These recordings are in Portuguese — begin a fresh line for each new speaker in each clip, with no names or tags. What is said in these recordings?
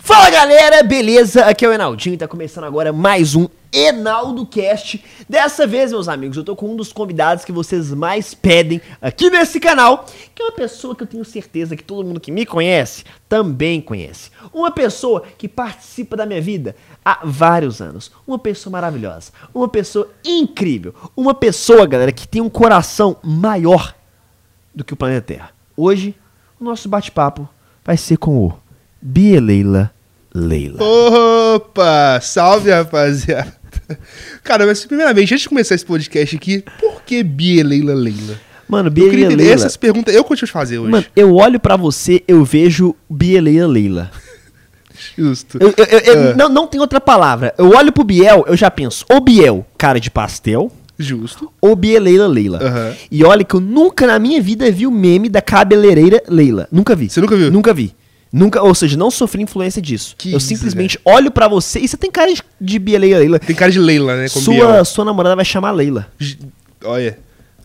Fala galera, beleza? Aqui é o Enaldinho e tá começando agora mais um Enaldo Cast. Dessa vez, meus amigos, eu tô com um dos convidados que vocês mais pedem aqui nesse canal, que é uma pessoa que eu tenho certeza que todo mundo que me conhece também conhece. Uma pessoa que participa da minha vida há vários anos. Uma pessoa maravilhosa, uma pessoa incrível, uma pessoa, galera, que tem um coração maior do que o planeta Terra. Hoje, o nosso bate-papo vai ser com o Bia Leila Leila.
Opa! Salve, rapaziada! Cara, mas primeiramente, antes de começar esse podcast aqui, por que Bia Leila Leila?
Mano, Bia
Eu queria
Leila
entender
Leila.
essas perguntas, eu continuo a fazer hoje.
Mano, eu olho pra você, eu vejo Bia Leila Leila.
Justo.
Eu- eu- eu- eu-
Ah.
não, não tem outra palavra. Eu olho pro Biel, eu já penso, ou Biel, cara de pastel,
Justo.
ou Bia Leila Leila.
Aham.
E olha que eu nunca na minha vida vi o meme da cabeleireira Leila. Nunca vi.
Você nunca viu?
Nunca vi. Nunca, ou seja, não sofri influência disso.
Que
eu
isso,
simplesmente olho pra você e você tem cara de, de Bia Leila Leila.
Tem cara de Leila, né? Com
Sua, sua namorada vai chamar Leila.
Biel. Olha,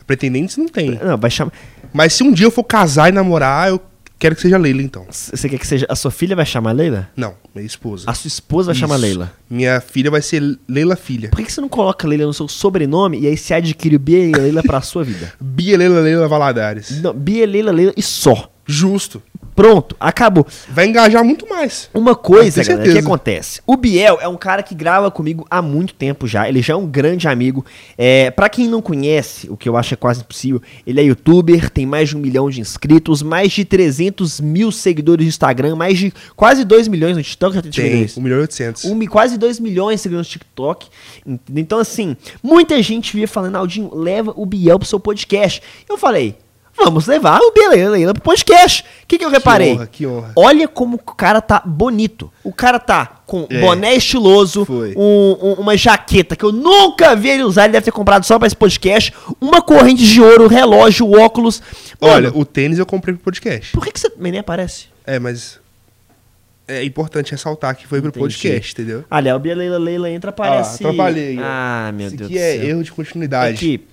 pretendentes não tem.
Não, vai chamar.
Mas se um dia eu for casar e namorar, eu quero que seja Leila, então.
C- Você quer que seja. A sua filha vai chamar Leila?
Não, minha esposa.
A sua esposa vai
Isso.
chamar Leila.
Minha filha vai ser Leila Filha.
Por que que você não coloca Leila no seu sobrenome e aí você adquire o Bia Leila Leila pra sua vida?
Bia Leila Leila Valadares.
Não, Bia Leila Leila e só.
Justo.
Pronto, acabou.
Vai engajar muito mais.
Uma
Eu
coisa,
tenho
galera, que
certeza.
acontece. O Biel é um cara que grava comigo há muito tempo já. Ele já é um grande amigo. É, para quem não conhece, o que eu acho é quase impossível, ele é youtuber, tem mais de um milhão de inscritos, mais de 300 mil seguidores no Instagram, mais de quase 2 milhões no TikTok. Já tem,
Tem,
seguidores?
1 milhão e 800.
Um, mi- quase 2 milhões de seguidores no TikTok. Ent- Então, assim, muita gente via falando, Aldinho, leva o Biel pro seu podcast. Eu falei, vamos levar o Biel Leila pro podcast. O que, que eu reparei?
honra, que honra.
Olha como o cara tá bonito. O cara tá com
É.
boné estiloso,
Foi.
um- um- uma jaqueta que eu nunca vi ele usar, ele deve ter comprado só pra esse podcast, uma corrente de ouro, um relógio, óculos. Mano,
Olha, o tênis eu comprei pro podcast.
por que, que você também nem aparece?
É, mas. É importante ressaltar que foi pro
Entendi.
podcast, entendeu?
Olha, o Bia Leila Leila entra, aparece.
Ah, atrapalhei.
Ah, meu
Isso
Deus
aqui
do
é
céu.
erro de continuidade.
Aqui.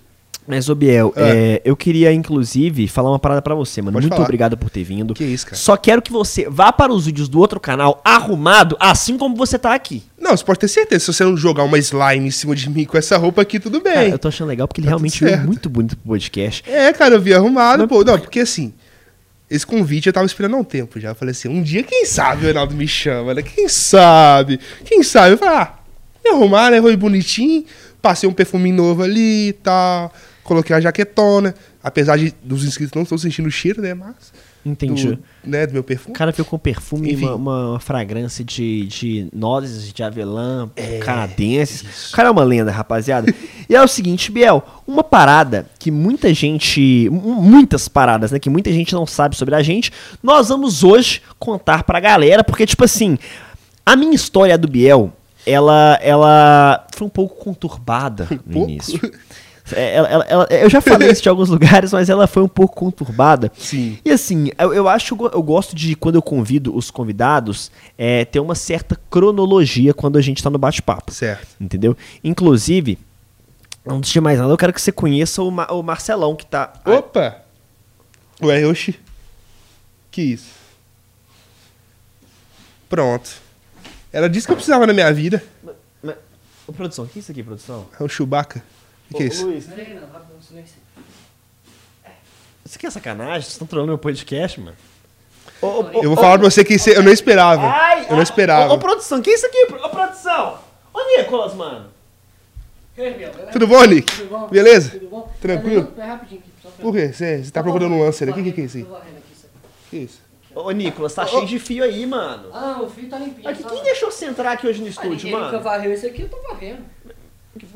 Mas, ô Biel,
Ah.
é, eu queria, inclusive, falar uma parada pra você, mano.
Pode
Muito
falar.
obrigado por ter vindo.
Que isso, cara.
Só quero que você vá para os vídeos do outro canal arrumado, assim como você tá aqui.
Não, você pode ter certeza. Se você não jogar uma slime em cima de mim com essa roupa aqui, tudo bem.
Cara, eu tô achando legal porque ele
Tá tudo
realmente veio
certo.
muito bonito pro podcast.
É, cara, eu vi arrumado,
Mas
pô. Não, porque assim. Esse convite eu tava esperando há um tempo já. Eu falei assim, um dia, quem sabe o Reinaldo me chama, né? Quem sabe? Quem sabe? Eu falei, ah, me arrumar, né? Foi bonitinho. Passei um perfume novo ali e tal. Coloquei a jaquetona. Apesar de, dos inscritos não estão sentindo o cheiro, né? Mas.
Entendi.
Do, né, do meu perfume.
O cara veio com perfume e
Enfim.
uma, uma fragrância de, de nozes, de avelã,
É,
canadenses. O cara é uma lenda, rapaziada. e é o seguinte, Biel, uma parada que muita gente. mu- Muitas paradas, né? Que muita gente não sabe sobre a gente. Nós vamos hoje contar pra galera, porque, tipo assim, a minha história do Biel, ela, ela foi um pouco conturbada no
Um pouco?
início. É, ela- ela- ela- eu já falei isso de alguns lugares, mas ela foi um pouco conturbada.
Sim.
E assim, eu, eu acho, eu gosto de, quando eu convido os convidados, é, ter uma certa cronologia quando a gente tá no bate-papo.
Certo.
Entendeu? Inclusive, antes de mais nada, eu quero que você conheça o, Ma- o Marcelão, que tá.
Opa! Ué, oxi. Que isso? Pronto. Ela disse que eu precisava na minha vida.
Mas- mas- né? Ô, produção, o que é isso aqui, produção?
É o Chewbacca. O que, que é isso?
Luiz, isso aqui é sacanagem? Vocês estão trolando meu podcast, mano? Ô, ô, ô,
Eu vou
ô,
falar pra você que isso é- eu não esperava.
Ai,
eu não
ai,
esperava.
Ô, ô, produção, que é isso aqui? Ô, produção! Ô, Nicolas, mano!
Ei, meu, galera,
Tudo bom, Nick?
tudo bom?
Beleza?
Tudo bom?
Tranquilo?
Não, não, é rapidinho aqui, só pra-
Por quê? Você você tá procurando um lance ali? O que, que, que é isso aí?
Tô varrendo aqui, só.
Que é isso?
Ô, Nicolas, tá cheio de fio aí, mano.
Ah, o fio tá limpinho.
Aqui,
só-
é
quem deixou você entrar aqui hoje no
Ah,
estúdio,
ninguém nunca
mano?
varreu esse aqui, eu tô varrendo.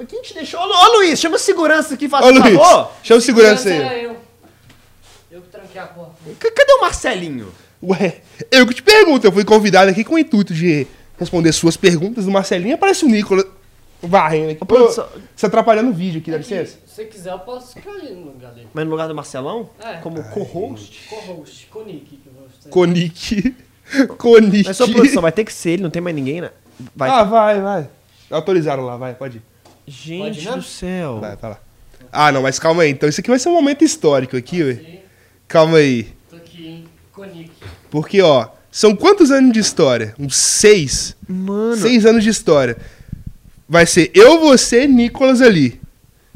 Quem te deixou? Ô, Lu- ô, Luiz, chama a segurança aqui, faz
Ô,
um
Luiz,
favor.
chama o segurança aí.
Era é eu. Eu que tranquei a porta.
C- cadê o Marcelinho?
Ué, eu que te pergunto. Eu fui convidado aqui com o intuito de responder suas perguntas do Marcelinho. Aparece o Nicolas varrendo aqui. Pô,
produção- É
você tá atrapalhando o vídeo aqui, dá licença?
Se você quiser, eu posso ficar ali no lugar dele.
Mas no lugar do Marcelão?
É.
Como co-host?
Co-host, com o Nick, que eu vou
Conic. Conic.
Mas só produção, vai ter que ser ele, não tem mais ninguém, né? Vai.
Ah, vai, vai. Autorizaram lá, vai, pode ir.
Gente
Pode, né?
do céu.
Vai, vai lá. Ah, não, mas calma aí. Então isso aqui vai ser um momento histórico aqui, ué. Calma aí.
Tô aqui, hein? Com o Nick.
Porque, ó, São quantos anos de história? Uns seis.
Mano,
Seis anos de história. Vai ser eu, você, Nicolas ali.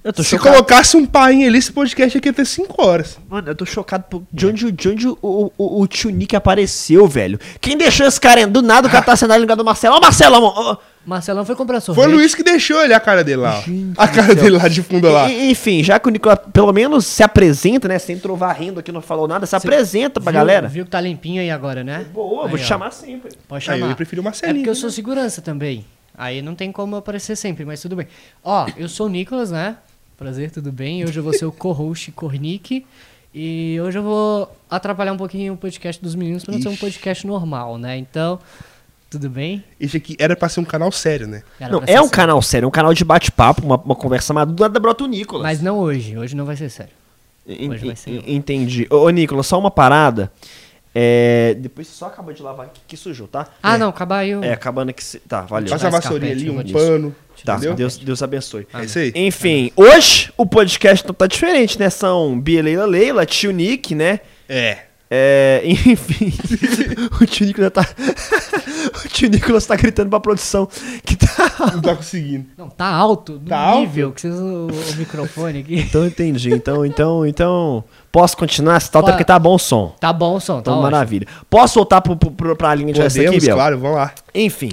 eu tô
Se
chocado.
colocasse um pai ali, esse podcast aqui ia ter cinco horas.
Mano, eu tô chocado por de onde, o- de onde o, o, o, o tio Nick apareceu, velho. Quem deixou esse cara indo? do nada o cara tá sentado no lugar do Marcelo? Ó, Marcelão! ó, ó.
Marcelão foi comprar sorvete.
Foi o Luiz que deixou ali a cara dele lá. ó.
Gente
a cara
do
dele lá de fundo lá.
E- enfim, já que o Nicolas pelo menos se apresenta, né? Sem entrou varrendo aqui, não falou nada, se apresenta pra
Viu-
galera.
Viu que tá limpinho aí agora, né?
Boa,
Aí,
vou te
ó.
chamar sempre.
Pode
Aí
chamar.
Ah, eu prefiro o
É
Marcelinho. né?
porque eu sou segurança também. Aí não tem como aparecer sempre, mas tudo bem. Ó, eu sou o Nicolas, né? Prazer, tudo bem? Hoje eu vou ser o co-host Cornick. E hoje eu vou atrapalhar um pouquinho o podcast dos meninos pra não ser um
Ixi.
podcast normal, né? Então, tudo bem?
Esse aqui era pra ser um canal sério, né?
Era
Não,
pra ser
é um
sério.
canal sério, é um canal de bate-papo, uma, uma conversa madura da brota o Nicolas. É.
Mas não hoje. Hoje não vai ser sério.
En-
Hoje vai ser
en- Entendi. Ô, ô, Nicolas, só uma parada. É, depois você só acabou de lavar aqui que sujou, tá?
Ah,
é,
não, acabar aí. o-
É, acabando que. se- Tá, valeu.
Passa a
Mais
vassourinha ali,
carpete, eu vou
um
disso.
pano.
Tá,
entendeu?
Deus, Deus abençoe.
É isso aí.
Enfim, hoje o podcast não tá diferente, né? São Bia Leila Leila, tio Nick, né?
É.
É, enfim, o tio Nicolas tá. o tio Nicolas tá gritando pra produção que tá.
Não tá conseguindo.
Não, tá alto. Do
Tá
nível que vocês... O, o microfone aqui...
Então entendi. Então, então, então. Posso continuar? Se tal, até
Pode.
porque tá bom o som.
Tá bom o som, tá
Então,
ótimo.
maravilha. Posso voltar pro, pro- pro- pra linha de essa aqui,
Podemos,
Biel?
claro, vamos lá.
Enfim,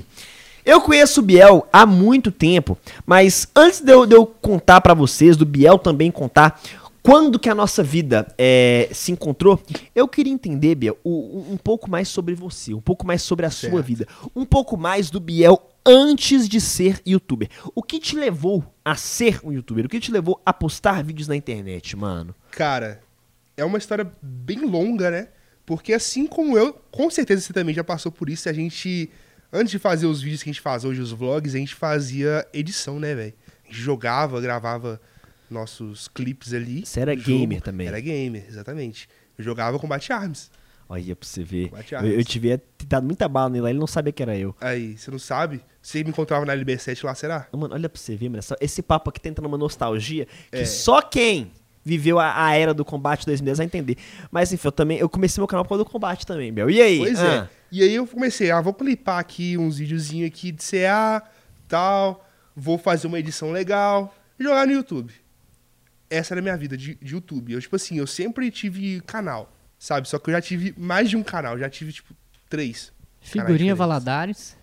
eu conheço o Biel há muito tempo, mas antes de eu, de eu contar pra vocês, do Biel também contar, quando que a nossa vida eh, se encontrou, eu queria entender, Biel, o- um, um pouco mais sobre você, um pouco mais sobre a sua
Certo.
vida, um pouco mais do Biel antes de ser youtuber. O que te levou a ser um youtuber? O que te levou a postar vídeos na internet, mano?
Cara, é uma história bem longa, né? Porque assim como eu, com certeza você também já passou por isso. A gente, antes de fazer os vídeos que a gente faz hoje, os vlogs, a gente fazia edição, né, velho? A gente jogava, gravava nossos clipes ali.
Você era
Jogo.
gamer também.
Era gamer, exatamente. Eu jogava Combate Arms.
Olha pra você ver.
Bate
Eu,
aspas.
eu tive dado muita bala nele, lá, ele não sabia que era eu.
Aí, você não sabe? Você me encontrava na LB7 lá, será?
Mano, olha pra você ver, mano. só- Esse papo aqui tá entrando uma nostalgia que
É.
só quem viveu a, a era do combate 2010 vai entender. Mas enfim, eu também. Eu comecei meu canal por causa do combate também, Bel. E aí?
Pois
Ah,
é. E aí eu comecei, ah, vou clipar aqui uns videozinhos aqui de CA, tal, vou fazer uma edição legal, e jogar no YouTube. Essa era a minha vida de, de YouTube. Eu, tipo assim, eu sempre tive canal, sabe? Só que eu já tive mais de um canal, já tive, tipo, três. Caralho,
Figurinha Valadares.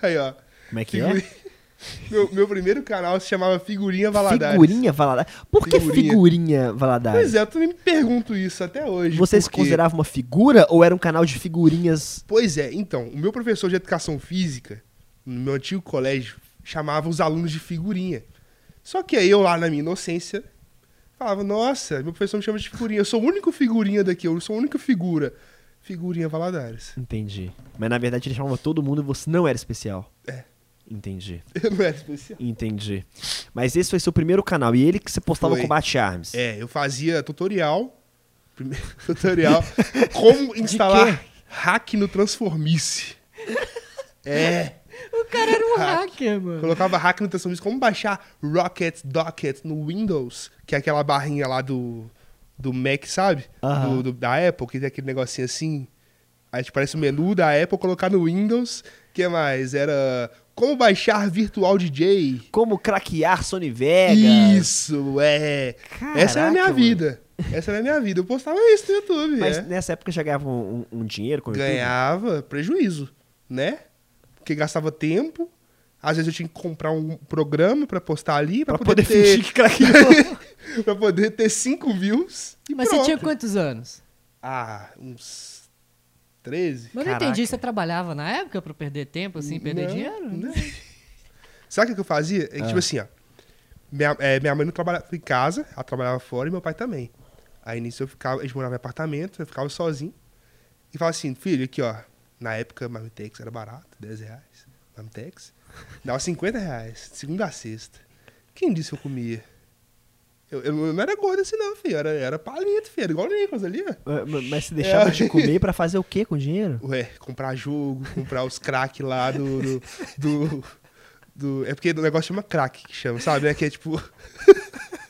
Aí, ó.
Como é que é?
Figuri- meu, meu primeiro canal se chamava Figurinha Valadares.
Figurinha Valadares. Por que
Figurinha.
figurinha Valadares?
Pois é, eu também me pergunto isso até hoje.
Você se
por quê?
considerava uma figura ou era um canal de figurinhas?
Pois é, então, o meu professor de educação física, no meu antigo colégio, chamava os alunos de figurinha. Só que aí eu, lá na minha inocência, falava, nossa, meu professor me chama de figurinha, eu sou o único figurinha daqui, eu sou a única figura. Figurinha Valadares.
Entendi. Mas na verdade ele chamava todo mundo e você não era especial.
É.
Entendi.
Eu não era especial.
Entendi. Mas esse foi seu primeiro canal e ele que você postava
Foi.
Combate Arms.
É, eu fazia tutorial, primeiro tutorial, como instalar hack no Transformice. É,
O cara era um
Hack.
hacker, mano.
Colocava hack no transformice. Como baixar Rocket Docket no Windows, que é aquela barrinha lá do, do Mac, sabe?
Aham.
Do- do- da Apple, que tem aquele negocinho assim. Aí te parece o menu da Apple, colocar no Windows. que mais? Era como baixar Virtual DJ.
Como craquear Sony Vegas.
Isso, é. Essa
Caraca,
era a minha
mano.
vida. Essa era a minha vida. Eu postava isso no YouTube.
Mas
é.
nessa época já ganhava um, um- um dinheiro com o YouTube?
Ganhava prejuízo, né? Porque gastava tempo. Às vezes eu tinha que comprar um programa pra postar ali, pra,
Pra
poder,
poder
ter...
fingir que craqueou.
pra poder ter cinco views. E
Mas
pronto.
você tinha quantos anos?
Ah, uns 13.
Mas eu não
Caraca.
entendi, você trabalhava na época pra perder tempo, assim,
Não,
perder
né?
dinheiro?
não. Sabe o que que eu fazia? É que, tipo assim, ó. Minha, é, minha mãe não trabalhava em casa, ela trabalhava fora e meu pai também. Aí nisso eu ficava, eles moravam em apartamento, eu ficava sozinho. E falava assim, filho, aqui ó, na época Marmitex era barato, 10 reais. Marmitex. Dava 50 reais, de segunda a sexta. Quem disse que eu comia? Eu, eu não era gordo assim não, filho. Era, era palito, filho. Era igual o Nicolas ali, ó.
Ma- ma- Mas você deixava
É.
de comer pra fazer o quê com o dinheiro?
Ué, comprar jogo, comprar os crack lá do. do, do- do- É porque o negócio chama crack, que chama, sabe? É que é tipo.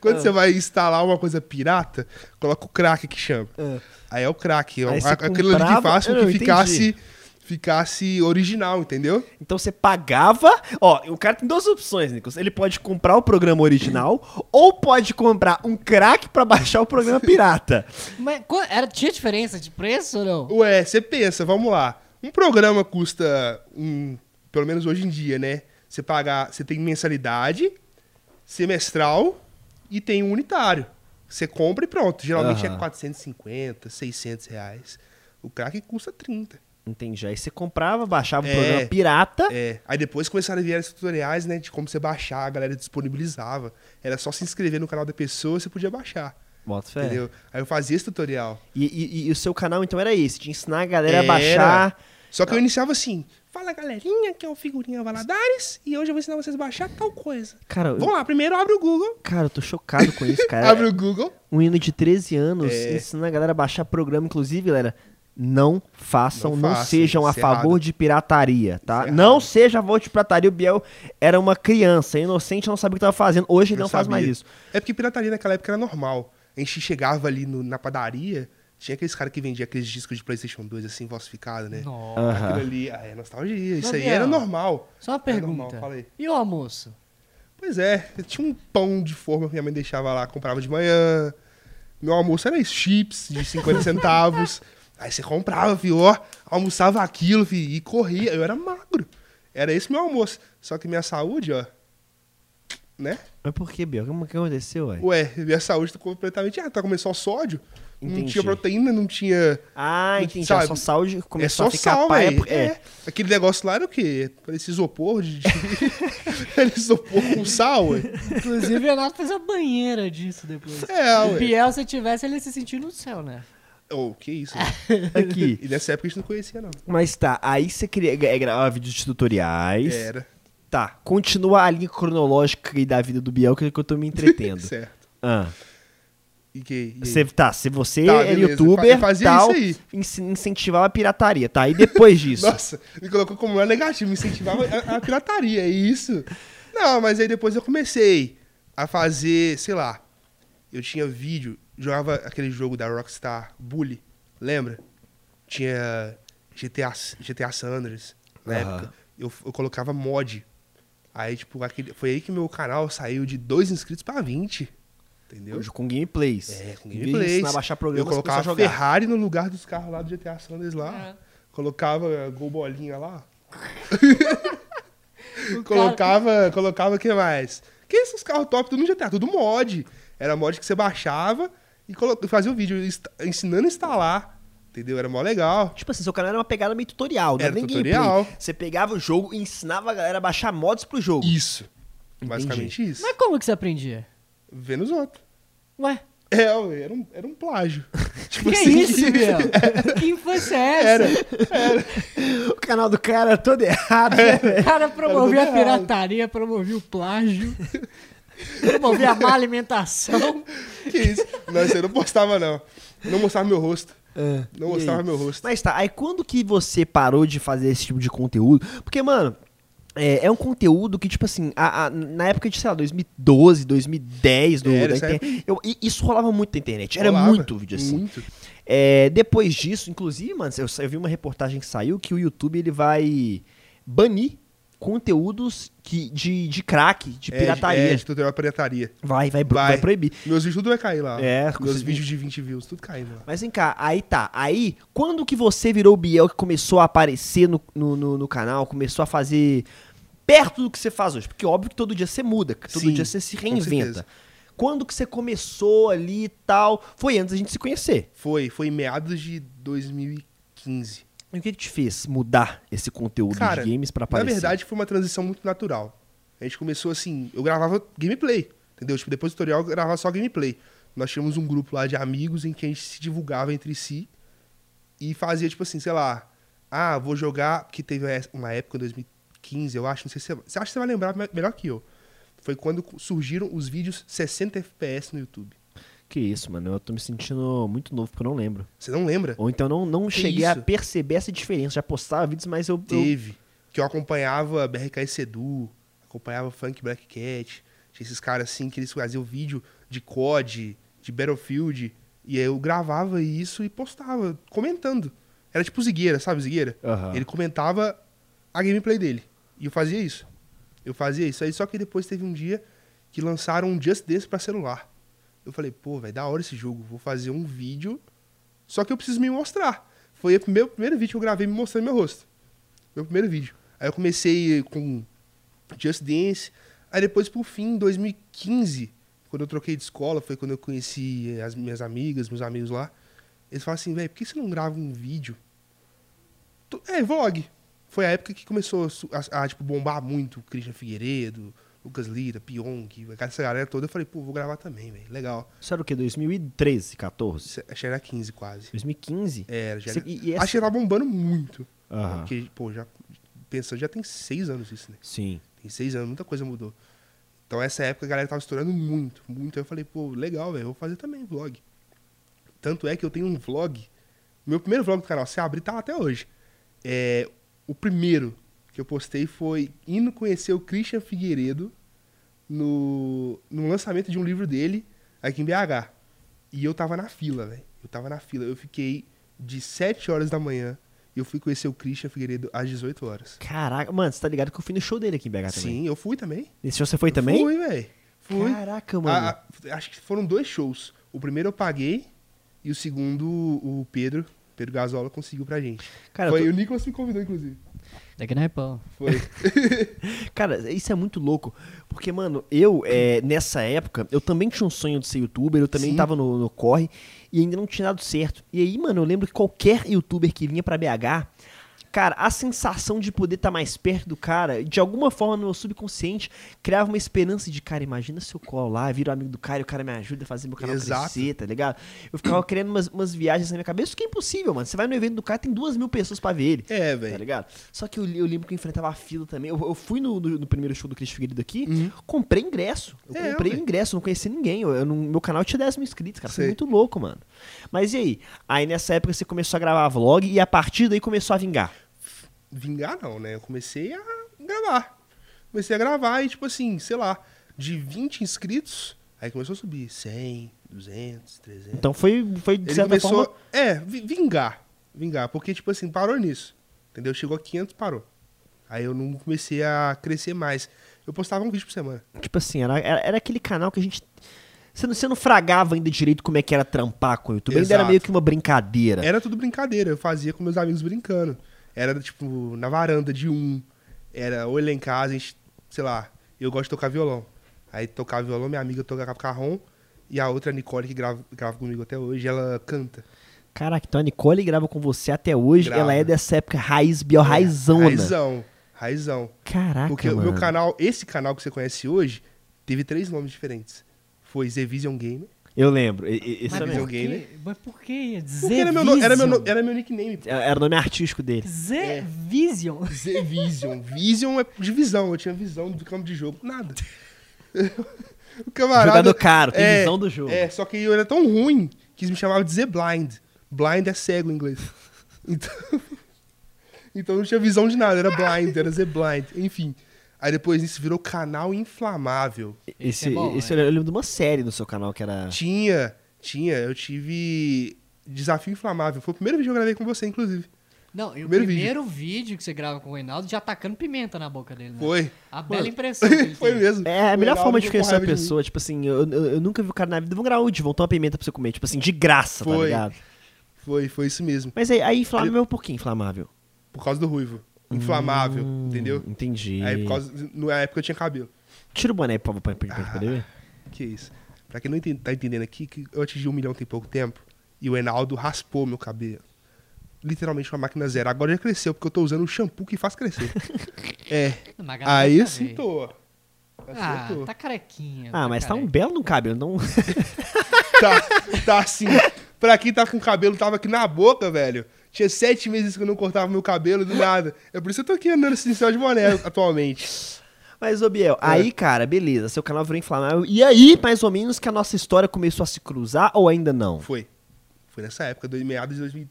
Quando
Ah.
você vai instalar uma coisa pirata, coloca o crack que chama.
Ah.
Aí é o crack. É
Aí
o-
você
a- aquilo ali
comprava-
que faz com
Eu não,
que
entendi.
ficasse, ficasse original, entendeu?
Então você pagava. Ó, o cara tem duas opções, Nicolas. Ele pode comprar o programa original ou pode comprar um crack pra baixar o programa pirata.
Mas qu- era, tinha diferença de preço ou não?
Ué, você pensa, vamos lá. Um programa custa um, pelo menos hoje em dia, né? Você pagar, você tem mensalidade, semestral e tem um unitário. Você compra e pronto. Geralmente
Aham.
é 450, 600 reais. O crack custa 30.
Entendi. Aí você comprava, baixava o
É.
programa pirata.
É. Aí depois começaram a vir esses tutoriais, né? De como você baixar, a galera disponibilizava. Era só se inscrever no canal da pessoa, você podia baixar.
Bota fé.
Entendeu? Aí eu fazia esse tutorial.
E, e- e o seu canal então era esse, de ensinar a galera a
Era.
baixar.
Só que eu iniciava assim: Fala galerinha, que é o Figurinha Valadares e hoje eu vou ensinar vocês a baixar tal coisa.
Cara, eu,
Vamos lá, primeiro abre o Google.
cara, eu tô chocado com isso,
Abre
cara.
o Google.
um hino de 13 anos
É.
ensinando a galera a baixar programa, inclusive, galera. Não façam, não,
Não façam,
sejam a
isso é
favor
errado.
de pirataria, tá?
Isso é
não
errado.
seja a favor de pirataria. O Biel era uma criança, inocente, não sabia o que tava fazendo. Hoje ele não,
Eu
faz mais
sabia.
isso.
É porque pirataria naquela época era normal. A gente chegava ali no- na padaria, tinha aqueles caras que vendiam aqueles discos de PlayStation 2 assim, falsificado, né?
Não.
Aham.
Aquilo ali, ah, é nostalgia. Isso
Mas,
aí
Biel,
era normal.
Só uma
Era normal,
pergunta.
fala aí.
e o almoço?
Pois é, eu tinha um pão de forma que minha mãe deixava lá, comprava de manhã. Meu almoço era isso, chips de 50 centavos. Aí você comprava, viu, ó, almoçava aquilo, viu, e corria. Eu era magro. Era esse meu almoço. Só que minha saúde, ó, né?
Mas por que, Biel? Como que aconteceu, ué?
Ué, minha saúde tá completamente. Ah, tá comendo só sódio. Não
Entendi.
tinha proteína, não tinha.
Ah,
Não,
entendi.
sabe?
é só sal de começou
é
a
só
ficar
sal,
pai.
velho.
porque-
É, Aquele negócio lá era o quê? Parecia isopor de. de... era isopor com sal, ué.
Inclusive, o Renato fez a banheira disso depois.
É,
o
ué.
Biel, se tivesse, ele ia se sentir no céu, né?
Oh, que isso,
Aqui.
E nessa época a gente não conhecia, não.
Mas tá, aí você queria é, gravar vídeos de tutoriais.
Era.
Tá, continua a linha cronológica aí da vida do Biel, que é que eu tô me entretendo.
certo.
Ah,
E que. e-
cê- tá, se você
Tá,
é
beleza,
youtuber,
fa- fazia
tal,
isso
inci- incentivava a pirataria, tá? E depois disso?
Nossa, me colocou como um negativo, me incentivava a, a pirataria, é isso? Não, mas aí depois eu comecei a fazer, sei lá. Eu tinha vídeo, jogava aquele jogo da Rockstar Bully, lembra? Tinha GTA, s- GTA San Andreas na
Aham.
época. Eu, eu colocava mod. Aí, tipo, aquele, foi aí que meu canal saiu de 2 inscritos pra 20. Entendeu?
Hoje com gameplays.
É, com
Em vez de
gameplays.
ensinar a baixar programas,
eu
começou a
colocava
jogar.
Ferrari no lugar dos carros lá do GTA San Andreas lá.
É.
Colocava eh, gol bolinha lá.
O
colocava, colocava o que mais? Que esses carros top tudo no GTA, tudo mod. Era mod que você baixava e colo- fazia o vídeo insta- ensinando a instalar. Entendeu? Era mó legal.
Tipo assim, seu canal era uma pegada meio tutorial, não
Era
era nem
tutorial.
gameplay. Você pegava o jogo e ensinava a galera a baixar mods pro jogo.
Isso. Basicamente isso.
Mas como que você aprendia?
Vendo os outros.
Ué,
É, ué, era um, era um plágio. tipo
que
assim,
isso, Biel? que infância é essa?
Era.
O canal do cara era todo errado,
É.
né, velho?
O cara promovia a
Era tudo errado.
pirataria, promovia o plágio, promovia a má alimentação.
Que isso? Não, isso eu não postava, não. Não mostrava meu rosto.
É.
Não
E
mostrava
aí?
meu rosto.
Mas tá, aí quando que você parou de fazer esse tipo de conteúdo? Porque, mano, é, é um conteúdo que, tipo assim, a- a- na época de, sei lá, 2012, 2010, do,
Era,
da
essa
internet, eu- e- isso rolava muito na internet. Era
Rolava.
muito vídeo assim.
Muito.
É, depois disso, inclusive, mano, eu, eu vi uma reportagem que saiu que o YouTube ele vai banir conteúdos que, de, de crack, de
É,
pirataria.
É, de tutorial pirataria.
Vai, vai, pro-
Vai.
vai proibir.
Meus vídeos tudo vai cair lá.
É,
Meus
consegui-
vídeos de 20 views, tudo caindo lá.
Mas vem cá, aí tá. Aí, quando que você virou o Biel que começou a aparecer no, no, no- no canal, começou a fazer perto do que você faz hoje? Porque óbvio que todo dia você muda, que todo
Sim,
dia você se
com
reinventa.
certeza.
Quando que você começou ali e tal? Foi antes da gente se conhecer.
Foi, foi em meados de 2015.
E o que, que te fez mudar esse conteúdo
Cara,
de games pra aparecer?
Na verdade, foi uma transição muito natural. A gente começou assim, eu gravava gameplay, entendeu? Tipo, depois do tutorial eu gravava só gameplay. Nós tínhamos um grupo lá de amigos em que a gente se divulgava entre si e fazia, tipo assim, sei lá, ah, vou jogar, que teve uma época, em 2015, eu acho, não sei se você, você acha que você vai lembrar me- melhor que eu. Foi quando surgiram os vídeos 60 FPS no YouTube.
Que isso, mano. Eu tô me sentindo muito novo porque eu não lembro.
Você não lembra?
Ou então não, não
Que
cheguei a
isso?
perceber essa diferença. Já postava vídeos, mas eu. eu-
Teve. Que eu acompanhava BRK e Sedu, acompanhava Funk Black Cat, Tinha esses caras assim que eles faziam vídeo de COD, de Battlefield. E aí eu gravava isso e postava, comentando. Era tipo Zigueira, sabe Zigueira?
Aham.
Ele comentava a gameplay dele. E eu fazia isso. Eu fazia isso aí, só que depois teve um dia que lançaram um Just Dance pra celular. Eu falei, pô, velho, da hora esse jogo. Vou fazer um vídeo, só que eu preciso me mostrar. Foi o meu primeiro vídeo que eu gravei me mostrando meu rosto. Meu primeiro vídeo. Aí eu comecei com Just Dance. Aí depois, por fim, em 2015, quando eu troquei de escola, foi quando eu conheci as minhas amigas, meus amigos lá. Eles falaram assim, velho, por que você não grava um vídeo? Tu- É, Vogue. Foi a época que começou a su- a, a, tipo, bombar muito o Christian Figueiredo, Lucas Lira, Pyong, essa galera toda. Eu falei, pô, vou gravar também, velho. Legal.
Isso era o quê? 2013, 14?
Isso- é, Acho que era 15 quase.
2015?
Era, É, já
Cê-
era.
e- e
Acho que tava bombando muito.
Aham.
Porque, pô, já pensando, já tem seis anos isso, né?
Sim.
Tem seis anos, muita coisa mudou. Então, essa época a galera tava estourando muito, muito. Aí eu falei, pô, legal, velho, eu vou fazer também vlog. Tanto é que eu tenho um vlog. Meu primeiro vlog do canal, se abrir, tá lá até hoje. É, o primeiro que eu postei foi indo conhecer o Christian Figueiredo no, no lançamento de um livro dele aqui em BH. E eu tava na fila, velho. Eu tava na fila. Eu fiquei de 7 horas da manhã e eu fui conhecer o Christian Figueiredo às 18 horas.
Caraca, mano, você tá ligado que eu fui no show dele aqui em BH também.
Sim, eu fui também.
Nesse show você foi também?
Fui, velho. Fui.
Caraca, mano.
Ah, ah, acho que foram dois shows. O primeiro eu paguei e o segundo o Pedro, Pedro Gasola, conseguiu pra gente.
Cara,
Foi
eu tô-
o Nicolas me convidou, inclusive.
Daqui na Repão.
Foi.
Cara, isso é muito louco. Porque, mano, eu, é, nessa época, eu também tinha um sonho de ser youtuber, eu também
Sim.
tava no, no corre e ainda não tinha dado certo. E aí, mano, eu lembro que qualquer youtuber que vinha pra BH, cara, a sensação de poder estar mais perto do cara, de alguma forma no meu subconsciente, criava uma esperança de, cara, imagina se eu colo lá, viro amigo do cara e o cara me ajuda a fazer meu canal
Exato.
crescer, tá ligado? Eu ficava criando umas, umas viagens na minha cabeça, isso que é impossível, mano. Você vai no evento do cara, tem duas mil pessoas pra ver ele.
É,
Tá
velho.
ligado? Só que eu, eu lembro que eu enfrentava a fila também. Eu, eu fui no, no- no primeiro show do Cris Figueiredo aqui, comprei ingresso. Eu
Uhum. É,
comprei
ué.
ingresso, não conhecia ninguém. Eu, eu não- meu canal tinha 10 mil inscritos, cara. Foi
Sei.
muito louco, mano. Mas e aí? Aí nessa época você começou a gravar vlog e a partir daí começou a vingar.
Vingar não, né? Eu comecei a gravar. Comecei a gravar e, tipo assim, sei lá, de 20 inscritos, aí começou a subir 100, 200, 300.
Então foi, foi de
Ele
certa
começou.
forma.
É, vi- vingar. Vingar. Porque, tipo assim, parou nisso. Entendeu? Chegou a 500, parou. Aí eu não comecei a crescer mais. Eu postava um vídeo por semana.
Tipo assim, era, era, era aquele canal que a gente. Você não, você não fragava ainda direito como é que era trampar com o YouTube. Ainda era
Exato. É.
meio que uma brincadeira.
Era tudo brincadeira. Eu fazia com meus amigos brincando. Era, tipo, na varanda de um. Era, ou ele lá em casa, a gente, sei lá, eu gosto de tocar violão. Aí tocar violão, minha amiga toca carrom. E a outra, a Nicole, que grava, grava comigo até hoje, ela canta.
Caraca, então a Nicole grava com você até hoje.
Grava. É,
Ela é dessa época raiz, bio, raizona.
Raizão. Raizão.
Caraca,
Porque
mano.
o meu canal, esse canal que você conhece hoje, teve três nomes diferentes. Foi Zevision Gamer.
Eu lembro. e- e- Esse
Mas
era,
Vision
mesmo.
por
Gamer.
quê? Mas por que?
Porque era meu, no- era, meu, no- era meu nickname. pô.
É, era o nome artístico dele.
Zé Vision.
Zevision. Vision é de visão. Eu tinha visão do campo de jogo. Nada. o camarada...
Jogador caro, tem visão do jogo.
É, só que eu era tão ruim que eles me chamavam de Z-Blind. Blind é cego em inglês. Então... então eu não tinha visão de nada. Era blind, era Z-Blind. Enfim. Aí depois isso virou canal inflamável.
Esse,
é bom,
esse
né?
é.
eu lembro de uma série no seu canal que era.
Tinha, tinha. Eu tive Desafio Inflamável. Foi o primeiro vídeo que eu gravei com você, inclusive.
Não, e o
Primeiro
primeiro, vídeo. que você grava com o Reinaldo já tacando pimenta na boca dele, né?
Foi.
A
Mano,
bela impressão. que ele
Foi
teve.
mesmo.
É a
O
melhor
Reinaldo
forma de
ficou
conhecer
com
uma
raiva de mim.
pessoa, tipo assim, eu, eu, eu nunca vi o cara na vida. Vamos gravar um o Edivão, toma uma pimenta pra você comer, tipo assim, de graça, tá
Foi.
ligado?
Foi, foi isso mesmo.
Mas aí, aí inflamável é um pouquinho, inflamável.
Por causa do ruivo. Inflamável,
Hum,
entendeu?
Entendi.
Aí por causa. Ah, Na época eu tinha cabelo.
Tira o boné, por favor, pra, pra, pra, pra poder ver.
Que isso. Pra quem não enten- tá entendendo aqui, que eu atingi um milhão tem pouco tempo. E o Enaldo raspou meu cabelo. Literalmente uma máquina zero. Agora já cresceu, porque eu tô usando um shampoo que faz crescer. é.
Não, mas a galera
Aí
tá
acertou.
vendo. Ah,
Acertou.
tá carequinha.
Ah, mas tá um belo no cabelo, não.
Tá, tá assim. Pra quem tá com o cabelo, tava aqui na boca, velho. Tinha sete meses que eu não cortava meu cabelo do nada. É por isso que eu tô aqui andando assim, só de boné atualmente.
Mas, ô
É.
Biel, aí, cara, beleza, seu canal virou inflamável. E aí, mais ou menos, que a nossa história começou a se cruzar ou ainda não?
Foi. Foi nessa época, do- meados de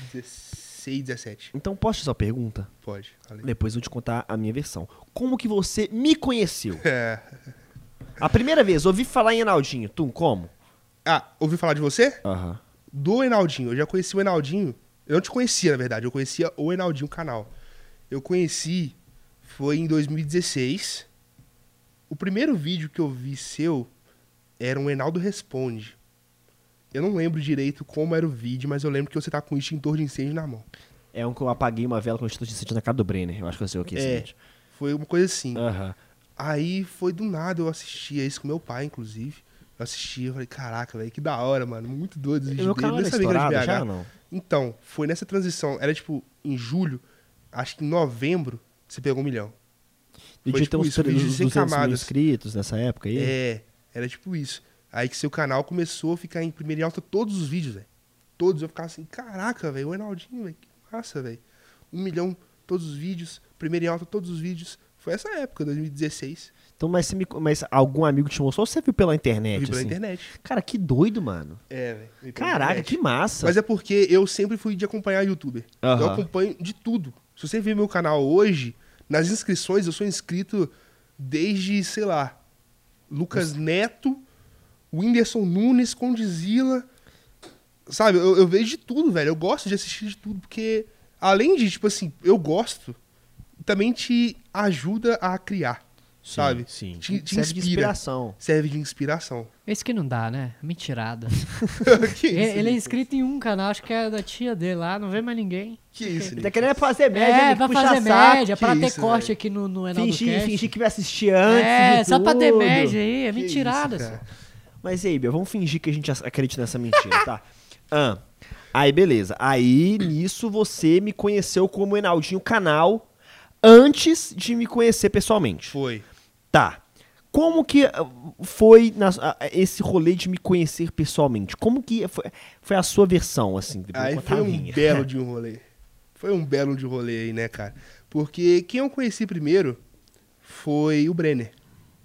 2016, 17.
Então, posso te fazer uma pergunta?
Pode. falei.
Depois eu vou te contar a minha versão. Como que você me conheceu?
É,
A primeira vez, ouvi falar em Enaldinho. Tum, como?
Ah, ouviu falar de você?
Aham.
Do Enaldinho. Eu já conheci o Enaldinho. Eu não te conhecia, na verdade. Eu conhecia o Enaldinho canal. Eu conheci foi em 2016. O primeiro vídeo que eu vi seu era um Enaldo Responde. Eu não lembro direito como era o vídeo, mas eu lembro que você tá com um extintor de incêndio na mão.
É um que eu apaguei uma vela com o Instituto de Incêndio na casa do Brenner. Eu acho que eu sei o que é esse
É.
vídeo.
Foi uma coisa assim.
Aham.
Aí foi do nada, eu assistia isso com meu pai, inclusive. Eu assistia, eu falei, caraca, velho, que da hora, mano. Muito doido os
E
vídeos
Meu
dele.
canal
Nem
era
sabia que era de
estourado
BH.
já ou não?
Então, foi nessa transição. Era tipo, em julho, acho que em novembro, você pegou um milhão.
E
Foi
tinha
tipo
uns
isso, vídeos sem
200 mil
camadas.
inscritos nessa época aí.
É, era tipo isso. Aí que seu canal começou a ficar em primeira e alta todos os vídeos, velho. Todos. Eu ficava assim, caraca, velho, o Reinaldinho, velho, que massa, velho. Um milhão, todos os vídeos, primeira em alta, todos os vídeos. Foi essa época, 2016.
Então, mas, você me, mas algum amigo te mostrou ou você viu pela internet?
Eu vi pela
assim?
internet.
Cara, que doido, mano.
É, velho. vi pela
Caraca,
internet.
que massa.
Mas é porque eu sempre fui de acompanhar youtuber.
Aham.
Eu acompanho de tudo. Se você ver meu canal hoje, nas inscrições eu sou inscrito desde, sei lá, Lucas Neto, Whindersson Nunes, Condizila. Sabe, eu, eu vejo de tudo, velho. Eu gosto de assistir de tudo, porque além de, tipo assim, eu gosto, também te ajuda a criar.
Sim,
sabe?
Sim.
Te- te
Serve de
inspira.
inspiração.
Serve de inspiração.
Esse que não dá, né? Mentirada.
que
ele, ele é
Nicolas?
inscrito em um canal, acho que é da tia dele lá, não vê mais ninguém.
Que isso,
Ele tá
Nicolas?
querendo fazer média,
é,
amigo,
vai
puxar
fazer
saco,
média,
que
pra ter
isso,
corte
velho.
aqui no, no Enaldo
Fingir,
Cast.
fingir que vai assistir antes.
É,
de
só pra ter
tudo.
média aí, é
Que isso,
mentirada.
cara.
Mas e aí, Bia, vamos fingir que a gente ac- acredita nessa mentira, tá? Ah, aí, beleza. Aí, nisso, você me conheceu como Enaldinho Canal antes de me conhecer pessoalmente.
Foi.
Tá. Como que ah, foi na- ah, esse rolê de me conhecer pessoalmente? Como que foi, foi a sua versão, assim? Vou
Aí
contar
foi
a
um
minha.
belo de um rolê. Foi um belo de um rolê aí, né, cara? Porque quem eu conheci primeiro foi o Brenner,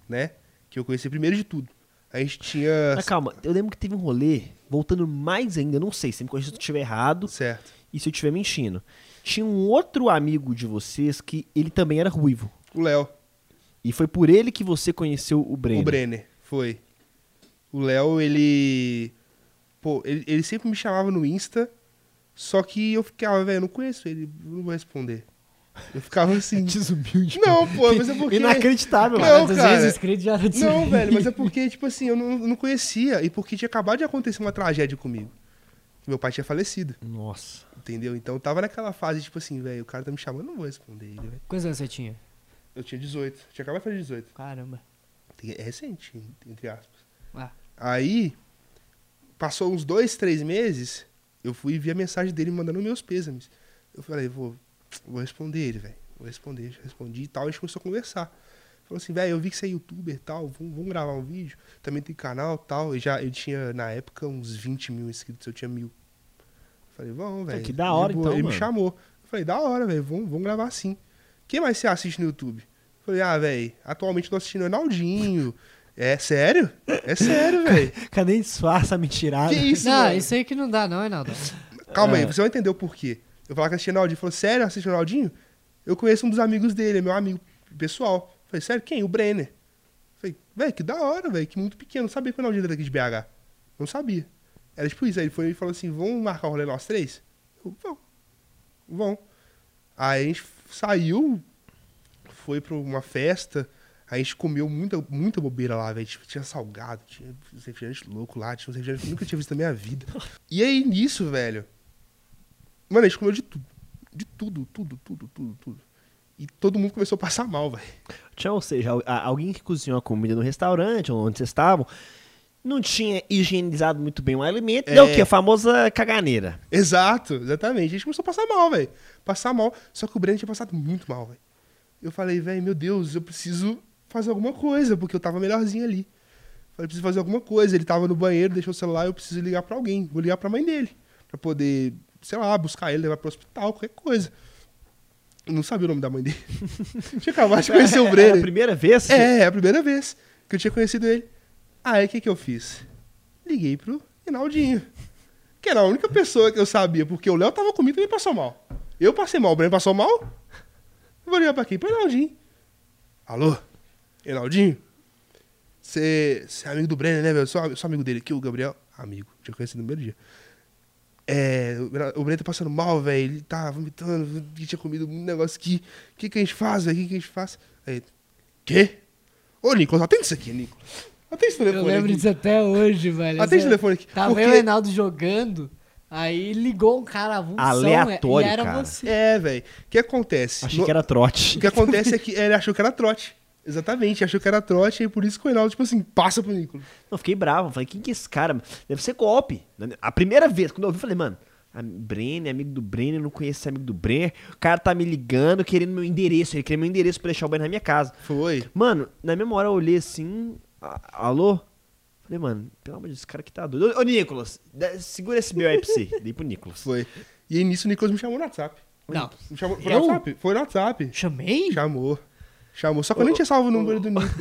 né? Que eu conheci primeiro de tudo. A gente tinha.
Mas calma, eu lembro que teve um rolê, voltando mais ainda, eu não sei, se me corrija se eu estiver errado
Certo.
e se eu estiver mentindo. Tinha um outro amigo de vocês que ele também era ruivo.
O Léo.
E foi por ele que você conheceu o Breno.
O Brenner, foi. O Léo, ele. Pô, ele, ele sempre me chamava no Insta, só que eu ficava, velho, eu não conheço ele, eu não vou responder. Eu ficava assim.
Desumilde.
não, pô, mas é porque.
É tipo Inacreditável.
Não,
mano.
200
cara.
inscritos já era de
Não,
sorrir.
velho, mas é porque, tipo assim, eu não, não conhecia e porque tinha acabado de acontecer uma tragédia comigo. Meu pai tinha falecido,
Nossa.
entendeu? Então eu tava naquela fase, tipo assim, velho, o cara tá me chamando, eu não vou responder ele, velho.
Quantos anos você tinha?
Eu tinha 18, tinha acabado de fazer 18.
Caramba.
Tem- É recente, entre aspas.
Ah.
Aí, passou uns dois, três meses, eu fui ver a mensagem dele me mandando meus pêsames. Eu falei, vou, vou responder ele, velho. Vou responder, respondi e tal. A gente começou a conversar. Falou assim, velho, eu vi que você é youtuber e tal, vamos, vamos gravar um vídeo. Também tem canal e tal. Eu já eu tinha, na época, uns 20 mil inscritos, eu tinha mil. Eu falei, vamos, velho.
que da
de
hora,
boa.
então,
Ele
mano.
me chamou. Eu falei, da hora, velho, vamos, vamos gravar sim. Quem mais você assiste no YouTube? Eu falei, ah, velho, atualmente eu tô assistindo Ronaldinho. É sério? É sério, velho.
Cadê disfarça a mentirada?
Que isso,
Ah, não,
mano?
isso aí que não dá, não, Enaldo.
Calma
É.
aí, você vai entender o porquê. Eu falava que assistia Ronaldinho. Ele falou, sério, assiste Ronaldinho? Eu conheço um dos amigos dele, é meu amigo pessoal. Eu falei, sério, quem? O Brenner. Eu falei, velho, que da hora, velho, que muito pequeno. Não sabia que o Ronaldinho era daqui de BH. Não sabia. Era tipo isso. Aí ele foi e falou assim, vamos marcar um rolê nós três? Eu, vamos. Vamos. Aí a gente saiu, foi pra uma festa, a gente comeu muita, muita bobeira lá, velho. Tipo, tinha salgado, tinha uns refrigerante louco lá, tinha uns refrigerantes que eu nunca tinha visto na minha vida. E aí, nisso, velho, mano, a gente comeu de tudo. De tudo, tudo, tudo, tudo, tudo. E todo mundo começou a passar mal, velho.
Tinha, ou seja, al- a- alguém que cozinhou a comida no restaurante, onde vocês estavam, não tinha higienizado muito bem o alimento.
É.
Deu o quê? A famosa caganeira.
Exato, exatamente. A gente começou a passar mal, velho. Passar mal. Só que o Breno tinha passado muito mal, velho. Eu falei, velho, meu Deus, eu preciso fazer alguma coisa, porque eu tava melhorzinho ali. Falei, preciso fazer alguma coisa. Ele tava no banheiro, deixou o celular, eu preciso ligar pra alguém. Vou ligar pra mãe dele. Pra poder, sei lá, buscar ele, levar pro hospital, qualquer coisa. Eu não sabia o nome da mãe dele. tinha acabado de conhecer o
Era
Breno.
a primeira vez?
É, é a primeira vez que eu tinha conhecido ele. Aí o que, que eu fiz? Liguei pro Rinaldinho. Que era a única pessoa que eu sabia, porque o Léo tava comigo e ele passou mal. Eu passei mal, o Breno passou mal. Eu vou ligar pra quem? Pro Rinaldinho. Alô? Rinaldinho? Você você é amigo do Brenner, né, velho? Eu sou, eu sou amigo dele aqui, o Gabriel. Amigo, tinha conhecido no primeiro dia. É, o Brenner- o Brenner tá passando mal, velho. Ele tá vomitando, que tinha comido um negócio aqui. O que, que a gente faz, velho? O que, que a gente faz? Aí, quê? Ô, Nicolas, atende isso aqui, Nicolas. Atende esse
Eu
telefone
lembro
aqui.
disso até hoje, velho. é
Atende o telefone aqui.
Tava
Porque-
eu e o Reinaldo jogando, aí ligou um cara avulsão.
Aleatório,
e era
cara.
você.
É, velho. O que acontece?
Achei
No-
que era trote.
O que acontece é que ele achou que era trote. Exatamente, achou que era trote, e por isso que o Reinaldo, tipo assim, passa pro Nicolas.
Eu fiquei bravo. Falei, quem que é esse cara? mano? Deve ser golpe. A primeira vez, quando eu ouvi, eu falei, mano, a Brenner, amigo do Brenner, eu não conheço esse amigo do Brenner. O cara tá me ligando, querendo meu endereço. Ele queria meu endereço pra deixar o banho na minha casa.
Foi.
Mano, na mesma hora eu olhei assim, a- alô? Falei, mano, pelo amor de Deus, esse cara que tá doido. Ô, ô, Nicolas, dá- segura esse meu aí pra você. Dei pro Nicolas.
Foi. E aí nisso o Nicolas me chamou no WhatsApp.
Não.
Me chamou, foi
Eu?
no WhatsApp? Foi no WhatsApp.
Chamei?
Chamou. Chamou. Só que eu nem tinha salvo o número do Nicolas.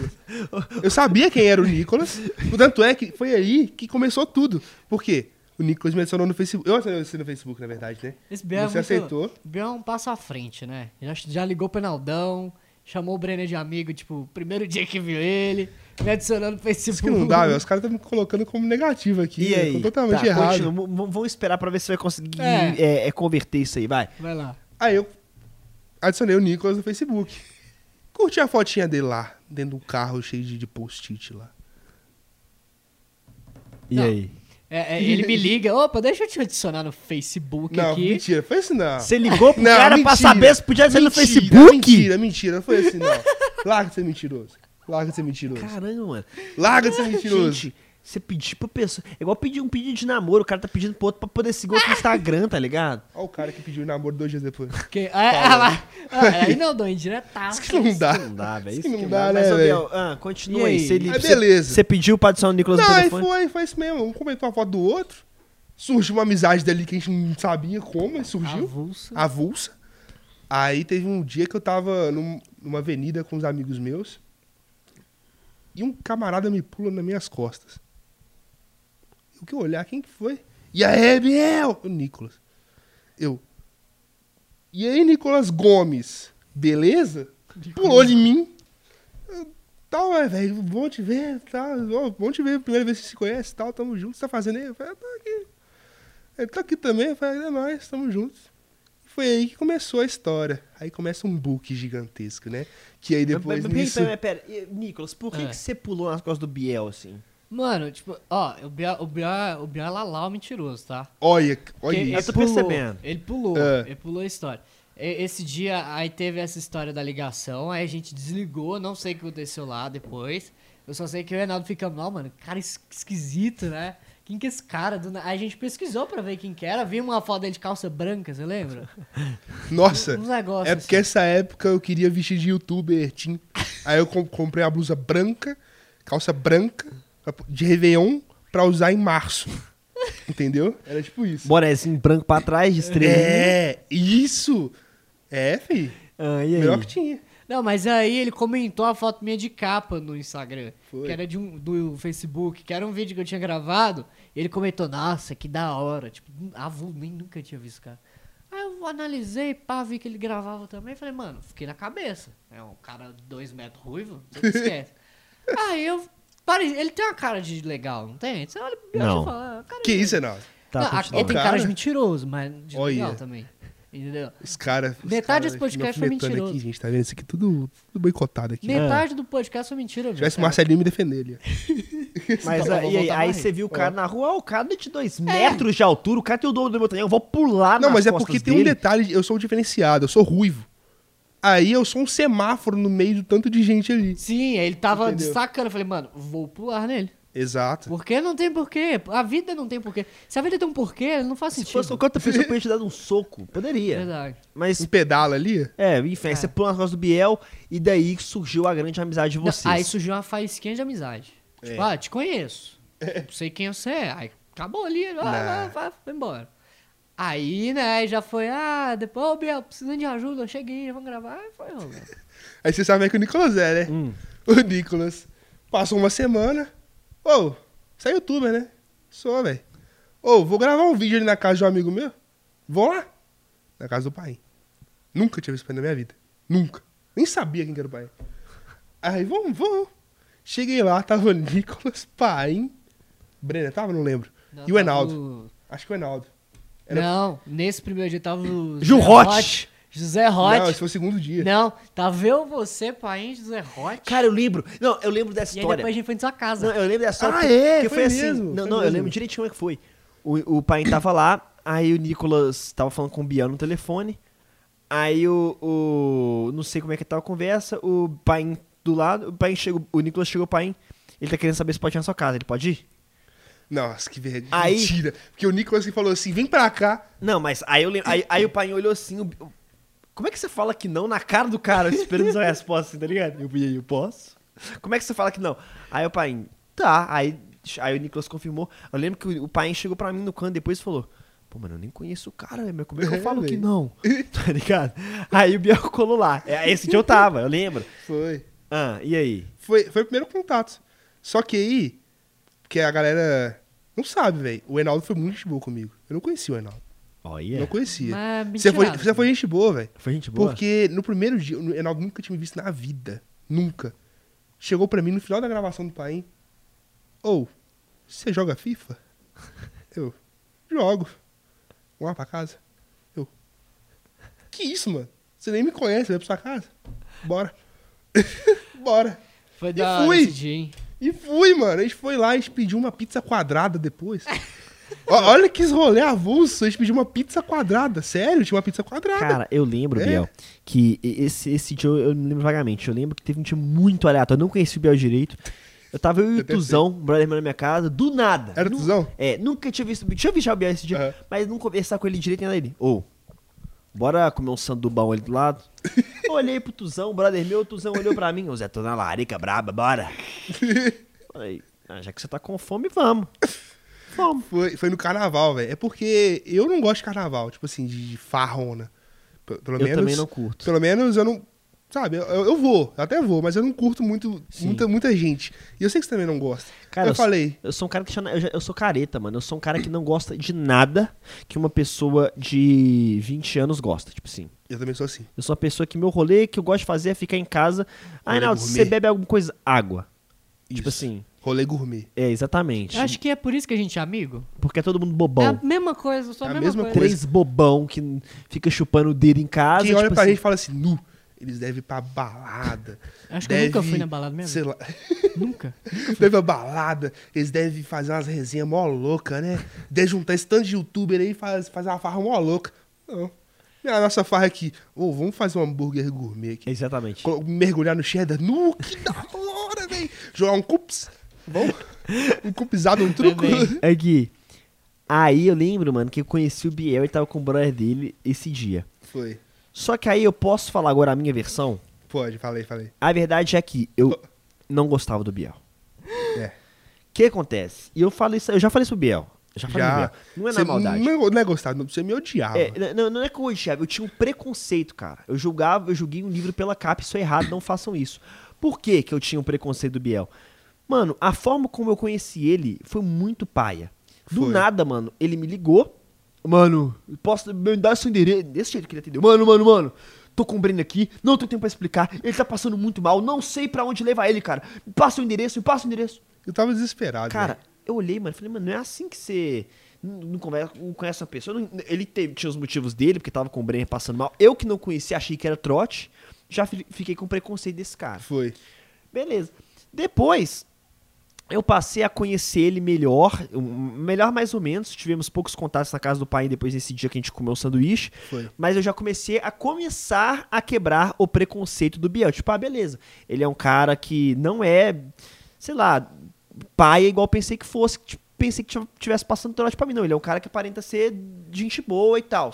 Eu sabia quem era o Nicolas. O tanto é que foi aí que começou tudo. Por quê? O Nicolas me adicionou no Facebook. Eu adicionei você no Facebook, na verdade, né?
Esse Biel é
Você
muito-
aceitou.
Biel é um passo à frente, né? Já, já ligou pro Penaldão, chamou o Brenner de amigo, tipo, primeiro dia que viu ele, me adicionando no
Isso
Facebook.
que não dá, velho. Os caras estão me colocando como negativo aqui.
E
velho.
aí?
Tô Totalmente
Tá,
errado.
continua. V- v- Vamos esperar pra ver se vai conseguir
É.
é, é, converter isso aí, vai.
Vai lá.
Aí eu adicionei o Nicolas no Facebook. Curti a fotinha dele lá, dentro do carro cheio de, de post-it lá.
E
Não.
aí?
É, é, ele me liga, opa, deixa eu te adicionar no Facebook
não,
aqui.
mentira, foi assim não.
Você ligou pro
Não,
cara pra
mentira.
saber se podia ser no
Mentira,
Facebook?
Mentira, mentira, não foi assim não. Larga de ser mentiroso. Larga de ser mentiroso.
Caramba, mano.
Larga de ser é mentiroso.
Gente, você pedir pra pessoa. É igual pedir um pedido de namoro, o cara tá pedindo pro outro pra poder seguir outro no Instagram, tá ligado?
Olha o cara que pediu namoro dois dias depois.
Porque, ah, ah, ah, aí não, dou indiretaço.
Isso que não dá.
Não dá, velho.
Isso que
isso
não dá,
Mas,
né,
ô,
velho?
Biel, ah, continua
E
aí.
aí?
Você, li-
Mas
você-
beleza.
Você pediu pra adicionar o Nicolas no
Não, aí
telefone?
foi, foi isso mesmo. Um comentou uma foto do outro. Surgiu uma amizade dali que a gente não sabia como, mas surgiu.
Avulso.
avulsa. Aí teve um dia que eu tava num- numa avenida com uns amigos meus e um camarada me pula nas minhas costas. O que eu olhar, quem que foi? E aí, Biel? O Nicolas. Eu. E aí, Nicolas Gomes? Beleza? Pulou de mim. Eu, Tal, é, velho, bom te ver, tá, ó, bom te ver, primeira vez que se conhece, tal, tamo junto, você tá fazendo aí? Eu falei, ah, tá aqui. Ele tá aqui também, eu falei, é nóis, tamo junto. Foi aí que começou a história. Aí começa um book gigantesco, né? Que aí
Mas-
depois
né? mas-
nisso...
Pera, pera, pera. E, Nicolas, por que,
Ah.
que você pulou nas costas do Biel, assim?
Mano, tipo, ó, o Biel, o Biel, o Biel é lalau mentiroso, tá?
Olha, olha
Porque
eu
isso.
tô
pulou,
percebendo.
Ele pulou,
É.
ele pulou a história. E- Esse dia, aí teve essa história da ligação, aí a gente desligou, não sei o que aconteceu lá depois. Eu só sei que o Reinaldo ficamos lá, mano, cara es- esquisito, né? Quem que é esse cara? Do... na- Aí a gente pesquisou pra ver quem que era, vimos uma foto dele de calça branca, você lembra?
Nossa,
Uns negócios assim.
é porque essa época eu queria vestir de youtuber, Tim. Aí eu com- comprei a blusa branca, calça branca, pra- de Réveillon, pra usar em março. Entendeu? Era tipo isso.
Bonézinho branco pra trás, de estrelinha.
É, isso! É, fi.
Ah, e aí?
Melhor que tinha.
Não, mas aí ele comentou a foto minha de capa no Instagram,
Foi.
que era de um, do Facebook, que era um vídeo que eu tinha gravado. E ele comentou, nossa, que da hora. Tipo, avô, nem nunca tinha visto, cara. Aí eu analisei, pá, vi que ele gravava também. Falei, mano, fiquei na cabeça. É um cara de dois metros ruivo, você esquece. aí eu. Pare... Ele tem uma cara de legal, não tem? Você olha e
Não.
fala, "Ah, cara
Que
de-
isso, Reinaldo?
Tá,
Não, a-
continua.
ele tem cara
Cara.
de mentiroso, mas de
Olha.
legal também. Entendeu?
Os caras. os
Metade
caras
desse podcast foi
alfinetando
mentiroso.
Aqui, gente, tá vendo? Isso aqui tudo, tudo boicotado aqui. Se
Metade do podcast é mentira, velho.
tivesse o
cara.
Marcelinho me defender ali. ó.
Mas
Tá
aí-
bom, vou
e aí,
voltar
aí
mais.
você viu o cara na rua, ó, o cara é de dois metros de altura, o cara tem o dobro do meu tamanho, eu vou
Tá
pular
É. Não,
nas
mas é
costas
porque tem um
dele.
detalhe. Eu sou diferenciado, eu sou ruivo. Aí eu sou um semáforo no meio do tanto de gente ali.
Sim, ele tava
Entendeu?
destacando. Eu falei, mano, vou pular nele.
Exato.
Porque não tem porquê. A vida não tem porquê. Se a vida tem um porquê, não faz
Se
sentido.
tipo,
fosse qualquer outra pessoa, eu podia te dar um soco. Poderia.
Verdade.
Mas,
Um pedala ali.
é, enfim, aí você pulou nas costas do Biel e daí que surgiu a grande amizade de
Não,
vocês.
aí surgiu uma faísquinha de amizade.
É.
Tipo, ah, te conheço. Não sei quem você é. Aí acabou ali. Ah, vai, vai, vai embora. Aí, né, aí já foi, ah, depois, ô Biel, precisando de ajuda, cheguei, vamos gravar. Aí foi, ô, Biel.
Aí você sabe que o Nicolas é, né?
Hum.
O Nicolas passou uma semana. Ô, você é youtuber, né? Sou, velho. Ô, vou gravar um vídeo ali na casa de um amigo meu. Vou lá. Na casa do pai. Nunca tinha visto pai na minha vida. Nunca. Nem sabia quem que era o pai. Aí, vamos, vamos. Cheguei lá, tava o Nicolas, Paim, Brenner, tava? Não lembro.
Não,
e o
tava
Enaldo.
o-
Acho que o Enaldo. Era-
Não, nesse primeiro dia tava o.
Gil
José
Roth.
José
Não, esse
Roth.
foi o segundo dia.
Não, tava eu, você, Paim, José Roth.
Cara, eu lembro. Não, eu lembro dessa
e aí
história.
depois a gente foi na sua casa.
Não, eu lembro dessa
Ah,
história.
é?
porque
Foi
foi assim.
mesmo,
não,
foi
não, eu
mesmo.
lembro direitinho como é que foi. O, o pai tava lá, aí o Nicolas tava falando com o Biel no telefone. Aí o, o- Não sei como é que tava a conversa. O pai do lado. O, Paim chegou, o Nicolas chegou pro pai. Ele tá querendo saber se pode ir na sua casa. Ele pode ir?
Nossa, que vergonha.
Aí-
Mentira. Porque o Nicolas que falou assim: vem pra cá.
Não, mas aí eu lembro. Aí, aí o pai olhou assim. o- o- como é que você fala que não na cara do cara, esperando a resposta, assim, tá ligado? Eu, e aí, eu posso? Como é que você fala que não? Aí o pai, tá. Aí, aí o Nicolas confirmou. Eu lembro que o, o pai chegou pra mim no canto depois e falou: Pô, mano, eu nem conheço o cara, velho, mas como é que
É,
eu falo que
velho.
não? tá ligado? Aí o Biel colou lá. É, Esse dia eu tava, eu lembro.
Foi.
Ah, e aí?
Foi, foi o primeiro contato. Só que aí, porque a galera não sabe, velho. O Enaldo foi muito gente boa comigo. Eu não conhecia o Enaldo.
Olha.
Não conhecia.
É. Mas
Você foi,
mentirado. né?
você foi gente boa, velho.
é. Foi gente boa.
Porque no primeiro dia, o Enaldo nunca tinha me visto na vida. Nunca. Chegou pra mim no final da gravação do Paim. Ou, você joga FIFA? Eu, jogo. Vamos lá pra casa? Eu, que isso, mano? Você nem me conhece, vai pra sua casa? Bora. Bora.
Foi
E
da hora
fui.
esse dia, hein?
E fui, mano. A gente foi lá, a gente pediu uma pizza quadrada depois. Ó, Olha que rolê avulso. A gente pediu uma pizza quadrada. Sério, tinha uma pizza quadrada.
Cara, eu lembro,
É.
Biel, que e- esse, esse dia eu, eu me lembro vagamente. Eu lembro que teve um dia muito aleatório. Eu não conheci o Biel direito. Eu tava eu e o
Eu tentei.
Tuzão, um brother meu na minha casa, do nada.
Era o
Nu-
Tuzão?
É, nunca tinha visto. Tinha visto já o Biel esse dia,
Aham.
mas não conversar com ele direito nem nada dele. Ou, bora comer um sandubão ali do lado. Eu olhei pro Tuzão, brother meu, o Tuzão olhou pra mim. Ô Zé, tô na larica braba, bora. Falei, ah, já que você tá com fome, vamos. Vamos.
Foi, foi no carnaval, velho. É porque eu não gosto de carnaval, tipo assim, de, de farrona. P- pelo
Eu
menos,
também não curto.
Pelo menos eu não. Sabe, eu, eu vou, eu até vou, mas eu não curto muito,
Sim.
muita, muita gente. E eu sei que você também não gosta.
Cara,
eu
sou-
falei,
Eu sou um cara que chama- eu, já- eu sou careta, mano. Eu sou um cara que não gosta de nada que uma pessoa de 20 anos gosta, tipo assim.
eu também sou assim.
Eu sou uma pessoa que meu rolê que eu gosto de fazer é ficar em casa. Ah,
Rolê
não,
gourmet.
você bebe alguma coisa? Água.
Isso.
Tipo assim.
Rolê gourmet.
É, exatamente.
Eu acho que é por isso que a gente é amigo.
Porque é todo mundo
É a
bobão.
mesma coisa, só a,
É a
mesma,
mesma
coisa.
coisa.
Três bobão que n- fica chupando o dedo em casa.
Quem olha
tipo
pra
assim,
gente e fala assim, nu, eles devem ir pra balada.
Acho que eu nunca fui na balada mesmo.
Sei lá.
Nunca.
Deve a balada, eles devem fazer umas resenhas mó louca, né? Deve juntar esse tanto de youtuber aí e faz, fazer uma farra mó louca. Não. E a nossa farra aqui, ô, vamos fazer um hambúrguer gourmet aqui.
Exatamente.
Colo- Mergulhar no cheddar. Nu, que da hora, velho. Jogar um cups. Vamos? Um cupsado, um truco.
Também.
Aqui. É, Aí eu lembro, mano, que eu conheci o Biel e tava com o brother dele esse dia.
Foi.
Só que aí eu posso falar agora a minha versão?
Pode, falei, falei.
A verdade é que eu não gostava do Biel.
É.
O que acontece? E eu falei isso, eu já falei isso pro Biel. Eu já falei
Já.
pro Biel. Não é
Você
na maldade.
Não, não é gostado, não. Você me odiava.
É, n- não, não é que eu odiava, eu tinha um preconceito, cara. Eu julgava, eu julguei um livro pela capa, isso é errado, não façam isso. Por que que eu tinha um preconceito do Biel? Mano, a forma como eu conheci ele foi muito paia. Do
Foi.
nada, mano, ele me ligou. Mano, posso me dar seu endereço? Desse jeito que ele atendeu. Mano, mano, mano. Tô com o Breno aqui, não tenho tempo pra explicar. Ele tá passando muito mal, não sei pra onde levar ele, cara. Me passa o endereço, me passa o endereço.
Eu tava desesperado.
Cara,
velho.
eu olhei, mano, falei, mano, não é assim que você não, não conversa, não conhece uma pessoa. Não- ele teve- tinha os motivos dele, porque tava com o Brenner passando mal. Eu que não conhecia, achei que era trote. Já fi- fiquei com preconceito desse cara.
né? Foi.
Beleza. Depois, eu passei a conhecer ele melhor, um- melhor mais ou menos. Tivemos poucos contatos na casa do pai depois desse dia que a gente comeu o sanduíche.
Foi.
Mas eu já comecei a começar a quebrar o preconceito do Biel. Tipo, ah, beleza. Ele é um cara que não é, sei lá, paia igual eu pensei que fosse. Tipo, pensei que tivesse passando trote pra mim. Não, ele é um cara que aparenta ser gente boa e tal.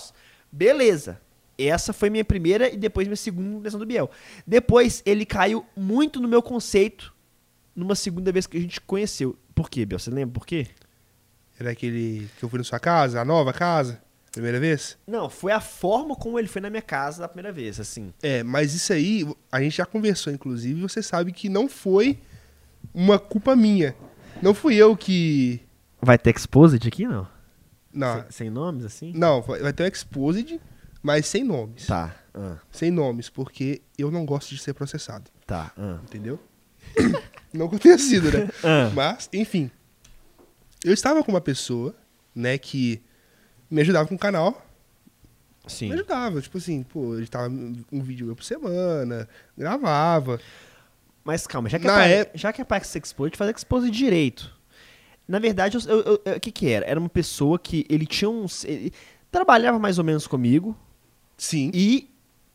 Beleza. Essa foi minha primeira e depois minha segunda impressão do Biel. Depois ele caiu muito no meu conceito numa segunda vez que a gente conheceu. Por quê, Biel? Você lembra por quê?
Era aquele que eu fui na sua casa, a nova casa, primeira vez?
Não, foi a forma como ele foi na minha casa da primeira vez, assim.
É, mas isso aí, a gente já conversou, inclusive, e você sabe que não foi uma culpa minha. Não fui eu que.
Vai ter exposed aqui, não?
Não,
Sem, sem nomes, assim?
não vai vai ter um Exposed, mas sem nomes.
Tá, ah,
Sem nomes, porque eu não gosto de ser processado,
tá. ah.
entendeu? Não que eu tenha sido, né?
Ah.
Mas, enfim. Eu estava com uma pessoa, né, que me ajudava com o canal. Me
Sim.
ajudava, tipo assim, pô, editava um vídeo meu por semana, gravava.
Mas calma, já que,
Na
é pra,
época-
já que é pra se expor, de fazer expose direito. Na verdade, eu- eu- eu- eu- o que que era? Era uma pessoa que ele tinha um... Ele trabalhava mais ou menos comigo
Sim.
e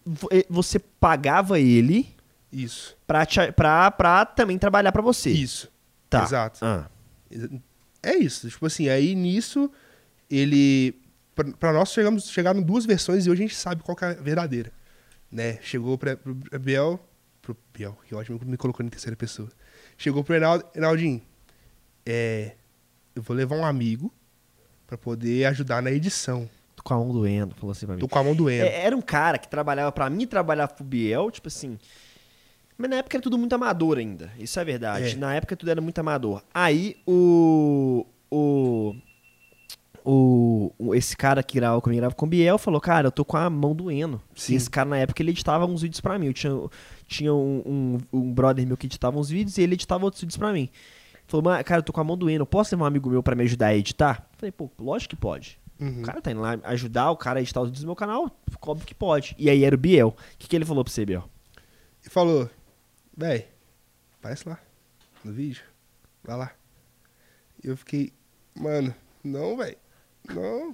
vo- eh, você pagava ele
Isso.
pra, te a- pra, pra também trabalhar pra você.
Isso.
Tá.
Exato.
Ah,
É isso. Tipo assim, aí nisso, ele. pra- Pra nós chegamos, chegaram duas versões e hoje a gente sabe qual que é a verdadeira. Né? Chegou pra, pro Biel. Pro Biel, que ótimo me colocando em terceira pessoa. Chegou pro Reinaldo. Reinaldinho, é, eu vou levar um amigo pra poder ajudar na edição.
tô com a mão doendo, falou assim pra mim.
Tô com a mão doendo.
É, Era um cara que trabalhava pra mim e trabalhava pro Biel, tipo assim. Mas na época era tudo muito amador ainda. Isso é verdade.
É.
Na época tudo era muito amador. Aí o. O. O, o- esse cara que grava comigo, grava com o Biel, falou, cara, eu tô com a mão doendo.
Sim.
E Esse cara, na época, ele editava uns vídeos pra mim. Eu tinha, tinha um, um, um brother meu que editava uns vídeos e ele editava outros vídeos pra mim. Falou, "Mas, cara, eu tô com a mão doendo, eu posso levar um amigo meu pra me ajudar a editar? Falei, pô, lógico que pode. O cara tá indo lá ajudar o cara a editar os vídeos do meu canal, óbvio que pode. E aí era o Biel. O que, que ele falou pra você, Biel?
E falou: Véi, aparece lá no vídeo. Vai lá. E eu fiquei, mano, não, véi. Não.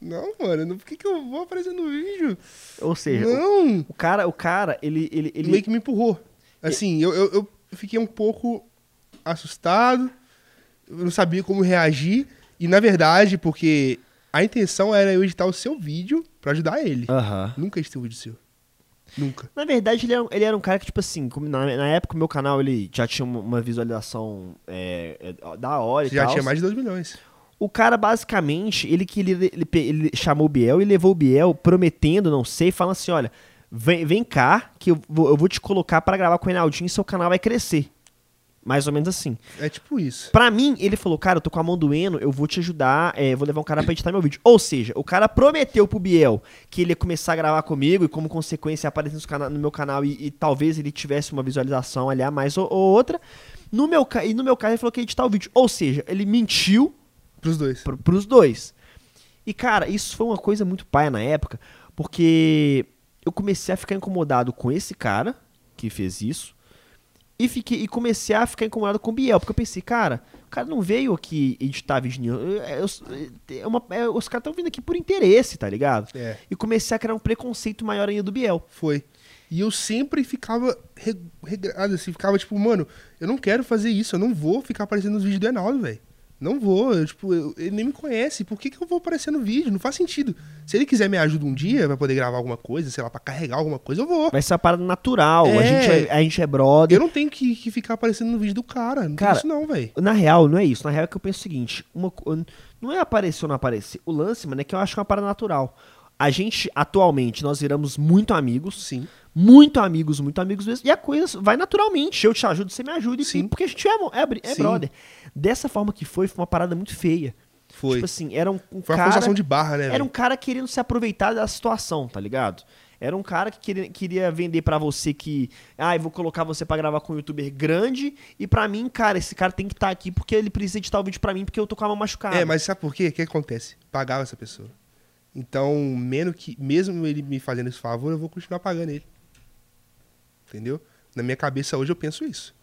Não, mano, não- por que, que eu vou aparecer no vídeo?
Ou seja, o,
não!
o cara, o cara, ele. ele,
Ele
ele
meio que me empurrou. Assim, eu, eu, eu fiquei um pouco assustado, eu não sabia como reagir. E na verdade, porque a intenção era eu editar o seu vídeo pra ajudar ele.
Aham.
Nunca editei um vídeo seu. Nunca.
Na verdade, ele era, um- ele era um cara que, tipo assim, como na, na época o meu canal ele já tinha uma, uma visualização é, é, da hora e
Você já
tal.
tinha mais de 2 milhões.
O cara, basicamente, ele que ele, ele, pe- ele chamou o Biel e levou o Biel, prometendo, não sei, falando assim: olha, vem, vem cá, que eu vou, eu vou te colocar pra gravar com o Reinaldinho e seu canal vai crescer. Mais ou menos assim.
É tipo isso.
Pra mim, ele falou, cara, eu tô com a mão doendo, eu vou te ajudar, é, vou levar um cara pra editar meu vídeo. Ou seja, o cara prometeu pro Biel que ele ia começar a gravar comigo e como consequência aparecer nos cana- no meu canal e, e talvez ele tivesse uma visualização ali a mais ou, ou outra. No meu, ca- e no meu caso, ele falou que ia editar o vídeo. Ou seja, ele mentiu
Pros dois.
pro, pros dois. E, cara, isso foi uma coisa muito paia na época, porque eu comecei a ficar incomodado com esse cara que fez isso. E, fiquei, e comecei a ficar incomodado com o Biel, porque eu pensei, cara, o cara não veio aqui editar vídeo nenhum. É, é- é uma- é- os caras estão vindo aqui por interesse, tá ligado?
É.
E comecei a criar um preconceito maior ainda do Biel.
Foi. E eu sempre ficava re- regrado, assim, ficava tipo, mano, eu não quero fazer isso, eu não vou ficar aparecendo nos vídeos do Enaldo, velho. Não vou, eu, tipo, eu- ele nem me conhece, por que, que eu vou aparecer no vídeo? Não faz sentido. Se ele quiser me ajuda um dia pra poder gravar alguma coisa, sei lá, pra carregar alguma coisa, eu vou.
Vai ser uma parada natural, a,
É.
gente é, a gente é brother.
Eu não tenho que, que ficar aparecendo no vídeo do cara, não
Cara,
tem isso não, velho.
Na real, não é isso. Na real é que eu penso o seguinte: uma, co- não é aparecer ou não aparecer. O lance, mano, é que eu acho que é uma parada natural. A gente, atualmente, nós viramos muito amigos.
Sim.
Muito amigos, muito amigos mesmo. E a coisa vai naturalmente. Eu te ajudo, você me ajuda. E,
Sim.
e porque a gente é, mo- é, bri- é
Sim.
brother. Dessa forma que foi, foi uma parada muito feia.
Foi.
Tipo assim, era um, um
Foi uma
cara.
forçação de barra, né,
Era
velho?
um cara querendo se aproveitar da situação, tá ligado? Era um cara que queria, queria vender pra você que, ah, eu vou colocar você pra gravar com um youtuber grande e pra mim, cara, esse cara tem que estar aqui porque ele precisa editar o vídeo pra mim porque eu tô com a mão machucada.
É, mas sabe por quê? O que acontece? Pagava essa pessoa. Então, menos que, mesmo ele me fazendo esse favor, eu vou continuar pagando ele. Entendeu? Na minha cabeça hoje eu penso isso.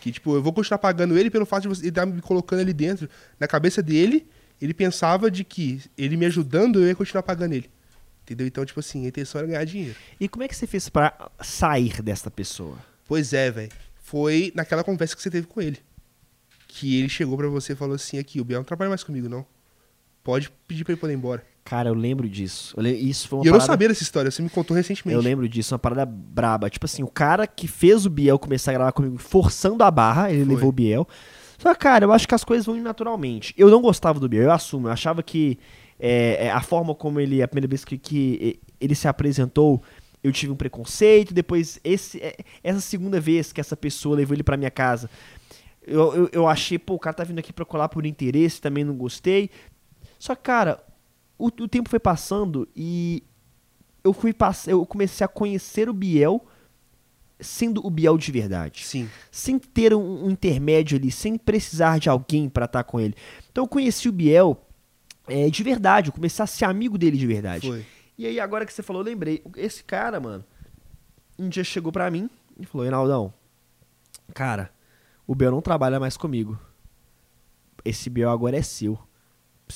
Que, tipo, eu vou continuar pagando ele pelo fato de você, ele estar me colocando ali dentro. Na cabeça dele, ele pensava de que ele me ajudando, eu ia continuar pagando ele. Entendeu? Então, tipo assim, a intenção era ganhar dinheiro.
E como é que você fez pra sair dessa pessoa?
Pois é, velho. Foi naquela conversa que você teve com ele. Que ele chegou pra você e falou assim: aqui, o Biel não trabalha mais comigo, não. Pode pedir pra ele poder ir embora.
Cara, eu lembro disso. Eu le- Isso foi uma
E eu não
parada...
sabia dessa história, você me contou recentemente.
Eu lembro disso, uma parada braba. Tipo assim, o cara que fez o Biel começar a gravar comigo, forçando a barra, ele
Foi.
levou o Biel. Só que, cara, eu acho que as coisas vão indo naturalmente. Eu não gostava do Biel, eu assumo. Eu achava que é, é, a forma como ele, a primeira vez que, que é, ele se apresentou, eu tive um preconceito. Depois, esse, é, essa segunda vez que essa pessoa levou ele pra minha casa, eu, eu, eu achei, pô, o cara tá vindo aqui pra colar por interesse, também não gostei. Só que, cara, o, o tempo foi passando e eu fui pass... eu comecei a conhecer o Biel sendo o Biel de verdade.
Sim.
Sem ter um, um intermédio ali, sem precisar de alguém pra estar com ele. Então eu conheci o Biel é, de verdade, eu comecei a ser amigo dele de verdade.
Foi.
E aí, agora que você falou, eu lembrei. Esse cara, mano, um dia chegou pra mim e falou: Reinaldão, cara, o Biel não trabalha mais comigo. Esse Biel agora é seu.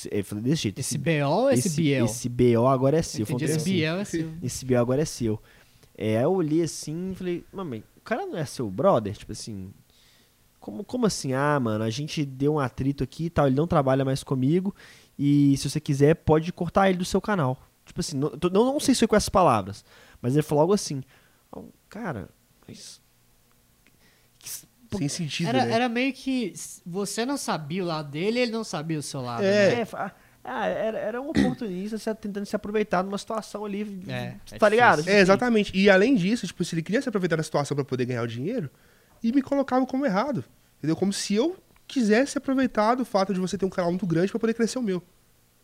Eu falei desse jeito.
Esse BO ou esse, Biel?
Esse BO agora é seu. Eu
Entendi,
falei
esse
assim,
Biel é seu.
esse Biel agora é seu. É, eu olhei assim e falei, mamãe, o cara não é seu brother? Tipo assim, como, como assim? Ah, mano, a gente deu um atrito aqui e tal, ele não trabalha mais comigo e se você quiser pode cortar ele do seu canal. Tipo assim, não, tô- não, não sei se foi com essas palavras, mas ele falou algo assim, "Ah, cara, mas...
Sem sentido,
Era,
né?
era meio que s- você não sabia o lado dele, ele não sabia o seu lado.
É.
né?
É, fa- ah, era, era um oportunista se- tentando se aproveitar de uma situação ali,
É, é
tá ligado?
difícil.
É, exatamente. E além disso, tipo, se ele queria se aproveitar da situação pra poder ganhar o dinheiro, e me colocava como errado. Entendeu? Como se eu quisesse aproveitar do fato de você ter um canal muito grande pra poder crescer o meu.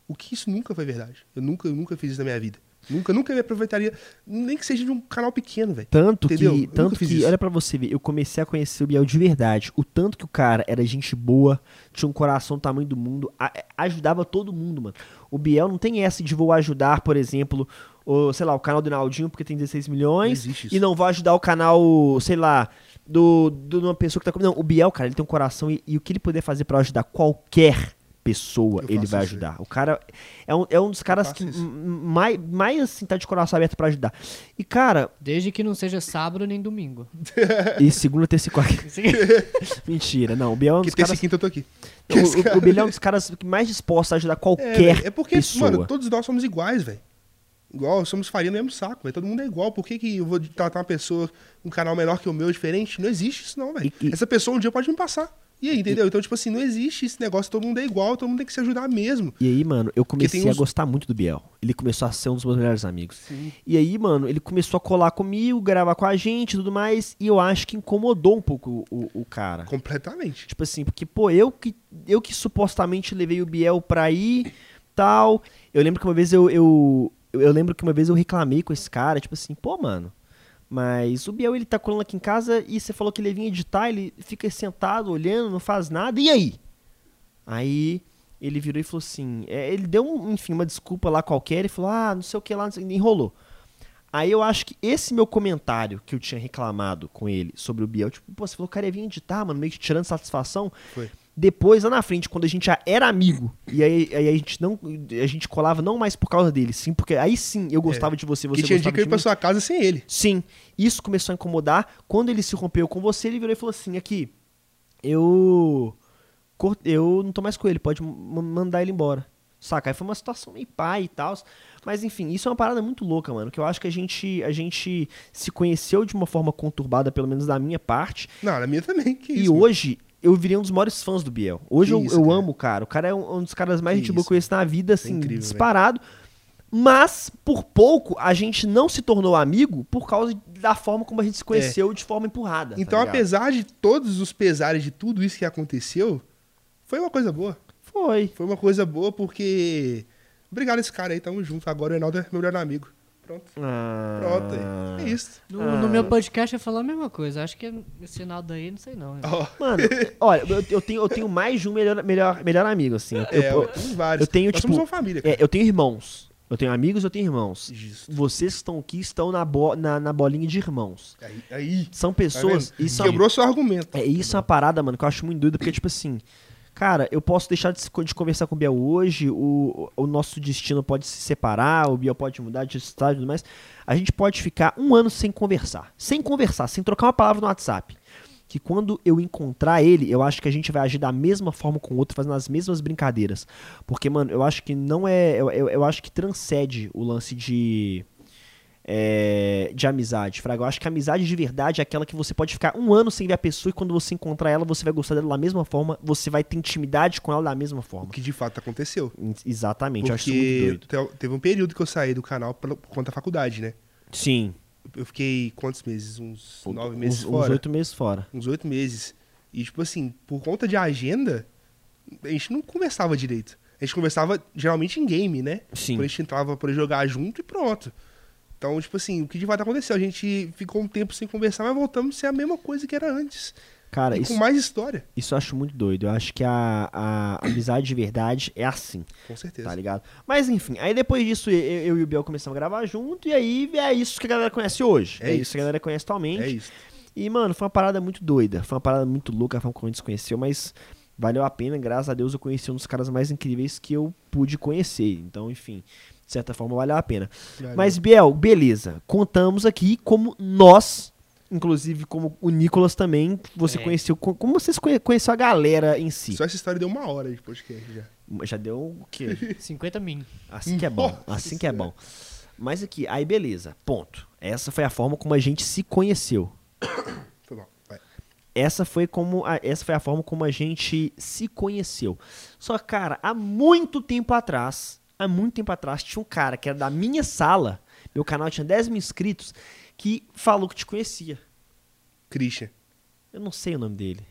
O que isso nunca foi verdade. Eu nunca, eu nunca fiz isso na minha vida. Nunca, nunca me aproveitaria, nem que seja de um canal pequeno, velho.
Tanto
Entendeu? Eu
que,
nunca
tanto
fiz
que
isso.
olha pra você ver, eu comecei a conhecer o Biel de verdade. O tanto que o cara era gente boa, tinha um coração do tamanho do mundo, a- é, ajudava todo mundo, mano. O Biel não tem essa de vou ajudar, por exemplo, o, sei lá, o canal do Naldinho porque tem 16 milhões
Não existe isso.
e não vou ajudar o canal, sei lá, do, do de uma pessoa que tá com- Não, o Biel, cara, ele tem um coração e, e o que ele puder fazer pra ajudar qualquer pessoa,
Eu
ele
faço
vai
isso,
ajudar. O cara é um, é um dos caras
faço
que
isso.
m- m- mais, mais assim tá de coração aberto pra ajudar. E cara,
Desde que não seja sábado nem domingo.
e segunda, terça e quarta.
Assim,
Mentira, não. O Biel é um
Que
dos
terça
caras.
e quinta eu tô aqui.
O, o- o Biel é um dos caras que mais disposto a ajudar qualquer
É, é porque,
pessoa.
mano, todos nós somos iguais, velho. Igual, somos farinha no mesmo saco, velho. Todo mundo é igual. Por que, que eu vou tratar uma pessoa, um canal menor que o meu, diferente? Não existe isso, não, velho.
E- e-
Essa pessoa um dia pode me passar. E aí, entendeu? Então, tipo assim, não existe esse negócio, todo mundo é igual, todo mundo tem que se ajudar mesmo.
E aí, mano, eu comecei
tem
a
uns-
gostar muito do Biel. Ele começou a ser um dos meus melhores amigos. E aí, mano, ele começou a colar comigo, gravar com a gente e tudo mais. E eu acho que incomodou um pouco o, o- o cara.
Completamente.
Tipo assim, porque, pô, eu que, eu que supostamente levei o Biel pra ir, tal. Eu lembro que uma vez eu, eu. Eu lembro que uma vez eu reclamei com esse cara, tipo assim, pô, mano. Mas o Biel, ele tá colando aqui em casa e você falou que ele vinha editar, ele fica sentado, olhando, não faz nada, e aí? Aí ele virou e falou assim, é, ele deu, um, enfim, uma desculpa lá qualquer e falou, ah, não sei o que lá, não sei, enrolou. Aí eu acho que esse meu comentário que eu tinha reclamado com ele sobre o Biel, tipo, pô, você falou que o cara ia vir editar, mano, meio que tirando satisfação.
Foi.
Depois, lá na frente, quando a gente já era amigo, e aí, aí a gente não. A gente colava não mais por causa dele, sim, porque aí sim eu gostava de você, você
É. que tinha dia
gostava
que eu
de mim.
ia pra sua casa sem ele.
Sim, isso começou a incomodar. Quando ele se rompeu com você, ele virou e falou assim: aqui, eu. cor- Eu não tô mais com ele, pode ma- mandar ele embora. Saca? Aí foi uma situação meio pai e tal. Mas enfim, isso é uma parada muito louca, mano. Que eu acho que a gente, a gente se conheceu de uma forma conturbada, pelo menos da minha parte.
Não, na minha também, que
E
isso. mano.
hoje eu virei um dos maiores fãs do Biel. Hoje
Que
eu,
isso,
eu
cara.
amo o cara. O cara é um, um dos caras mais
Que
gente boa que eu
isso,
conheço na vida, assim,
incrível, velho.
disparado. Mas, por pouco, a gente não se tornou amigo por causa da forma como a gente se conheceu de forma empurrada. tá
É. Então,
ligado?
apesar de todos os pesares de tudo isso que aconteceu, foi uma coisa boa.
Foi.
Foi uma coisa boa porque. Obrigado a esse cara aí, tamo junto. Agora o Reinaldo é meu melhor amigo. Pronto. Pronto
Ah.
aí. É isso.
no, no meu podcast eu falo a mesma coisa. Acho que esse nada aí, não sei não. né?
Ó,
Mano, olha, eu, eu tenho, eu tenho mais de um melhor, melhor, melhor amigo, assim. Eu,
é,
eu-
eu, tenho vários.
eu tenho,
Nós somos um
tipo,
uma família.
é, eu tenho irmãos. Eu tenho amigos, eu tenho irmãos.
Justo.
Vocês que estão aqui estão na, bo- na, na bolinha de irmãos.
Aí, aí.
São
tá
pessoas.
vendo?
isso é-
Quebrou seu argumento.
É isso é uma parada, mano, que eu acho muito doido, porque, tipo assim, cara, eu posso deixar de, se- de conversar com o Biel hoje, o, o nosso destino pode se separar, o Biel pode mudar de estado e tudo mais. A gente pode ficar um ano sem conversar. Sem conversar, sem trocar uma palavra no WhatsApp. Que quando eu encontrar ele, eu acho que a gente vai agir da mesma forma com o outro, fazendo as mesmas brincadeiras. Porque, mano, eu acho que não é. Eu, eu, eu acho que transcende o lance de. é, de amizade, Fraga. Eu acho que a amizade de verdade é aquela que você pode ficar um ano sem ver a pessoa e quando você encontrar ela, você vai gostar dela da mesma forma, você vai ter intimidade com ela da mesma
O
forma.
que de fato aconteceu.
Ex- Exatamente, eu acho isso muito
Porque
doido.
te- teve um período que eu saí do canal pela- por conta da faculdade, né?
Sim,
Eu fiquei quantos meses? Uns nove
uns-
meses
uns,
fora?
oito meses fora.
Uns oito meses. E, tipo assim, por conta de agenda, a gente não conversava direito. A gente conversava geralmente em game, né?
Sim.
Quando a gente entrava pra jogar junto e pronto. Então, tipo assim, o que de fato aconteceu? A gente ficou um tempo sem conversar, mas voltamos a ser a mesma coisa que era antes.
Cara,
e
isso,
com mais história.
isso eu acho muito doido. Eu acho que a, a amizade de verdade é assim.
Com certeza. É
Tá ligado? Mas enfim, aí depois disso eu, eu e o Biel começamos a gravar junto, e aí é isso que a galera conhece hoje.
É
É, isso
isso.
que a galera conhece atualmente.
é isso.
E, mano, foi uma parada muito doida. Foi uma parada muito louca, foi uma coisa que a gente conheceu, mas valeu a pena. Graças a Deus eu conheci um dos caras mais incríveis que eu pude conhecer. Então, enfim, de certa forma valeu a pena.
Valeu.
Mas, Biel, beleza. Contamos aqui como nós, inclusive como o Nicolas também, você
É.
conheceu. co- Como vocês conhe- conheceu a galera em si?
Só essa história deu uma hora de podcast já.
Já deu o quê?
50 mil.
Assim que é bom,
Nossa
assim que é bom. Mas aqui, aí beleza, ponto. Essa foi a forma como a gente se conheceu.
Foi bom. Vai.
Essa foi como a, essa foi a forma como a gente se conheceu. Só que, cara, há muito tempo atrás, há muito tempo atrás tinha um cara que era da minha sala, meu canal tinha 10 mil inscritos, que falou que te conhecia.
Christian.
Eu não sei o nome dele.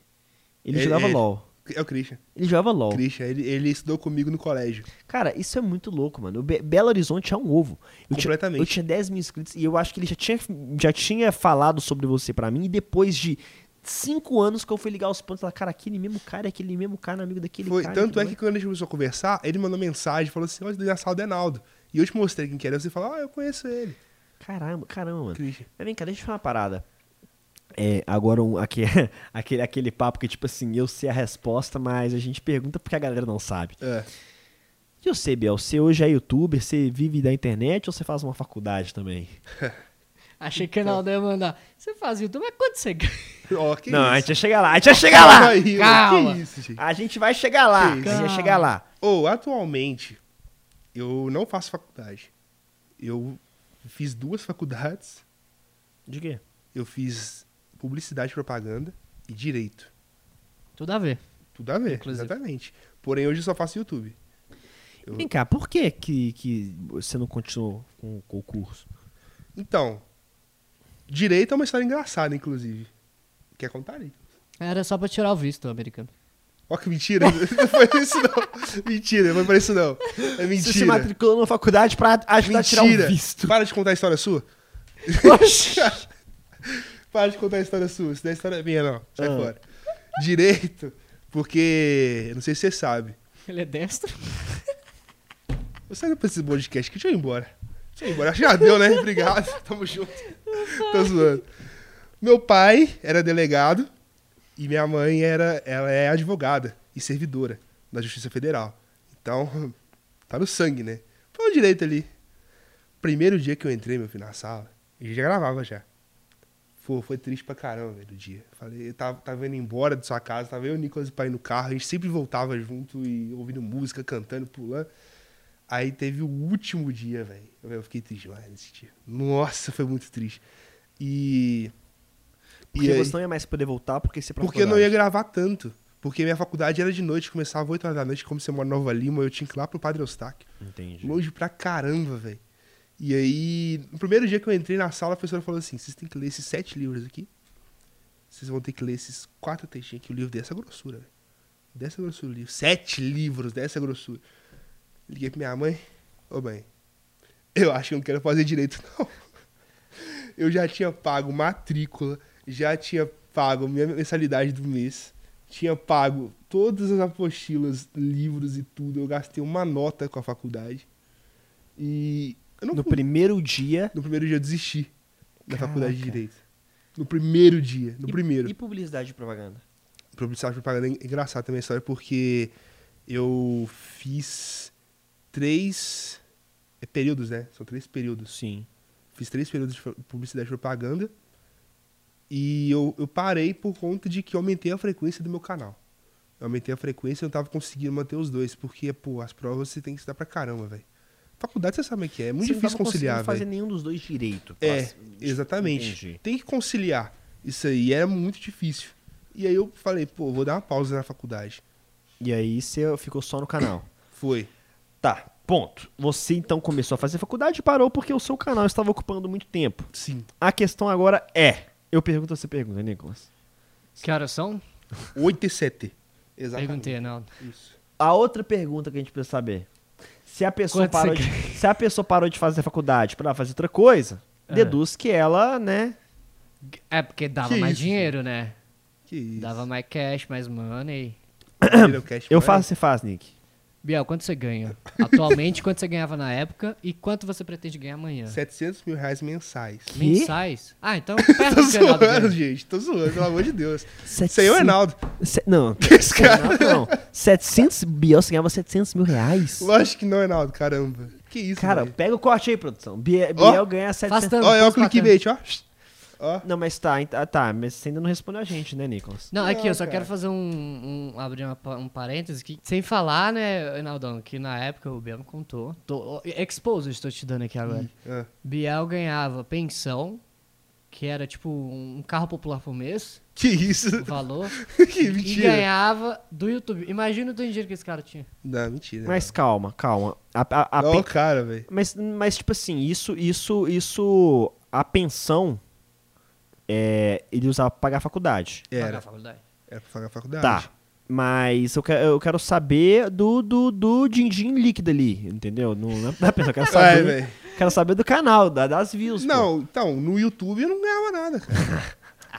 Ele
É-
jogava
é-
LOL.
É o Christian.
Ele jogava LOL.
Christian, ele, ele estudou comigo no colégio.
Cara, isso é muito louco, mano. O Be- Belo Horizonte é um ovo. Eu tinha-
Completamente.
eu tinha 10 mil inscritos e eu acho que ele já tinha, já tinha falado sobre você pra mim. E depois de 5 anos que eu fui ligar os pontos, falar, cara, aquele mesmo cara, é aquele mesmo cara, amigo daquele
Foi,
cara.
tanto é
né?
tudo
que quando a gente começou a conversar, ele mandou mensagem, falou assim, olha, da sala do Enaldo. E eu te mostrei quem que era, você falou, ah, eu conheço ele.
mais." Caramba, caramba, mano.
Christian.
Mas vem cá, deixa eu falar uma parada. É, agora um, aque- aquele, aquele papo que, tipo assim, eu sei a resposta, mas a gente pergunta porque a galera não sabe.
É.
E você, Biel, você hoje é youtuber, você vive da internet ou você faz uma faculdade também?
Achei que o Ronaldo ia mandar. Você faz YouTube, mas quanto você ganha?
Ó, que
não,
isso.
a gente vai chegar lá, a gente vai chegar lá!
Aí, mano,
Calma.
Que isso, gente.
A gente vai chegar lá, a gente vai
Calma.
chegar lá.
Ou, atualmente, eu não faço faculdade. Eu fiz duas faculdades.
De quê?
Eu fiz publicidade e propaganda e direito.
Tudo a ver.
Tudo a ver,
Inclusive.
exatamente. Porém, hoje eu só faço YouTube. Eu-
Vem cá, por que, que, que você não continuou com o concurso?
Então, direito é uma história engraçada, inclusive. Quer contar aí?
Era só pra tirar o visto americano.
Ó, que mentira. não foi isso, não. Mentira, não foi pra isso, não. É
Você se
mentira.
matriculou numa faculdade pra ajudar a tirar
Mentira.
um visto.
Para de contar a história sua.
Oxi.
Para de contar a história sua. Isso não é história minha, não. Sai
Ah.
fora. Direito, porque. eu Não sei se você sabe.
Ele é destro?
Você não precisa desse podcast aqui. Deixa eu ir embora. Deixa eu ir embora. Já deu, né? Obrigado. Tamo junto. Tô zoando. Meu pai era delegado e minha mãe era, ela é advogada e servidora da Justiça Federal. Então, tá no sangue, né? Foi um direito ali. Primeiro dia que eu entrei, meu filho, na sala, eu já gravava já. Foi, foi triste pra caramba, velho, o dia. Falei, eu tava, tava indo embora de sua casa, tava eu e o Nicolas e o pai no carro, a gente sempre voltava junto e ouvindo música, cantando, pulando. Aí teve o último dia, velho. Eu fiquei triste demais nesse dia. Nossa, foi muito triste. E.
Porque
aí-
você não ia mais poder voltar porque você pra
porque eu não ia
faculdade.
gravar tanto. Porque minha faculdade era de noite, começava 8 horas da noite, como você mora em Nova Lima, eu tinha que ir lá pro Padre Eustáquio.
Entendi.
Longe pra caramba, velho. E aí, no primeiro dia que eu entrei na sala, a professora falou assim: vocês têm que ler esses sete livros aqui. Vocês vão ter que ler esses quatro textinhos aqui. O livro dessa grossura, velho. Dessa grossura, o livro. Sete livros dessa grossura. Liguei pra minha mãe: Ô, mãe, eu acho que eu não quero fazer direito, não. Eu já tinha pago matrícula, já tinha pago minha mensalidade do mês, tinha pago todas as apostilas, livros e tudo. Eu gastei uma nota com a faculdade. E eu não
No
fui.
primeiro dia.
No primeiro dia eu desisti da
Caraca.
faculdade de Direito. No primeiro dia, no
E-
primeiro.
E publicidade e propaganda?
Publicidade e propaganda é engraçado também a história, porque eu fiz três é, períodos, né? São três períodos.
Sim.
Fiz três períodos de fa- publicidade e propaganda. E eu, eu parei por conta de que eu aumentei a frequência do meu canal. Eu aumentei a frequência e eu não tava conseguindo manter os dois. Porque, pô, as provas você tem que estudar pra caramba, velho. Faculdade você sabe o que é. É muito
Você não
difícil
tava conseguindo
conciliar,
fazer
velho.
nenhum dos dois direito.
É,
Faz-
exatamente.
Entendi.
Tem que conciliar isso aí. Era muito difícil. E aí eu falei, pô, vou dar uma pausa na faculdade.
E aí você ficou só no canal.
Foi.
tá, ponto. Você então começou a fazer faculdade e parou porque o seu canal estava ocupando muito tempo.
Sim.
A questão agora é. Eu pergunto, você pergunta, Nicolas.
Que horas são?
8 e 7. Exatamente.
Perguntei, Ronaldo.
Isso.
A outra pergunta que a gente precisa saber. Se a pessoa,
Quanto
parou
você
de, se a pessoa parou de fazer faculdade pra fazer outra coisa,
É.
deduz que ela, né?
É, porque dava
Que
mais
isso,
dinheiro, né?
Que isso.
Dava mais cash, mais money.
Vira o cash
Eu
money.
faço, você faz, Nick.
Biel, quanto você ganha? Atualmente, quanto você ganhava na época e quanto você pretende ganhar amanhã?
700 mil reais mensais.
Que-
Mensais? Ah, então perto
é Tô
do que o Reinaldo
zoando,
ganha.
gente. Tô zoando, pelo amor de Deus. Isso
Isso
aí é o Reinaldo.
não,
Esse cara.
Renato, não. 700 Biel, você ganhava 700 mil reais?
Lógico que não, Reinaldo, caramba. Que isso,
Cara,
velho.
pega o corte aí, produção. Biel,
Ó.
Biel ganha 700
Afastando.
Ó, é o
Posso matar.
clickbait, ó. Ó.
Não, mas tá, ent- ah, tá, mas você ainda não respondeu a gente, né, Nicolas?
Não, aqui,
Não,
eu só
Ah, cara.
quero fazer um, um- abrir uma pa- um parêntese aqui. Sem falar, né, Reinaldão, que na época o Biel me contou. Tô, expose, estou te dando aqui agora.
Ah.
Biel ganhava pensão, que era tipo um carro popular por mês,
Que isso.
o valor.
que
E
mentira.
ganhava do YouTube. Imagina o tanto de dinheiro que esse cara tinha.
Não, mentira.
Mas calma, calma. A- a- a
Ó,
pe-
o cara, velho.
Mas, mas tipo assim, isso, isso, isso, a pensão, é, ele usava pra pagar a faculdade.
Pagar a
Era.
faculdade.
Era pra pagar a faculdade.
Tá. Mas eu quero, eu quero saber do, do, do din-din líquido ali, entendeu? Não, não é pra pensar, eu quero
Ai,
saber,
velho.
quero saber do canal, da- das views. pô.
Não, então, no YouTube eu não ganhava nada, cara.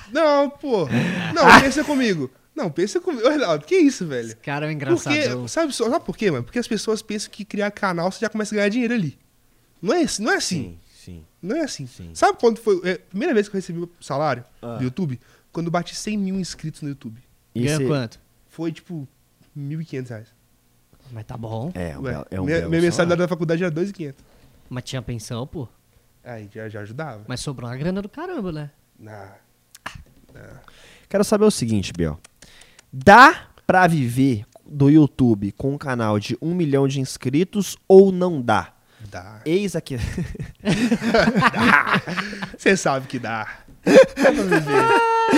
não, pô. Não, pensa comigo. Não, pensa comigo. Ô, Reinaldo, que isso, velho?
Esse cara é um engraçadão.
Porque, sabe, só- sabe por quê, mano? Porque as pessoas pensam que criar canal você já começa a ganhar dinheiro ali. Não é, assim- não é assim.
Sim, sim.
Não é assim.
Sim.
Sabe quando foi. É, a primeira vez que eu recebi o salário
Ah.
do YouTube? Quando eu bati 100 mil inscritos no YouTube.
E
Ganha
cê-
quanto?
Foi tipo 1.500 reais.
Mas tá bom.
É, um
Ué,
belo- é um
minha
belo
minha mensalidade
salário.
da faculdade era 2.500.
Mas tinha pensão, pô.
Aí já, já ajudava.
Mas sobrou uma grana do caramba, né?
Ah,
Quero saber o seguinte, Biel. Dá pra viver do YouTube com um canal de um milhão de inscritos ou não dá?
dá.
Eis aqui.
Você sabe que dá. Dá pra viver.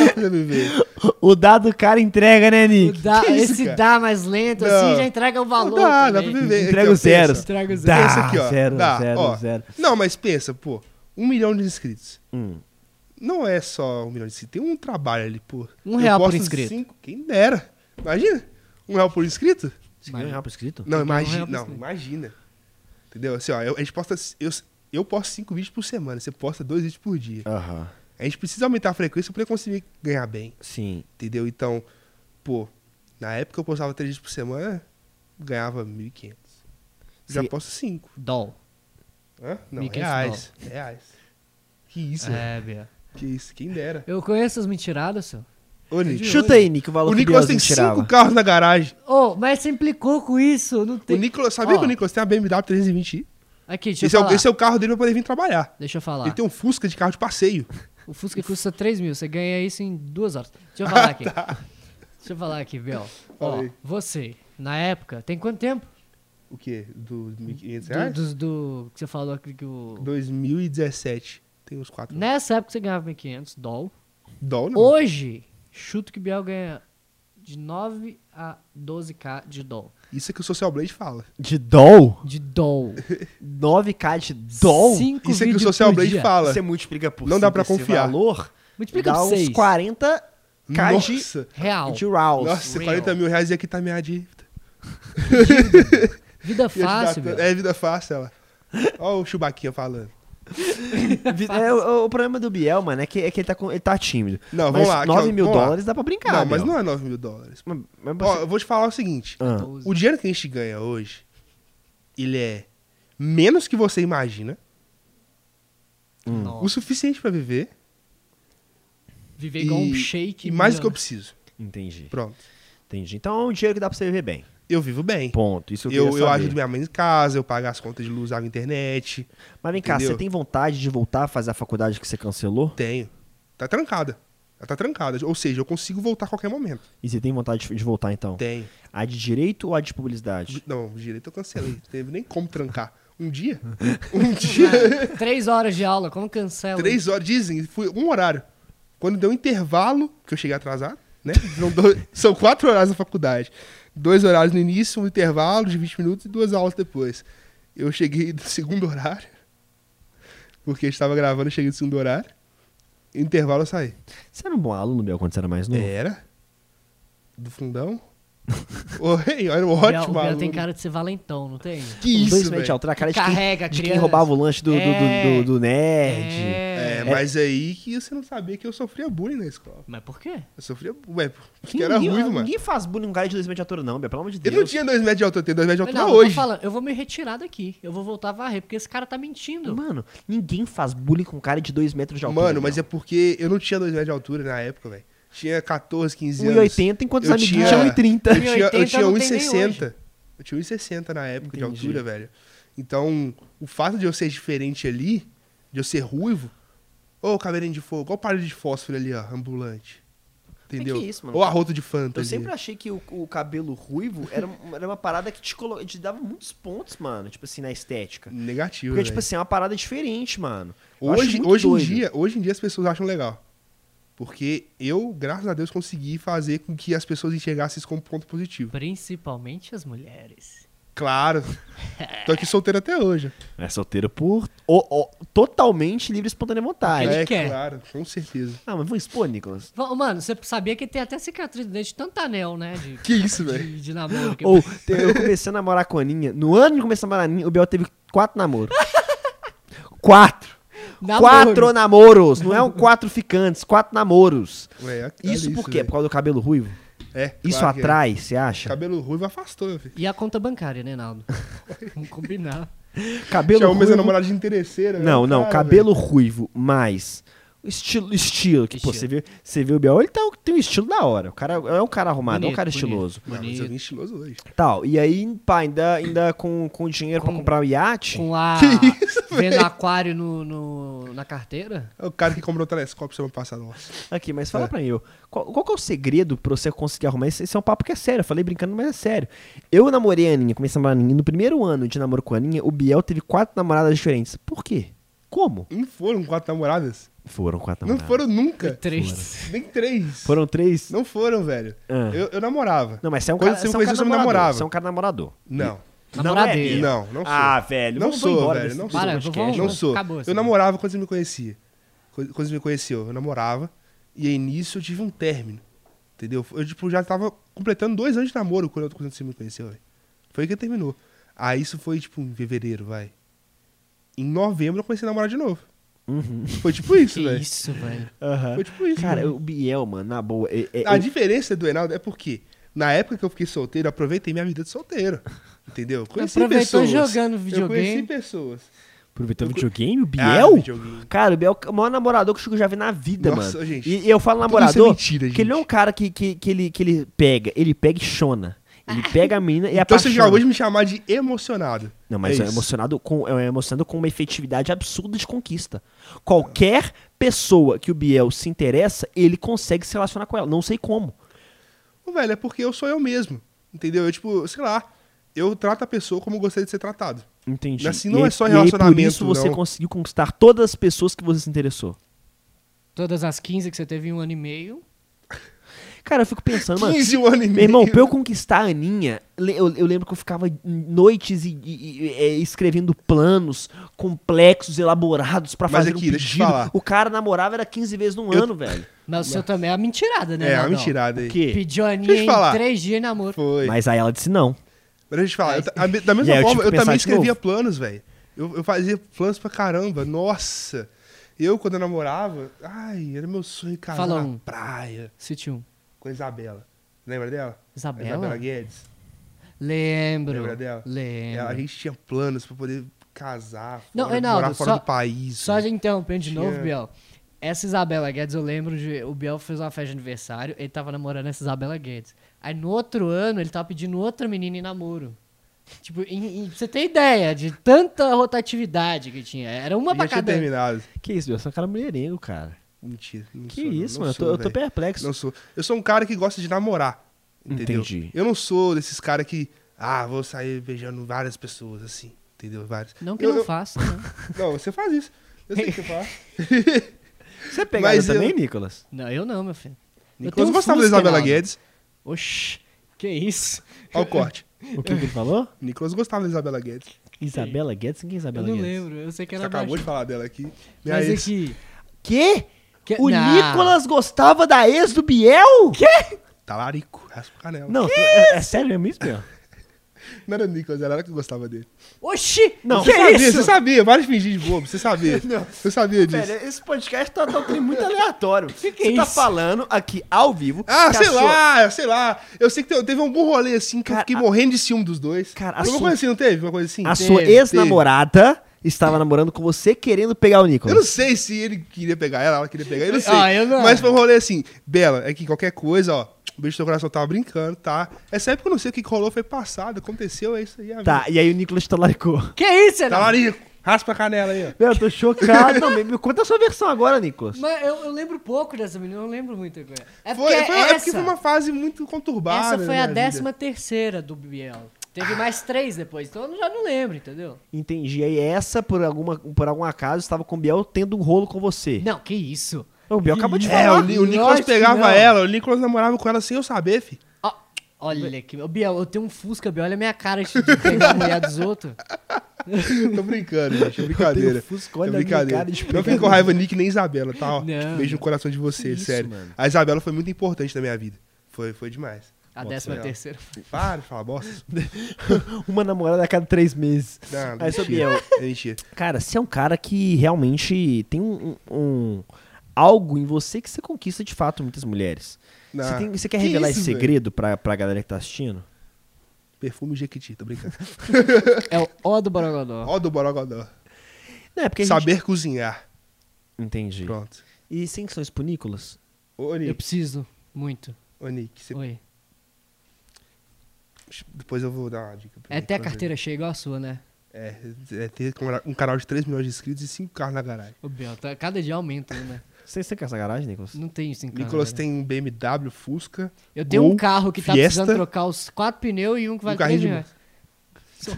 Dá pra viver.
o dado cara entrega, né,
O
Nick?
dá,
que é isso,
esse
cara?
dá mais lento assim
Não.
já entrega o valor.
dá,
tá
dá
também.
pra viver.
Entrega
Aqui, ó,
os zeros.
pensa.
Entrega o zero.
Dá.
Pensa aqui, ó.
zero,
dá,
zero,
ó.
zero.
Não, mas pensa, pô. Um milhão de inscritos.
Hum.
Não é só um milhão de inscritos. Tem um trabalho ali, pô.
Um
Eu
real por
posto
inscrito.
cinco- quem dera. Imagina. Um real por inscrito?
Você ganha um real por inscrito?
Não,
Tem que ganhar um
imagina.
real por
Não,
inscrito.
imagina. Entendeu? Assim, ó. eu- a gente posta... Eu, eu posto cinco vídeos por semana. Você posta dois vídeos por dia.
Aham.
A gente precisa aumentar a frequência pra conseguir ganhar bem.
Sim.
Entendeu? Então, pô. Na época eu postava três vídeos por semana. Ganhava 1.500. Já
Sim.
posto cinco.
Dólar.
Hã? Não, é
1.500
reais. Reais. Que isso, velho.
É, Bia.
Que isso, quem dera.
Eu conheço as mentiradas, seu.
Ô, Nick.
Chuta aí, Nick, o valor
O
que
Nicolas
Bielzinho
tem
tirava.
cinco carros na garagem.
Ô, mas você implicou com isso? Não tem.
O Nicolas, sabia
Ó.
que o Nicolas tem a BMW 320i?
Aqui, deixa
Esse é,
eu
o,
falar.
esse é o carro dele pra poder vir trabalhar.
Deixa eu falar.
Ele tem um Fusca de carro de passeio.
O Fusca custa 3 mil, você ganha isso em duas horas. Deixa eu falar aqui. Deixa eu falar aqui, Biel.
Tá. Fala
Ó,
aí.
você, na época, tem quanto tempo?
O quê? Do 1.500
Do,
reais?
dos- do, que você falou aqui que o.
2017. Tem uns quatro.
Nessa época você ganhava 1.500 dólar.
Dó, não.
Hoje, chuto que o Biel ganha de 9 a 12k de dólar.
Isso é que o Social Blade fala.
De doll?
De dólar.
9k de doll?
Cinco
Isso é que o
vídeos
Social
por
Blade
dia.
fala.
Você multiplica por
Não dá
cinco
pra
esse
confiar.
valor,
Multiplica
dá
por
uns
6.
40k de,
Nossa.
Real.
de rounds.
Nossa,
Real.
40 mil reais ia quitar minha dívida.
Vida
Ia ajudar
fácil,
tanto.
Biel.
É vida fácil, ela. Ó o Chubaquinha falando.
É, o, o problema do Biel, mano, é que, é que ele, tá com- ele tá tímido.
Não,
mas
vamos lá, aqui, ó,
9 mil
vamos lá.
dólares dá pra brincar,
não, mas
Biel.
não é 9 mil dólares.
Mas
Ó,
você-
eu vou te falar o seguinte.
Ah,
O dinheiro que a gente ganha hoje, ele é menos que você imagina,
Nossa.
o suficiente pra viver
Viver igual um
e-
shake.
e mais do que eu
milionário.
preciso.
entendi,
Pronto.
entendi. Então é um dinheiro que dá pra você viver bem.
Eu vivo bem.
Ponto, isso eu,
Eu,
queria
eu
saber.
ajudo minha mãe em casa, eu pago as contas de luz, água, internet.
Mas vem cá,
Entendeu?
você tem vontade de voltar a fazer a faculdade que você cancelou?
Tenho. Tá trancada. Ela tá trancada. Ou seja, eu consigo voltar a qualquer momento.
E você tem vontade de, de voltar então?
Tenho.
A de direito ou a de publicidade?
Não, direito eu cancelei. Não teve nem como trancar. Um dia? Um dia.
Três horas de aula, como cancela?
Três horas, dizem, foi um horário. Quando deu um intervalo, que eu cheguei atrasado, né? São, dois- são quatro horas na faculdade. Dois horários no início, um intervalo de 20 minutos e duas aulas depois. Eu cheguei do segundo horário, porque eu estava gravando, eu cheguei do segundo horário. Intervalo eu saí. É,
Você era um bom aluno, Biel, quando você era mais novo?
Era? Do fundão? Oi, olha, um
O Biel-
ótimo
o Biel
aluno.
tem cara de ser valentão, não tem?
Que
Dois
isso,
metros de
velho.
altura, a cara de
Carrega
quem,
a
de quem
criança.
roubava o lanche do, do, do,
É.
do- do nerd.
É.
É, mas aí que você não sabia que eu sofria bullying na escola.
Mas por quê?
Eu sofria... Ué, porque
Ninguém-
era ruim, mano.
Ninguém faz bullying com cara de dois metros de altura não, Bia, pelo amor de
Ele não
Deus.
tinha dois metros de altura, eu tenho dois metros de
não,
altura
eu tô
hoje.
falando, eu vou me retirar daqui. Eu vou voltar a varrer, porque esse cara tá mentindo.
Mano, ninguém faz bullying com cara de dois metros de altura.
Mano, mas
Biel.
é porque eu não tinha dois metros de altura na época, velho. Tinha 14, 15 anos.
1,80 enquanto os
Eu
amiguinhos
tinha-
tinham 1,30.
Eu tinha, eu
1,80
tinha
não tem nem
1,60. Eu tinha 1,60 na época de
Entendi.
altura, velho. Então, o fato de eu ser diferente ali, de eu ser ruivo, ô cabelinho de fogo, olha o palito de fósforo ali, ó, ambulante. Entendeu?
que isso, mano?
Ou a rota de fanta
Eu
ali.
sempre achei que o, o cabelo ruivo era, um- era uma parada que te, colo... te dava muitos pontos, mano, tipo assim, na estética.
Negativo,
Porque, tipo
velho.
assim, é uma parada diferente, mano. Eu acho
Hoje,
muito
hoje, em
doido.
dia, hoje em dia as pessoas acham legal. Porque eu, graças a Deus, consegui fazer com que as pessoas enxergassem isso como ponto positivo.
Principalmente as mulheres.
Claro. Tô aqui solteiro até hoje.
É solteiro por o- o- totalmente livre e espontânea vontade.
Ele
é,
quer.
claro, com certeza.
Ah, mas vou expor, Nicolas.
Va- Mano, você sabia que tem até cicatriz do dente de tanto anel, né? De,
Que isso, velho.
de, de namoro. que-
Ou, te- eu comecei a namorar com a Aninha. No ano de começar a namorar com a Aninha, o Biel teve quatro namoros. quatro.
Namoro.
Quatro namoros. Não é um quatro ficantes, quatro namoros.
Ué, é- é
Isso por quê?
velho.
Por causa do cabelo ruivo?
É,
Isso
claro que é.
atrai, você acha?
Cabelo ruivo afastou, meu filho.
E a conta bancária, né, Naldo? Vamos combinar.
Cabelo
Chamou minha
ruivo.
namorada de interesseira.
Não,
né?
não,
Cara,
cabelo ruivo, mais estilo, estilo que pô,
Estilo.
você vê, você vê o Biel, ele tá, tem um estilo da hora. O cara é um cara arrumado, é um
Bonito,
cara
bonito.
estiloso.
velho. Não, mas eu vim estiloso hoje.
Tal. E aí, pá, ainda ainda com, com dinheiro pra
Com-
comprar o iate?
Com a.
Que isso,
vendo aquário no, no- na carteira?
É o cara que comprou o telescópio semana passada. Nossa.
Aqui, mas fala
É.
pra mim, eu, qual, qual que é o segredo pra você conseguir arrumar? Esse, esse é um papo que é sério, eu falei brincando, mas é sério. Eu namorei a Aninha, comecei a namorar a Aninha. No primeiro ano de namoro com a Aninha, o Biel teve quatro namoradas diferentes. Por quê? Como?
Não foram quatro namoradas?
Foram quatro
Não
namoradas.
foram nunca.
Três.
Nem três.
Foram três?
Não foram, velho.
Ah.
Eu, eu namorava.
Não, mas você é um
Quando
cara, você
você
é um
conheceu,
cara
você me
namorador.
namorava.
Você é um cara namorador.
Não.
Namoradeiro.
Não é?
Não, não sou.
Ah, velho.
Não
vamos- vamos
sou,
embora
velho,
desse-
não
desse
sou.
podcast.
Para, vamos-
não sou.
acabou assim. essa
eu
vida.
namorava quando você me conhecia. Quando quando você me conheceu, eu namorava. E aí nisso eu tive um término. Entendeu? Eu, tipo, já tava completando dois anos de namoro quando, eu- quando você me conheceu, velho. Foi que terminou. Aí isso foi, tipo, em fevereiro, vai. Em novembro eu comecei a namorar de novo. Foi tipo isso,
Que
velho.
isso, velho.
Aham.
Foi tipo isso.
Uhum. Cara,
velho.
o Biel, mano, na boa. é- é-
A
eu-
diferença do Enaldo é porque, na época que eu fiquei solteiro, eu aproveitei minha vida de solteiro. Entendeu? Eu Conheci
Aproveitou
pessoas.
jogando
Eu conheci
videogame.
pessoas.
Aproveitou o
eu-
videogame, o Biel?
Ah, videogame.
Cara, o Biel é o maior namorador que o Chico já vi na vida,
Nossa,
mano.
gente.
E, e eu falo
Tudo isso é
namorador,
mentira,
porque ele não é um
gente.
cara que, que, que, ele, que ele pega, ele pega e chona. Ele pega a mina e
Então você
apaixona.
já hoje me chamar de emocionado.
Não, mas é,
isso.
emocionado com, é emocionado com uma efetividade absurda de conquista. Qualquer pessoa que o Biel se interessa, ele consegue se relacionar com ela. Não sei como.
Ô, velho, é porque eu sou eu mesmo. Entendeu? Eu, tipo, sei lá, eu trato a pessoa como eu gostaria de ser tratado.
Entendi.
Mas assim, não
E aí-
é só
e aí Por
relacionamento,
isso você
não.
conseguiu conquistar todas as pessoas que você se interessou.
Todas as 15 que você teve em um ano e meio.
Cara, eu fico pensando, mano.
15 anos e
Meu
meio.
irmão, pra eu conquistar a Aninha, le- eu, eu lembro que eu ficava noites e, e- e- é, escrevendo planos complexos, elaborados pra
Mas
fazer
aqui,
um
deixa eu te
pedido.
falar.
O cara namorava era 15 vezes no ano, velho.
Mas o seu também é uma mentirada, né?
É, uma
Naldão?
mentirada aí.
Que?
Pediu a
Deixa eu
Aninha
te
em
falar.
três dias de namoro.
Foi.
Mas aí ela disse não.
Mas deixa eu te falar, eu ta- a me- da mesma
E aí eu tive
forma,
que
eu também
pensar de novo.
escrevia planos, velho. Eu, eu fazia planos pra caramba, nossa. Eu, quando eu namorava, ai, era meu sonho casar
Fala
na
um.
praia
Cite um.
com a Isabela. Lembra dela? A
Isabela?
Isabela é Guedes.
Lembro.
Lembra dela?
Lembro.
Ela- É a gente tinha planos pra poder casar, fora,
Não,
morar
Reinaldo,
fora
só-
do país.
Só de interrompendo de novo,
Tinha-
Biel. Essa Isabela Guedes, eu lembro de. O Biel fez uma festa de aniversário, ele tava namorando essa Isabela Guedes. Aí no outro ano, ele tava pedindo outra menina em namoro. Tipo, em- em- pra você ter ideia de tanta rotatividade que tinha. Era uma pra
já tinha
cada. um.
terminado.
Que isso, Biel? Você é um cara mulherengo, cara.
Mentira. não
Que
sou, não,
isso,
não
mano? Eu tô-
sou,
eu tô,
velho.
perplexo.
Não sou. Eu sou um cara que gosta de namorar. Entendeu?
Entendi.
Eu não sou desses caras que. Ah, vou sair beijando várias pessoas, assim. Entendeu? Várias.
Não que
eu,
não
eu-
faça, né?
Não, você faz isso. Eu sei que você faz.
Você é pegada
Mas eu-
também, Nicolas?
Não, eu não, meu filho.
Eu
tenho um
gostava da
Fusca,
Isabela
Naldo.
Guedes.
Oxi, que isso?
Olha o corte.
O que, que ele falou?
Nicolas gostava da Isabela Guedes.
Isabela Guedes? Quem que é
Eu
Isabela
não
Guedes?
lembro, eu sei que
Você
era
acabou de
baixo.
falar dela aqui. Minha
é
Mas é
ex.
aqui.
Quê?
Que-
O
Não.
Nicolas gostava da ex do Biel? Quê?
Talarico, raspa a canela.
Não, é, é sério mesmo isso, meu?
Não era o Nicolas, era ela que gostava dele.
Oxi!
Não,
que
você sabia,
isso?
você sabia, para de fingir de bobo, você sabia. Você sabia disso.
Velho, esse podcast tá, tá um trem muito aleatório. O que,
que é
Você tá
isso?
falando aqui ao vivo.
Ah,
que a
sei
sua-
lá, sei lá. Eu sei que te- teve um bom rolê assim que
Cara,
eu fiquei
a-
morrendo de ciúme dos dois.
Cara, a
Alguma
sua-
coisa assim, não teve? Uma coisa assim?
A
Teve,
sua
teve.
ex-namorada estava namorando com você querendo pegar o
Eu
Nicolas.
não sei se ele queria pegar ela, ela queria pegar, eu não sei.
Ah, eu não.
Mas foi um rolê assim, Bela, é que qualquer coisa, ó, o beijo do seu coração eu tava brincando, tá? Essa época eu não sei o que que rolou, foi passado, aconteceu, é isso aí. a vida.
Tá, e aí o Nicolas talaricou.
Que isso, Renato?
Talarico, raspa a canela aí, ó.
Meu, eu tô chocado. Não, me, me conta a sua versão agora, Nicolas.
Mas eu, eu lembro pouco dessa menina, eu não lembro muito agora. É
Foi,
porque
foi- é
essa,
porque foi uma fase muito conturbada.
essa foi
na
a
minha vida.
décima terceira do Biel. Teve mais três depois, então eu já não lembro, entendeu?
Entendi. Aí essa, por, alguma, por algum acaso, estava com o Biel tendo um rolo com você.
Não, que isso?
O Biel acabou de
É,
falar.
o, Ni- o Nicolas
Lógico que não.
pegava ela, o Nicolas namorava com ela sem eu saber, fi.
Ó, olha que... Ô, Biel, eu tenho um fusca, Biel, olha a minha cara de de pegar a mulher dos outros.
Tô brincando, gente, é brincadeira.
tenho Fusca, olha
é
a minha
brincadeira.
cara de
Não fica com raiva Nick nem Isabela, tá? Ó,
Não,
beijo no coração de
Que
você,
isso,
sério.
mano.
A Isabela foi muito importante na minha vida. Foi, foi demais.
A
Bota
décima
ela.
terceira.
Para de falar bosta.
Uma namorada a cada três meses.
Não,
Aí, seu
mentira.
Biel,
É mentira.
Cara, você é um cara que realmente tem um, um- um- algo em você que você conquista de fato muitas mulheres.
Não.
Você, tem- você quer
Ah. Que
revelar
isso,
esse
velho?
segredo pra, pra galera que tá assistindo?
Perfume Jequiti, tô brincando.
É o O do Borogodó.
Ó do Borogodó.
Não, é porque a
Saber cozinhar.
gente... Entendi.
Pronto.
E sem que são espunículas?
Ô,
Eu
Nick,
preciso muito.
ô, Nick você-
Oi.
depois eu vou dar uma dica. pra
É
ele
até a
fazer.
carteira cheia igual a sua, né?
É, é ter um canal de 3 milhões de inscritos e 5 carros na garagem.
Ô, Biel, tá- cada dia aumenta, né?
Você, você quer essa garagem, Nicolas?
Não tem isso em casa.
Nicolas
né?
tem um BMW Fusca.
Eu tenho
Gol,
um carro que tá
Fiesta.
precisando trocar os quatro pneus e um que vale
carrinho
3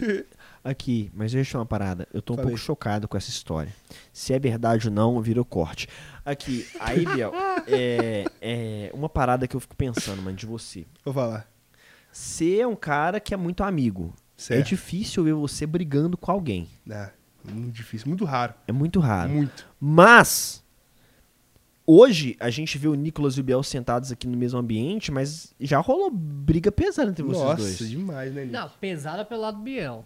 de
reais.
Aqui, mas deixa eu uma parada. Eu tô um
Falei.
pouco chocado com essa história. Se é verdade ou não, virou corte. Aqui, aí, Biel, é, é uma parada que eu fico pensando, mano, de você.
Vou falar.
Você é um cara que é muito amigo. É
Certo.
difícil ver você brigando com alguém.
Né? Muito difícil, muito raro.
É muito raro.
Muito.
Mas hoje a gente vê o Nicolas e o Biel sentados aqui no mesmo ambiente, mas já rolou briga pesada entre vocês
Nossa,
dois.
demais, né, Nick?
Não, pesada pelo lado do Biel.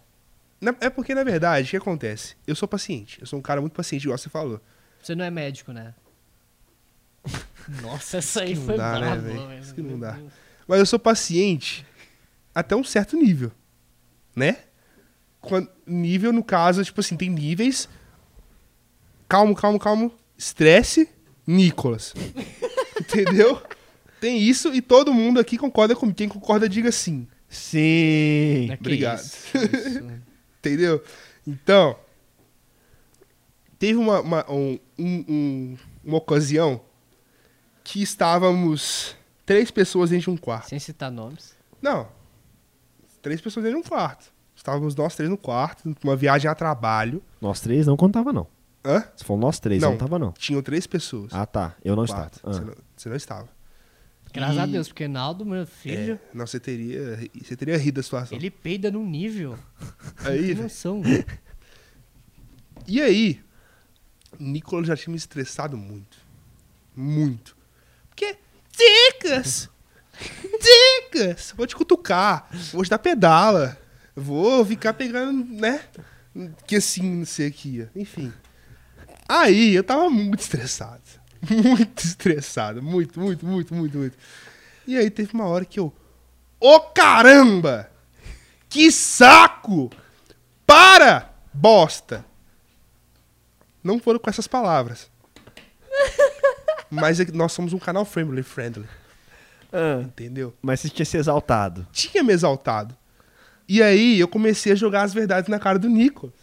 Na- É porque, na verdade, o que acontece? Eu sou paciente. Eu sou um cara muito paciente, igual você falou.
Você não é médico, né? Nossa, essa aí
que não
foi
dá, né,
brava,
velho?
velho.
Isso que não dá. Mas eu sou paciente até um certo nível, né? Quando- nível, no caso, tipo assim, tem níveis. Calmo, calmo, calmo. Estresse, Nicolas. Entendeu? Tem isso e todo mundo aqui concorda comigo. Quem concorda, diga sim.
Sim.
É que
Obrigado.
isso, isso.
Entendeu? Então, teve uma, uma, um- um- um- uma ocasião que estávamos três pessoas dentro de um quarto.
Sem citar nomes.
Não, três pessoas dentro de um quarto. Estávamos nós três no quarto, uma viagem a trabalho.
Nós três não contava, não.
Hã?
Você falou nós três,
Não.
não, tava, não.
Tinham três pessoas.
Ah, tá. Eu não
no
estava.
quarto.
Ah.
Você, não, você não estava.
Graças a
E-
Deus, porque Naldo, meu filho,
É, não, você teria, você teria rido da situação.
ele peida num nível.
É. Aí, né?
Tem noção.
E aí, Nicolas já tinha me estressado muito. Muito. Porque, dicas! Dicas! Vou te cutucar, vou te dar pedala, vou ficar pegando, né? Que assim, não sei o que. ó. Enfim. Aí, eu tava muito estressado. Muito estressado. Muito, muito, muito, muito, muito. E aí, teve uma hora que eu. Ô caramba! Que saco! Para! Bosta! Não foram com essas palavras. Mas é que nós somos um canal family friendly,
Ah,
entendeu?
Mas você tinha se exaltado.
Tinha me exaltado. E aí eu comecei a jogar as verdades na cara do Nico.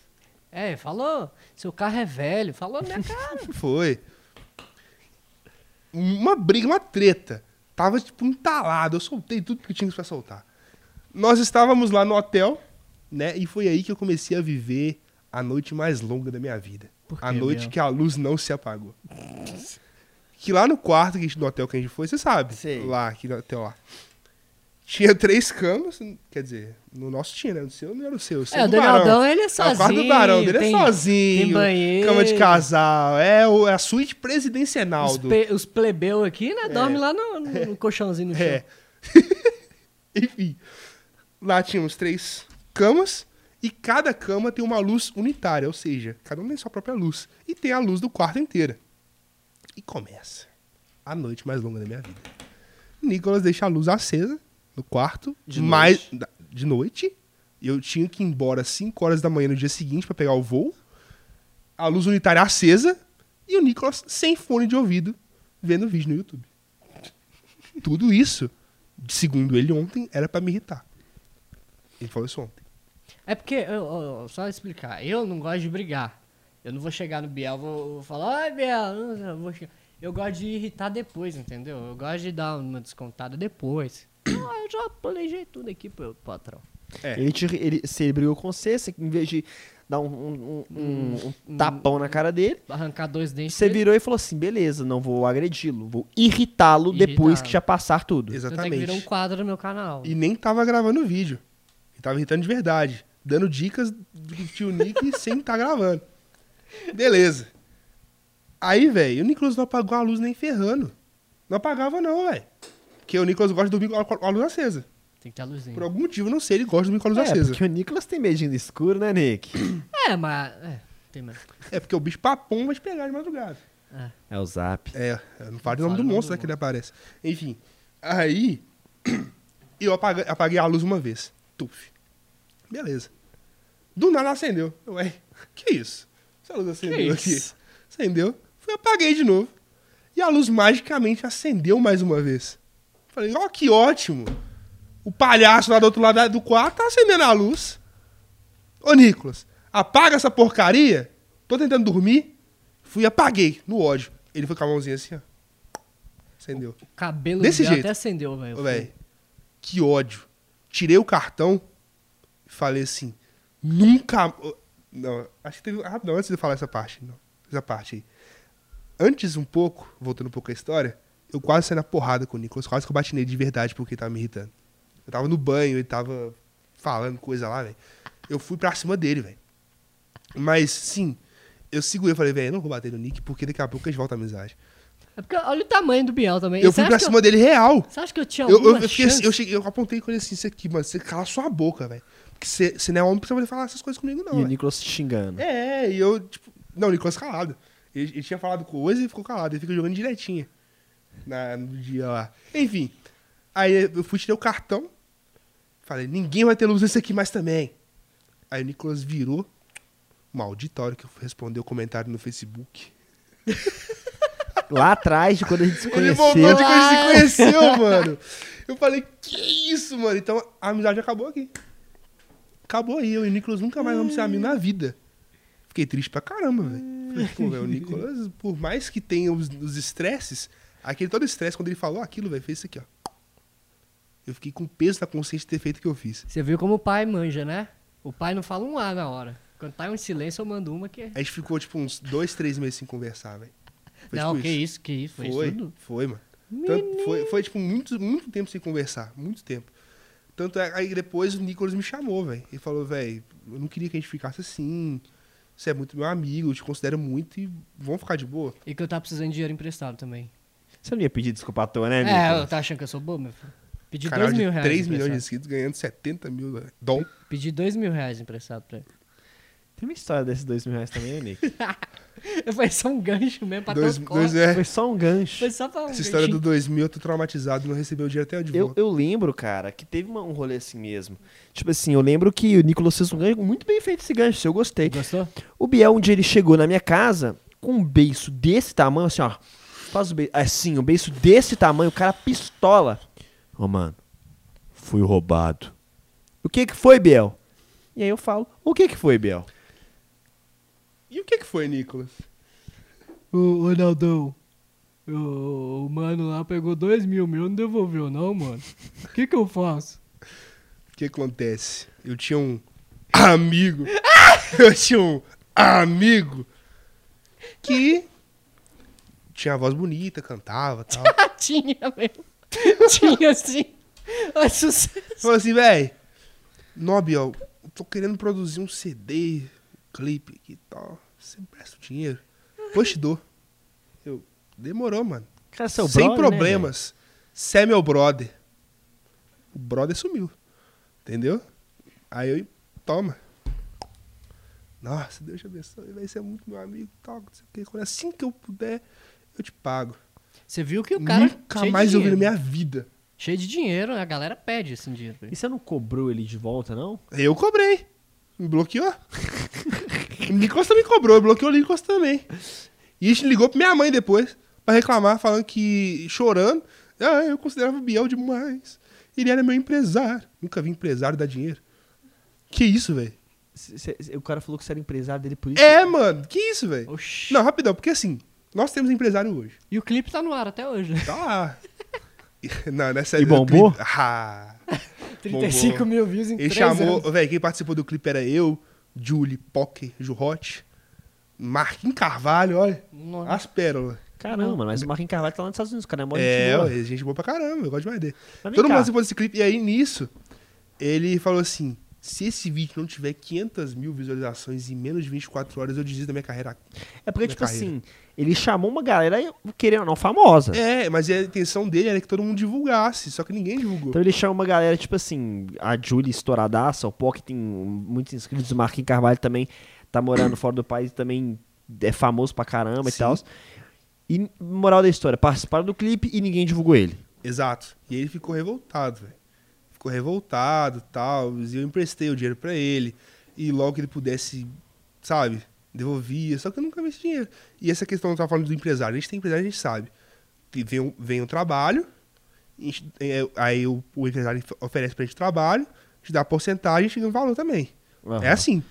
É, falou, seu carro é velho. Falou na minha cara.
Foi. Uma briga, uma treta. Tava tipo entalado. Eu soltei tudo que tinha pra soltar. Nós estávamos lá no hotel, né? E foi aí que eu comecei a viver a noite mais longa da minha vida.
Por
a
quê,
noite
Biel?
que a luz não se apagou. Que lá no quarto que a gente- do hotel que a gente foi, você sabe.
Sei.
Lá, aqui no hotel lá. Tinha três camas, quer dizer, no nosso tinha, né? No seu não era o seu. o seu
É, o
do
Daniel
Barão.
ele é
É o
sozinho.
quarto do barão dele
tem-
é sozinho.
tem banheiro.
Cama de casal. É o- é a suíte presidencial
Os,
do.
pe- os plebeu aqui, né? Dorme lá no, no- no colchãozinho no chão.
É. Enfim, lá tínhamos três camas e cada cama tem uma luz unitária, ou seja, cada um tem sua própria luz e tem a luz do quarto inteira. E começa a noite mais longa da minha vida. Nicolas deixa a luz acesa no quarto,
De
mais da- de noite. E eu tinha que ir embora às 5 horas da manhã no dia seguinte pra pegar o voo. A luz unitária acesa e o Nicolas sem fone de ouvido vendo vídeo no YouTube. Tudo isso, segundo ele ontem, era pra me irritar. Ele falou isso ontem.
É porque, eu- eu- eu- só explicar, eu não gosto de brigar. Eu não vou chegar no Biel, vou, vou falar, ai Biel, não, não, eu vou chegar. Eu gosto de irritar depois, entendeu? Eu gosto de dar uma descontada depois. ah, eu já planejei tudo aqui pro patrão.
É.
Ele, te, ele, se ele brigou com você, você, em vez de dar um, um- um-
Hum.
um- um tapão na cara dele,
Arrancar dois dentes.
você
dele,
virou e falou assim: beleza, não vou agredi-lo, vou irritá-lo depois
Irritá-lo.
que já passar tudo.
Eu tenho que virar um
Exatamente.
quadro no meu canal.
E nem tava gravando o vídeo. Ele tava irritando de verdade. Dando dicas do tio Nick sem tá gravando. Beleza. Aí, velho, o Nicolas não apagou a luz nem ferrando. Não apagava, não, velho. Porque o Nicolas gosta de dormir com a- com a luz acesa.
Tem que ter a luzinha.
Por algum motivo, não sei, ele gosta de dormir com a luz
É,
acesa.
porque o Nicolas tem medinho no escuro, né, Nick?
É, mas. É, tem mesmo.
É porque o bicho papão vai te pegar de madrugada.
É.
É o zap.
É, eu não falo o nome
Fala
do
o nome
monstro
do
né, que ele aparece. Enfim, aí eu apaga- apaguei, a luz uma vez. Tuf. Beleza. Do nada acendeu. Ué, que é isso? Essa luz acendeu aqui.
isso?
Acendeu. Fui, apaguei de novo. E a luz magicamente acendeu mais uma vez. Falei, ó, que ótimo. O palhaço lá do outro lado do quarto tá acendendo a luz. Ô, Nicolas, apaga essa porcaria. Tô tentando dormir. Fui e apaguei, no ódio. Ele foi com a mãozinha assim, ó. Acendeu.
O cabelo
Desse
do Biel
jeito.
até acendeu, velho.
Ô, velho, que ódio. Tirei o cartão e falei assim, nunca... Não, acho que teve... Ah, não, antes de eu falar essa parte. Não, essa parte aí. Antes um pouco, voltando um pouco à história, eu quase saí na porrada com o Nicolas, quase que eu bati nele de verdade porque ele tava me irritando. Eu tava no banho, ele tava falando coisa lá, velho. Eu fui pra cima dele, velho. Mas, sim, eu segurei, eu falei, velho, eu não vou bater no Nick porque daqui a pouco a gente volta à amizade.
É porque olha o tamanho do Biel também.
Eu
Você
fui
acha
pra
que
cima dele real.
Você acha que eu tinha
Eu,
alguma
eu, eu, fiquei,
chance?
eu, cheguei, eu apontei com ele assim, isso aqui, mano, você cala sua boca, velho. Porque você você não é homem pra você poder falar essas coisas comigo,
E
não.
o
velho.
Nicolas te xingando.
É, e eu, tipo, não, o Nicolas calado. Ele, ele tinha falado coisa e ficou calado, ele fica jogando direitinho na, no dia lá. Enfim, aí eu fui tirei o cartão, falei, ninguém vai ter luz nesse aqui mais também. Aí o Nicolas virou, malditório que eu fui responder o comentário no Facebook.
Lá atrás, de quando a gente se
Ele voltou de
conheceu.
quando se conheceu, mano. Eu falei, que isso, mano? Então a amizade acabou aqui. Acabou aí. Eu e o Nicolas nunca mais vamos ser amigos na vida. Fiquei triste pra caramba, velho. Falei, Pô, velho, o Nicolas, por mais que tenha os, os estresses, aquele todo estresse, quando ele falou aquilo, velho, fez isso aqui, ó. Eu fiquei com peso na consciência de ter feito o que eu fiz.
Você viu como o pai manja, né? O pai não fala um A na hora. Quando tá em silêncio, eu mando uma que. é-
A gente ficou, tipo, uns dois, três meses sem conversar, velho. Foi
não,
tipo
que isso, que isso. Foi,
Foi,
isso tudo.
foi, mano. Tanto- foi, foi, tipo, muito, muito tempo sem conversar. Muito tempo. Tanto é, aí depois o Nicolas me chamou, velho. Ele falou, velho, eu não queria que a gente ficasse assim. Você é muito meu amigo, eu te considero muito e vamos ficar de boa.
E que eu tava precisando de dinheiro emprestado também.
Você não ia pedir desculpa à toa, né,
É,
Nicolas?
eu tava achando que eu sou bobo, meu filho. Pedi
Canal
dois
de
mil reais. né,
3 milhões de
emprestado.
inscritos ganhando 70 mil velho. dom.
Pedi dois mil reais emprestado pra ele.
Tem uma história desses dois mil reais também, né, Nick?
Foi só um gancho mesmo pra
Dois,
ter um corte.
dois, é.
Foi só um gancho.
Foi só pra um
Essa história do
ganchinho.
2000 eu tô traumatizado, não recebi o dinheiro até de
Eu,
volta.
eu lembro, cara, que teve uma- um rolê assim mesmo. Tipo assim, eu lembro que o Nicolas fez um gancho, muito bem feito esse gancho, eu gostei.
Gostou?
O Biel, um dia ele chegou na minha casa com um beiço desse tamanho, assim, ó. Faz o beiço, assim, um beiço desse tamanho, o cara pistola. Ô, mano, fui roubado. O que que foi, Biel? E aí eu falo, o que que foi, Biel?
E o que que foi, Nicolas?
O Ronaldão. O, o mano lá pegou dois mil, meu não devolveu, não, mano. O que que eu faço?
O que acontece? Eu tinha um amigo. eu tinha um amigo que tinha a voz bonita, cantava e tal.
Tinha, meu. Tinha, sim. Mas sucesso.
Falou assim, velho, Nob, ó, eu tô querendo produzir um CD, um clipe aqui e tal. Você me presta o dinheiro? Pois te dou. Eu, demorou, mano.
Cara, seu
Sem
brother, né,
problemas. Você é meu brother. o brother sumiu. Entendeu? Aí eu, toma. Nossa, Deus te abençoe, vai ser muito meu amigo, tal, não sei o quê. Quando assim que eu puder, eu te pago.
Você viu que o cara.
Nunca
cheio
mais
de
eu vi na
dinheiro,
minha vida.
Cheio de dinheiro, a galera pede assim dinheiro. pra ele.
E você não cobrou ele de volta, não?
Eu cobrei. Me bloqueou. o Nicolas também cobrou, bloqueou o Nicolas também. E a gente ligou pra minha mãe depois pra reclamar, falando que, chorando, ah, eu considerava o Biel demais. Ele era meu empresário. Nunca vi empresário dar dinheiro. Que isso, velho?
C- c- c- o cara falou que você era empresário dele por isso.
É, mano, que isso, velho?
Oxi.
Não, rapidão, porque assim, nós temos empresário hoje.
E o clipe tá no ar até hoje.
Tá lá. Não, nessa
E bombou?
Ah.
35 mil views em
Ele
três
chamou,
anos.
velho, quem participou do clipe era eu, Julie, Pocky, Jurote, Marquinhos Carvalho, olha,
Nossa.
as pérolas.
Caramba, mas o Marquinhos Carvalho tá lá nos Estados Unidos, o cara é mó
É,
gente boa.
ué, gente boa pra caramba, eu gosto demais dele.
Mas vem
Todo mundo
cá.
participou desse clipe, e aí nisso, ele falou assim, se esse vídeo não tiver 500 mil visualizações em menos de 24 horas, eu desisto da minha carreira.
É porque,
na
tipo
carreira.
assim, ele chamou uma galera, querendo ou não, famosa.
É, mas a intenção dele era que todo mundo divulgasse, só que ninguém divulgou.
Então ele chama uma galera, tipo assim, a Julie estouradaça, o Pock tem muitos inscritos, o Marquinhos Carvalho também tá morando fora do país, também é famoso pra caramba e
Sim.
tal. E moral da história, participaram do clipe e ninguém divulgou ele.
Exato. E ele ficou revoltado, velho. Ficou revoltado tal. E eu emprestei o dinheiro pra ele. E logo que ele pudesse, sabe, devolvia. Só que eu nunca vi esse dinheiro. E essa questão que eu tava falando do empresário. A gente tem empresário, a gente sabe. Que Vem, um- vem um trabalho, a gente- é, aí o, o empresário oferece pra gente trabalho, te dá porcentagem, chega um valor também. É assim.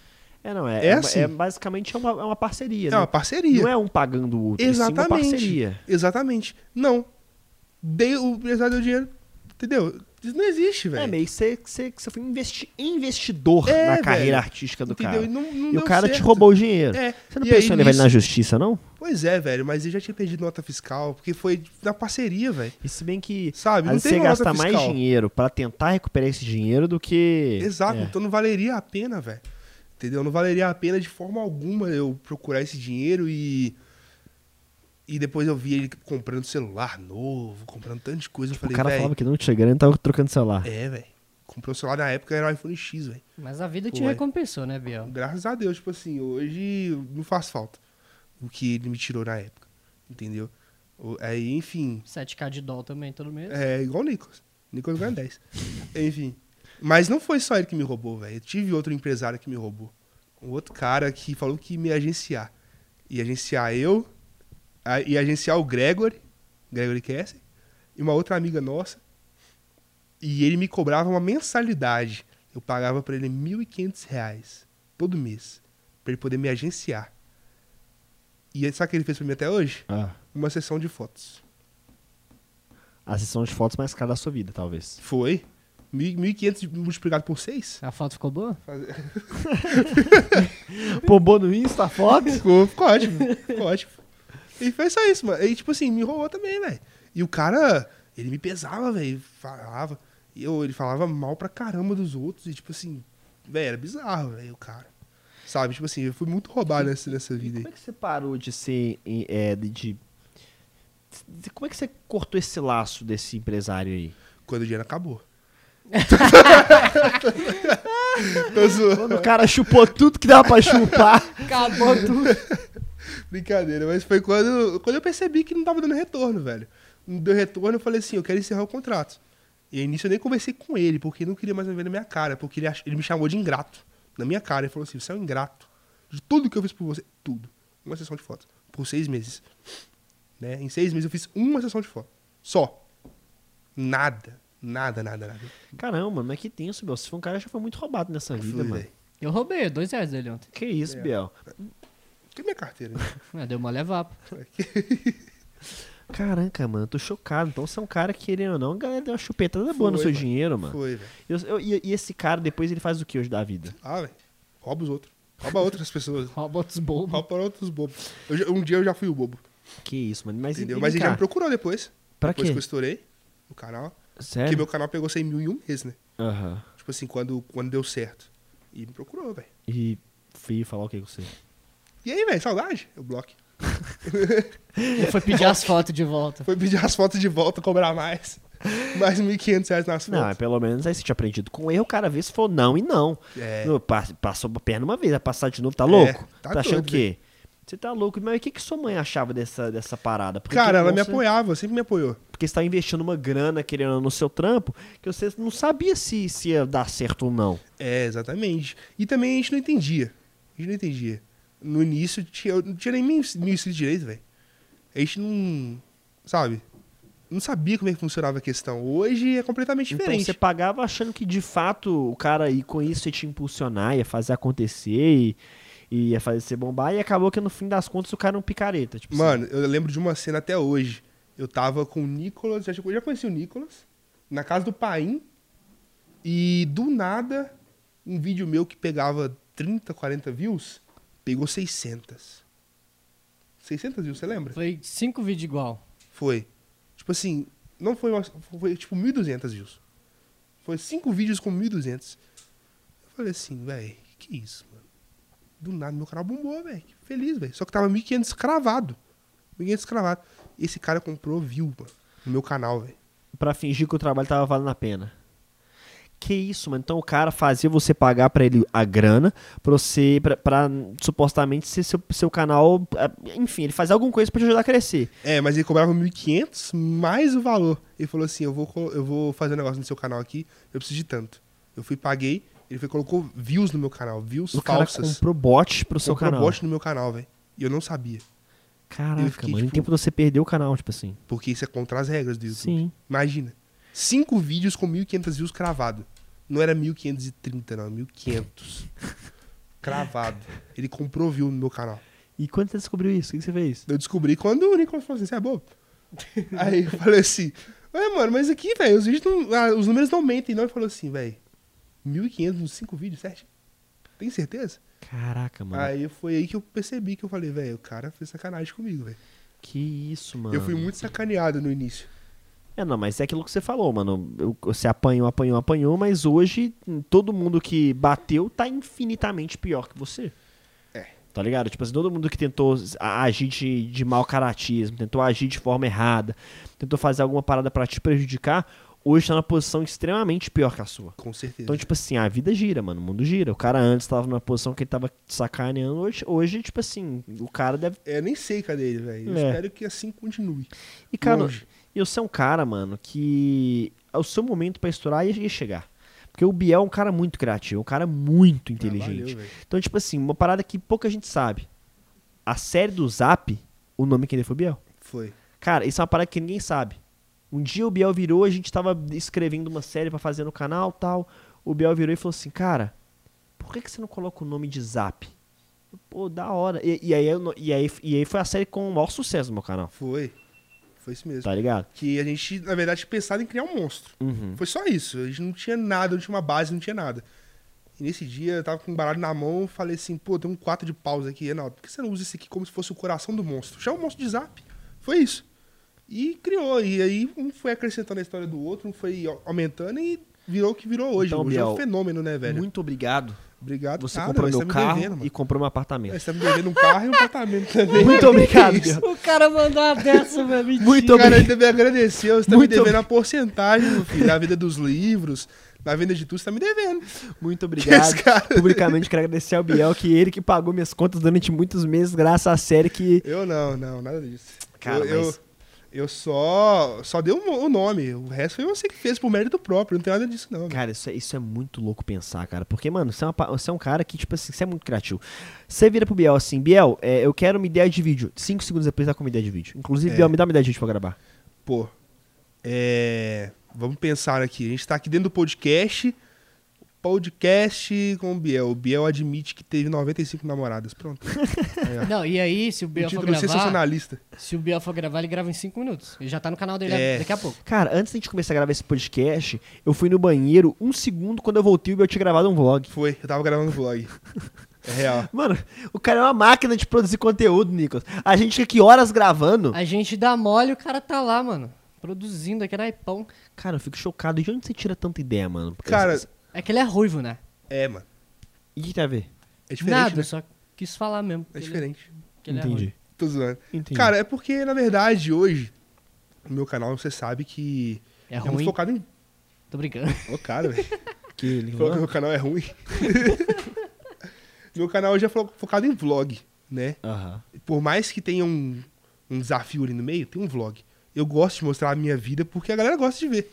É, não, é,
É
é, uma-
assim.
é basicamente é uma, é uma parceria,
É uma
né?
parceria.
Não é um pagando o outro, é sim uma
Exatamente.
parceria.
Exatamente. Não. Dei, o empresário deu dinheiro. Entendeu? Isso não existe, velho.
É meio que você, que você, que você foi investi- investidor
É,
na
velho.
carreira artística do
Entendeu? E
cara.
não- não
E
deu
o cara te
certo.
roubou o dinheiro.
É.
Você não
E aí,
pensou em levar ele na
nisso-
justiça, não?
Pois é, velho, mas eu já tinha perdido nota fiscal, porque foi na parceria, velho.
E se bem que
Sabe,
às
não
vezes
tem
você
uma nota
gasta mais
fiscal.
dinheiro pra tentar recuperar esse dinheiro do que.
Exato,
É.
então não valeria a pena, velho. Entendeu? Não valeria a pena de forma alguma eu procurar esse dinheiro e. E depois eu vi ele comprando celular novo, comprando tanta de coisa. eu
Tipo, o
falei,
cara
velho.
falava que não tinha grana e tava trocando celular.
É, velho. Comprou o celular na época, era o iPhone X, velho.
Mas a vida te
Ué.
recompensou, né, Biel?
Graças a Deus, tipo assim, hoje não faz falta o que ele me tirou na época. Entendeu? O- Aí, enfim,
7k de dólar também todo mês.
É, igual o Nicolas. Nicolas ganha 10. Enfim. Mas não foi só ele que me roubou, velho. Eu tive outro empresário que me roubou. Um outro cara que falou que ia me agenciar. Ia agenciar eu, a- ia agenciar o Gregory, Gregory Cassie, e uma outra amiga nossa. E ele me cobrava uma mensalidade. Eu pagava pra ele R$ 1.500 reais todo mês pra ele poder me agenciar. E é sabe o que ele fez pra mim até hoje?
Ah,
Uma sessão de fotos.
a sessão de fotos mais cara da sua vida, talvez.
Foi. Mil- 1.500 multiplicado por 6?
A foto ficou boa?
Bombou no Insta, foto?
Ficou, ficou ótimo. Ficou ótimo. E foi só isso, mano. E tipo assim, me roubou também, velho. E o cara, ele me pesava, velho. Falava. E eu, ele falava mal pra caramba dos outros. E tipo assim, velho, era bizarro, velho, o cara. Sabe? Tipo assim, eu fui muito roubado nessa, nessa vida
Como é
aí.
que você parou de ser. em- é, de, de- de- Como é que você cortou esse laço desse empresário aí?
Quando o dinheiro acabou. Tô zoando.
Quando o cara chupou tudo que dava pra chupar.
Acabou tudo.
Brincadeira, mas foi quando, quando eu percebi que não tava dando retorno, velho. Não deu retorno, eu falei assim, eu quero encerrar o contrato. E aí, nisso eu nem conversei com ele, porque ele não queria mais me ver na minha cara, porque ele, ach- ele me chamou de ingrato. Na minha cara, ele falou assim, você é um ingrato. De tudo que eu fiz por você, tudo. Uma sessão de foto. Por seis meses. Né? Em seis meses eu fiz uma sessão de foto. Só. Nada. Nada, nada, nada.
Caramba, mas que tenso, Biel. Se for um cara que já foi muito roubado nessa vida,
Fui,
mano.
velho.
Eu roubei dois reais dele ontem.
Que
É.
isso, Biel.
Que minha carteira. né?
É, deu uma levapa.
Caraca, mano, tô chocado. Então você é um cara que, querendo ou não, a galera deu uma chupetada boa no
Foi,
seu
mano.
dinheiro, mano.
Foi, velho.
Eu- eu- e, e esse cara, depois ele faz o que hoje da vida?
Ah, velho. Rouba os outros. Rouba outras pessoas.
Rouba outros bobos.
Rouba outros bobos. Eu já- um dia eu já fui o bobo.
Que isso, mano. Mas,
Entendeu?
e-
Mas
e
ele
cá,
já me procurou depois.
Pra
depois
quê? É?
que eu estourei o canal. Porque
Sério?
meu canal pegou 100 mil em um mês, né?
Aham.
Tipo assim, quando, quando deu certo. E me procurou, velho.
E fui falar o que com você?
E aí, velho, saudade? Eu bloco.
Foi pedir as fotos de volta.
Foi pedir as fotos de volta, cobrar mais. Mais 1.500 reais nas
Não, é
fotos.
pelo menos aí você tinha aprendido com erro, o cara vez se for não e não.
É.
No, pa- passou a perna uma vez, vai passar de novo, tá louco?
tá
tá achando o
doido,
quê? Você tá louco, mas o que, que sua mãe achava dessa, dessa parada? Porque que
Cara, ela
bom
me
você-
apoiava, sempre me apoiou.
Porque você tava investindo uma grana, querendo ou não, no seu trampo, que você não sabia se, se ia dar certo ou não.
É, exatamente. E também a gente não entendia. A gente não entendia. No início, tinha- eu não tinha nem mil, mil inscritos direito, velho. A gente não. Sabe? Não sabia como é que funcionava a questão. Hoje é completamente
Então
diferente.
você pagava achando que de fato o cara ia com isso ia te impulsionar, ia fazer acontecer e, e ia fazer você bombar, e acabou que no fim das contas o cara é um picareta. Tipo,
Mano, eu lembro de uma cena até hoje. Eu tava com o Nicolas, já, eu já conheci o Nicolas, na casa do Paim. E do nada, um vídeo meu que pegava 30, 40 views, pegou 600. 600 views, você lembra?
Foi cinco vídeos igual.
Foi. Tipo assim, não foi uma, foi tipo 1.200 views. Foi cinco vídeos com 1.200. Eu falei assim, velho, que isso, mano. Do nada meu canal bombou, velho. Que Feliz, velho. Só que tava 1.500 cravado. 1.500 cravado. Esse cara comprou view, mano, no meu canal, velho.
Pra fingir que o trabalho tava valendo a pena. Que isso, mano. Então o cara fazia você pagar pra ele a grana, pra você, pra, pra, supostamente ser seu, seu canal, ah, enfim, ele fazia alguma coisa pra te ajudar a crescer.
É, mas ele cobrava 1.500 mais o valor. Ele falou assim, eu vou, colo- eu vou fazer um negócio no seu canal aqui, eu preciso de tanto. Eu fui, paguei, ele foi, colocou views no meu canal, views
O cara
falsas.
comprou bot pro seu
comprou
canal.
bot no meu canal, velho. E eu não sabia.
Caraca,
Eu fiquei,
mano. Em
tipo-
tempo de você perder o canal, tipo assim.
Porque isso é contra as regras do YouTube.
Sim.
Imagina. Cinco vídeos com 1.500 views cravado. Não era 1.530, não. 1.500. cravado. Ele comprou view no meu canal.
E quando você descobriu isso? O que que você fez?
Eu descobri quando o Nicolas falou assim, você é bobo? Aí eu falei assim, ué, mano, mas aqui, velho, os vídeos não, ah, os números não mentem. Não, ele falou assim, velho, 1.500 nos cinco vídeos, certo? Tem certeza?
Caraca, mano.
Aí foi aí que eu percebi que eu falei, velho, o cara fez sacanagem comigo, velho.
Que isso, mano.
Eu fui muito sacaneado no início.
É, não, mas é aquilo que você falou, mano. Eu- Você apanhou, apanhou, apanhou, mas hoje todo mundo que bateu tá infinitamente pior que você.
É.
Tá ligado? Tipo assim, todo mundo que tentou a- agir de, de mau caratismo, tentou agir de forma errada, tentou fazer alguma parada pra te prejudicar, hoje tá numa posição extremamente pior que a sua.
Com certeza.
Então, tipo assim, a vida gira, mano. O mundo gira. O cara antes tava numa posição que ele tava sacaneando. Hoje, hoje tipo assim, o cara deve
É, nem sei cadê ele, velho. Eu
É.
espero que assim continue.
E, cara,
Longe.
e você é um cara, mano, que é o seu momento pra estourar ia, ia chegar. Porque o Biel é um cara muito criativo, um cara muito inteligente.
Ah, valeu, velho.
então, tipo assim, uma parada que pouca gente sabe. A série do Zap, o nome que ele foi o Biel.
Foi.
Cara, isso é uma parada que ninguém sabe. Um dia o Biel virou, a gente tava escrevendo uma série pra fazer no canal tal. O Biel virou e falou assim, cara, por que, que você não coloca o nome de Zap? Eu, Pô, da hora. E, e aí, eu no- e, aí, e aí foi a série com o maior sucesso no meu canal,
Foi. Foi isso mesmo.
tá ligado?
Que a gente, na verdade, pensava em criar um monstro.
Uhum.
Foi só isso. A gente não tinha nada, não tinha uma base, não tinha nada. E nesse dia eu tava com um baralho na mão, falei assim, pô, tem um 4 de paus aqui, Renato. Por que você não usa esse aqui como se fosse o coração do monstro? Já é um monstro de zap. Foi isso. E criou. E aí um foi acrescentando a história do outro, um foi au- aumentando e virou o que virou hoje.
Então,
hoje é
Biel,
um fenômeno, né, velho?
Muito obrigado.
Obrigado,
Você
nada,
comprou
mas
meu
tá me
carro
devendo, mano.
e comprou meu apartamento.
Você tá me devendo um carro e um apartamento também.
Muito obrigado,
Que isso?
Biel.
O cara mandou uma dessa, velho. mentira.
Muito
O cara
obrigado.
ainda me agradeceu, você tá
Muito
me devendo a porcentagem, meu filho, da venda dos livros, da venda de tudo, você tá me devendo.
Muito
Esse
obrigado.
cara-
Publicamente quero agradecer ao Biel, que ele que pagou minhas contas durante muitos meses, graças à série que.
Eu não, não, nada disso.
Cara,
eu,
mas-
eu, eu só, só dei o o nome, o resto foi você que fez por mérito próprio, não tem nada disso não. né?
Cara, isso é, isso é muito louco pensar, cara. Porque, mano, você é, uma pa- você é um cara que, tipo assim, você é muito criativo. Você vira pro Biel assim, Biel, é, eu quero uma ideia de vídeo. Cinco segundos depois tá com uma ideia de vídeo. Inclusive,
É.
Biel, me dá uma ideia de vídeo pra gravar.
Pô, é, vamos pensar aqui, a gente tá aqui dentro do podcast, podcast com o Biel, o Biel admite que teve 95 namoradas, pronto. Aí, ó.
Não, e aí, se o
Um
Biel for
título
gravar,
sensacionalista.
se o Biel for gravar, ele grava em cinco minutos. E já tá no canal dele
É.
daqui a pouco.
Cara, antes da gente começar a gravar esse podcast, eu fui no banheiro um segundo quando eu voltei o Biel tinha gravado um vlog.
Foi, eu tava gravando vlog. É real.
Mano, o cara é uma máquina de produzir conteúdo, Nicolas. A gente fica aqui horas gravando.
A gente dá mole e o cara tá lá, mano. Produzindo aquele é aipão.
Cara, eu fico chocado. De onde você tira tanta ideia, mano? Porque
Cara,
você-
É que ele é ruivo, né?
é, mano.
E o que tem a ver?
É diferente,
Nada,
né?
só quis falar mesmo. que
É
ele-
diferente.
que ele é ruivo.
Entendi.
Tô zoando.
Entendi.
Cara, é porque, na verdade, hoje, no meu canal, você sabe que
É
É muito
ruim.
focado em.
Tô brincando.
Ô, cara, velho.
Que
Falou que meu canal é ruim. meu canal hoje é fo- focado em vlog, né?
é- Aham.
Por mais que tenha um, um desafio ali no meio, tem um vlog. Eu gosto de mostrar a minha vida porque a galera gosta de ver.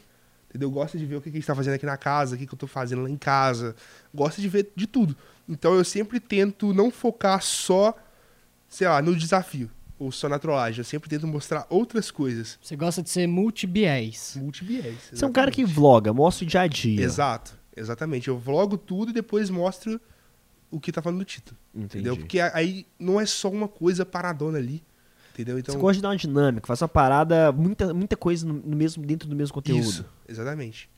Entendeu? Gosta de ver o que, que a gente tá fazendo aqui na casa, o que, que eu tô fazendo lá em casa. Gosta de ver de tudo. Então eu sempre tento não focar só, sei lá, no desafio. Ou só na trollagem. Eu sempre tento mostrar outras coisas.
Você gosta de ser multibiés.
Multibiés.
Você é um cara que vloga, mostra o dia a dia.
Exato, exatamente. Eu vlogo tudo e depois mostro o que tá falando do título.
Entendi.
Entendeu? Porque a- aí não é só uma coisa paradona ali. Entendeu? Então.
Você gosta de dar uma dinâmica, faz uma parada, muita, muita coisa no, no mesmo, dentro do mesmo conteúdo.
Isso, exatamente.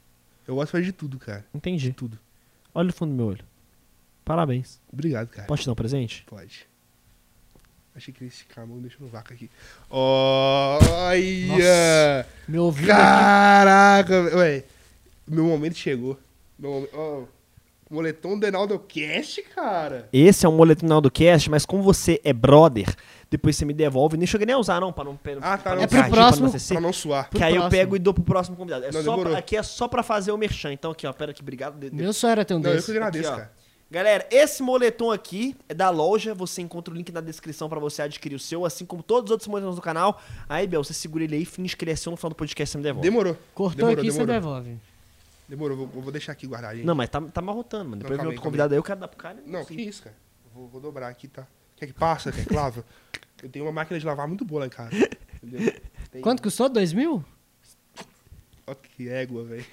Eu gosto de fazer de tudo, cara.
Entendi.
Tudo.
Olha no fundo do meu olho. Parabéns.
Obrigado, cara.
Posso te dar um presente?
Pode. Achei que ele esticar a mão e deixou no vácuo aqui. Ó, Olha!
Meu ouvido aqui.
Caraca! Ué, meu momento chegou. Meu momento. ó, moletom Denaldo Cast, cara!
Esse é o moletom do cast, mas como você é brother, depois você me devolve. Nem cheguei nem a usar, não, pra não. Pra,
Ah, tá, não.
não
É pro
cair,
próximo.
não acessar.
Pra não suar.
que
Pro
aí eu
próximo.
pego e dou pro próximo convidado. É
Não,
só pra-
demorou.
aqui é só pra fazer o merchan. Então aqui, ó, pera aqui, obrigado. De- de-
Meu sonho era ter um
Não, eu que
desses.
agradeço,
Aqui, ó.
cara.
Galera, esse moletom aqui é da loja, você encontra o link na descrição pra você adquirir o seu, assim como todos os outros moletons do canal. Aí, Bel, você segura ele aí, finge que ele é seu no final do podcast você me devolve.
Demorou.
Cortou
demorou,
aqui e você
demorou.
devolve.
Demorou, vou, vou deixar aqui guardar, gente.
Não, mas tá, tá marrotando, mano. Depois vem
Não, calma
outro
aí,
convidado aí, o cara dá pro cara.
né? Não,
assim.
que isso, cara. Vou, vou dobrar aqui, tá? Quer que passa? Quer que lava? Eu tenho uma máquina de lavar muito boa lá em casa. Entendeu? Tem...
Quanto custou? Dois mil?
Ó, que égua, velho.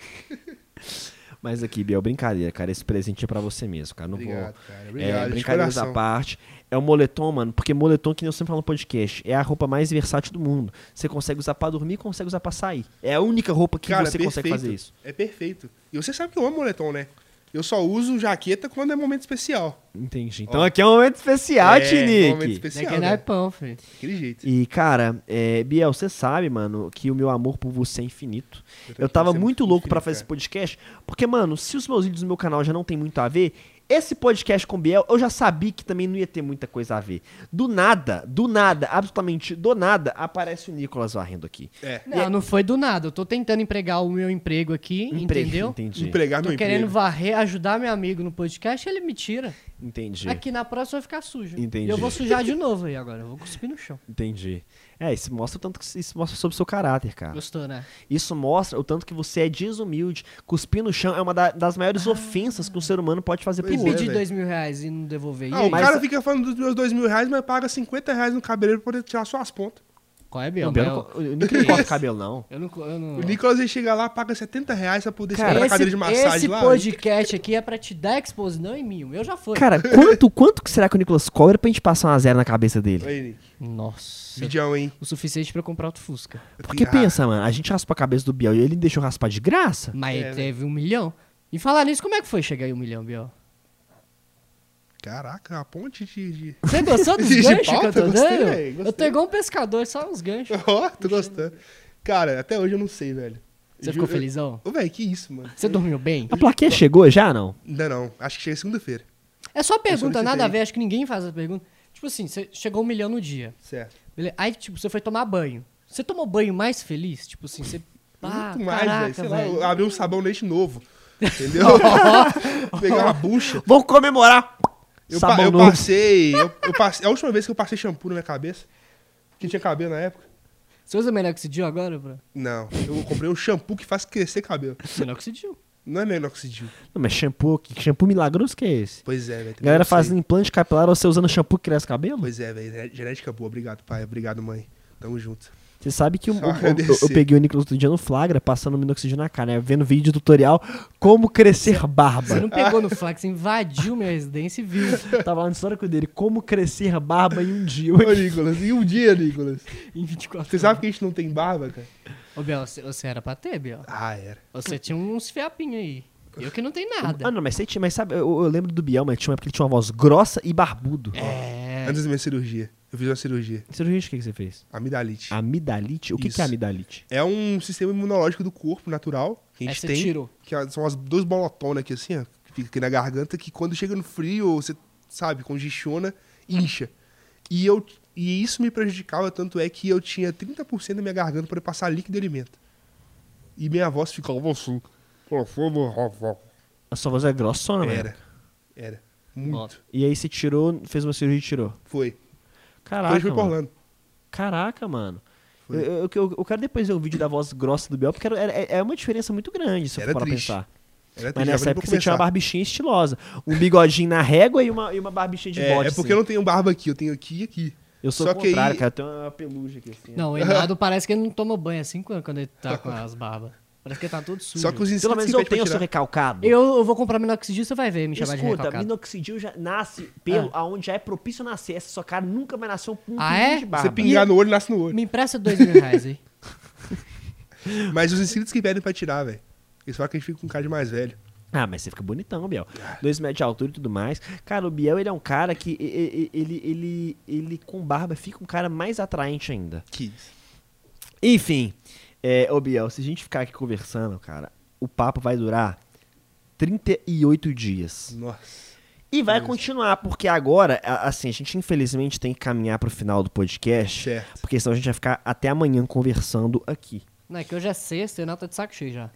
Mas aqui, Biel, brincadeira, cara. Esse presente é pra você mesmo, cara. Não
Obrigado,
vou.
cara. Obrigado,
é,
de
brincadeiras à
coração.
parte. É um moletom, mano, porque moletom, que nem eu sempre falo no podcast, é a roupa mais versátil do mundo. Você consegue usar pra dormir, consegue usar pra sair. É a única roupa que
Cara,
você
perfeito.
consegue fazer isso.
É perfeito. E você sabe que eu amo moletom, né? Eu só uso jaqueta quando é momento especial.
Entendi. Então aqui é um momento especial,
é,
Tinique.
momento
Daqui
especial,
é
né?
pão, filho.
Daquele jeito.
E, cara, é, Biel, você sabe, mano, que o meu amor por você é infinito.
Eu
Eu
também,
tava
você é
muito
muito
louco pra
infinito,
fazer esse
cara.
podcast, porque, mano, se os meus vídeos no meu canal já não tem muito a ver, esse podcast com o Biel, eu já sabia que também não ia ter muita coisa a ver. Do nada, do nada, absolutamente do nada, aparece o Nicolas varrendo aqui.
É.
Não, não foi do nada. Eu tô tentando empregar o meu emprego aqui,
Empre-
entendeu?
Entendi.
Empregar
Tô
meu
querendo
emprego.
varrer, ajudar meu amigo no podcast, ele me tira.
Entendi.
Aqui na próxima vai ficar sujo.
Entendi.
E eu vou sujar de novo aí agora. Eu vou cuspir no chão.
Entendi. É, isso mostra o tanto que isso mostra sobre o seu caráter, cara.
Gostou, né?
Isso mostra o tanto que você é desumilde. Cuspir no chão é uma da- das maiores ofensas que um ser humano pode fazer pro
Pois
E
é,
outro.
pedir
velho.
dois mil reais e não devolver. E
Ah, o
aí?
Mas-
cara fica falando dos meus dois mil reais, mas paga 50 reais no cabeleireiro pra poder tirar suas pontas.
Qual é,
Não,
Biel?
Biel,
Mas
não,
eu-
co- o Nicolas não corta o cabelo, não.
Eu não. co- Eu não...
um O Nicolas ele chega lá, paga 70 reais pra poder
Cara,
sentar na
esse,
cadeira de massagem
esse
lá.
podcast aqui é pra te dar expose, não em mim. O meu já foi.
Cara, quanto, quanto que será que o Nicolas cobra pra gente passar uma zero na cabeça dele?
Aí, Nick.
Nossa.
Vidião, hein?
O suficiente pra eu comprar outro Fusca.
Porque
Ah,
pensa, mano, a gente raspa a cabeça do Biel e ele deixou raspar de graça?
Mas
É, né?
teve um milhão. E falar nisso, como é que foi chegar em um milhão, Biel?
Caraca, a ponte de. de-
Você gostou dos
De
ganchos que
pauta?
eu tô
Gostei,
dando?
velho,
Eu tô
gostei.
igual um pescador, só uns ganchos.
Ó, tô gostando. Cara, até hoje eu não sei, velho.
Você ficou
Ju-
felizão?
Ô, velho, que isso, mano.
Você dormiu bem?
A plaquinha chegou já, não?
Ainda não. Acho que chega segunda-feira.
É só pergunta,
solicitei.
nada a ver, acho que ninguém faz essa pergunta. Tipo assim, você chegou um milhão no dia.
Certo.
beleza? Aí, tipo, você foi tomar banho. Você tomou banho mais feliz? Tipo assim, você. Ah,
Muito mais, velho. Sei lá, eu abri um sabão leite novo. Entendeu? Pegar uma bucha.
Vamos comemorar!
Eu, pa-
Sabão
eu
novo.
passei. Eu, eu passei. A última vez que eu passei shampoo na minha cabeça. Que tinha cabelo na época.
Você usa minoxidil agora, bro?
Não. Eu comprei um shampoo que faz crescer cabelo.
Minoxidil.
Não é minoxidil.
Não, mas shampoo, que shampoo milagroso que é esse?
Pois é, velho.
A galera
Eu sei.
fazendo implante capilar, você usando shampoo que cresce cabelo?
Pois é, velho. Genética boa. Obrigado, pai. Obrigado, mãe. Tamo junto.
Você sabe que o-
Só
o- o- eu,
agradecer.
peguei o Nicolas outro dia no flagra, passando minoxidil na cara, né? Vendo vídeo tutorial como crescer
Você não
barba.
pegou no flax, você invadiu minha residência e viu.
Tava lá no histórico dele, como crescer barba em um dia.
Ô, Nicolas. E um dia, Nicolas?
Em 24
Você sabe que a gente não tem barba, cara?
Ô, Biel, você, você era pra ter, Biel.
Ah, era.
Você tinha uns fiapinhos aí. Eu que não tenho nada.
Ah, não, mas, você tinha, mas sabe, eu, eu lembro do Biel, mas tinha uma época que ele tinha uma voz grossa e barbudo.
É.
Antes da minha cirurgia. Eu fiz uma cirurgia.
Cirurgia, o que, que você fez?
Amidalite.
Amidalite? O que,
Isso.
que é amidalite?
É um sistema imunológico do corpo natural que a
Aí
gente
você
tem.
tirou.
Que é- são as duas bolotonas aqui assim, ó, que fica aqui na garganta, que quando chega no frio, você sabe, congestiona, incha. E eu e isso me prejudicava, tanto é que eu tinha 30% da minha garganta para passar líquido e alimento. e minha voz ficava assim. você.
A sua voz é grossona, velho.
Era. Era. Muito.
E aí você tirou, fez uma cirurgia e tirou.
Foi.
Caraca,
Depois foi pra
mano.
Orlando.
Caraca, mano. Eu,
Foi.
eu, eu- eu quero depois ver o vídeo da voz grossa do Biel, porque era- era- é uma diferença muito grande, se eu
Era
for parar pra
triste.
pensar. Mas
Era É, triste,
nessa
tava indo
época você tinha uma
começar.
barbichinha estilosa. Um bigodinho na régua e uma, e uma barbichinha de
é,
bode. assim.
É porque eu não tenho barba aqui, eu tenho aqui e aqui.
Eu sou
Só
o
que aí-
contrário, cara. Eu tenho uma peluja aqui assim.
Não, o Enado parece que ele não toma banho há 5 anos quando ele tá com as barbas. Parece que ele tá todo sujo.
Só que
Pelo
os
menos
inscritos
eu tenho,
que pede
eu sou
pra tirar.
recalcado.
eu, eu vou comprar minoxidil, você vai ver me chamar de
Escuta,
recalcado.
minoxidil já nasce pelo aonde já é propício nascer. Essa sua cara nunca vai nascer um pinguinho
Ah, é?
de
Você
barba.
pingar no olho, nasce no olho.
Me empresta dois mil reais aí.
Mas os inscritos que pedem pra tirar, velho. Eles falam que a gente fica com cara de mais velho.
Ah, mas você fica bonitão, Biel. Dois metros de altura e tudo mais. Cara, o Biel, ele é um cara que e- e- e- ele, ele, ele com barba fica um cara mais atraente ainda.
Que
Enfim, é, ô Biel, se a gente ficar aqui conversando, cara, o papo vai durar 38 dias.
Nossa.
E vai continuar, porque agora, a- assim, a gente infelizmente tem que caminhar pro final do podcast.
Certo.
Porque senão a gente vai ficar até amanhã conversando aqui.
Não, é que hoje é sexta e o Enado tá de saco cheio já.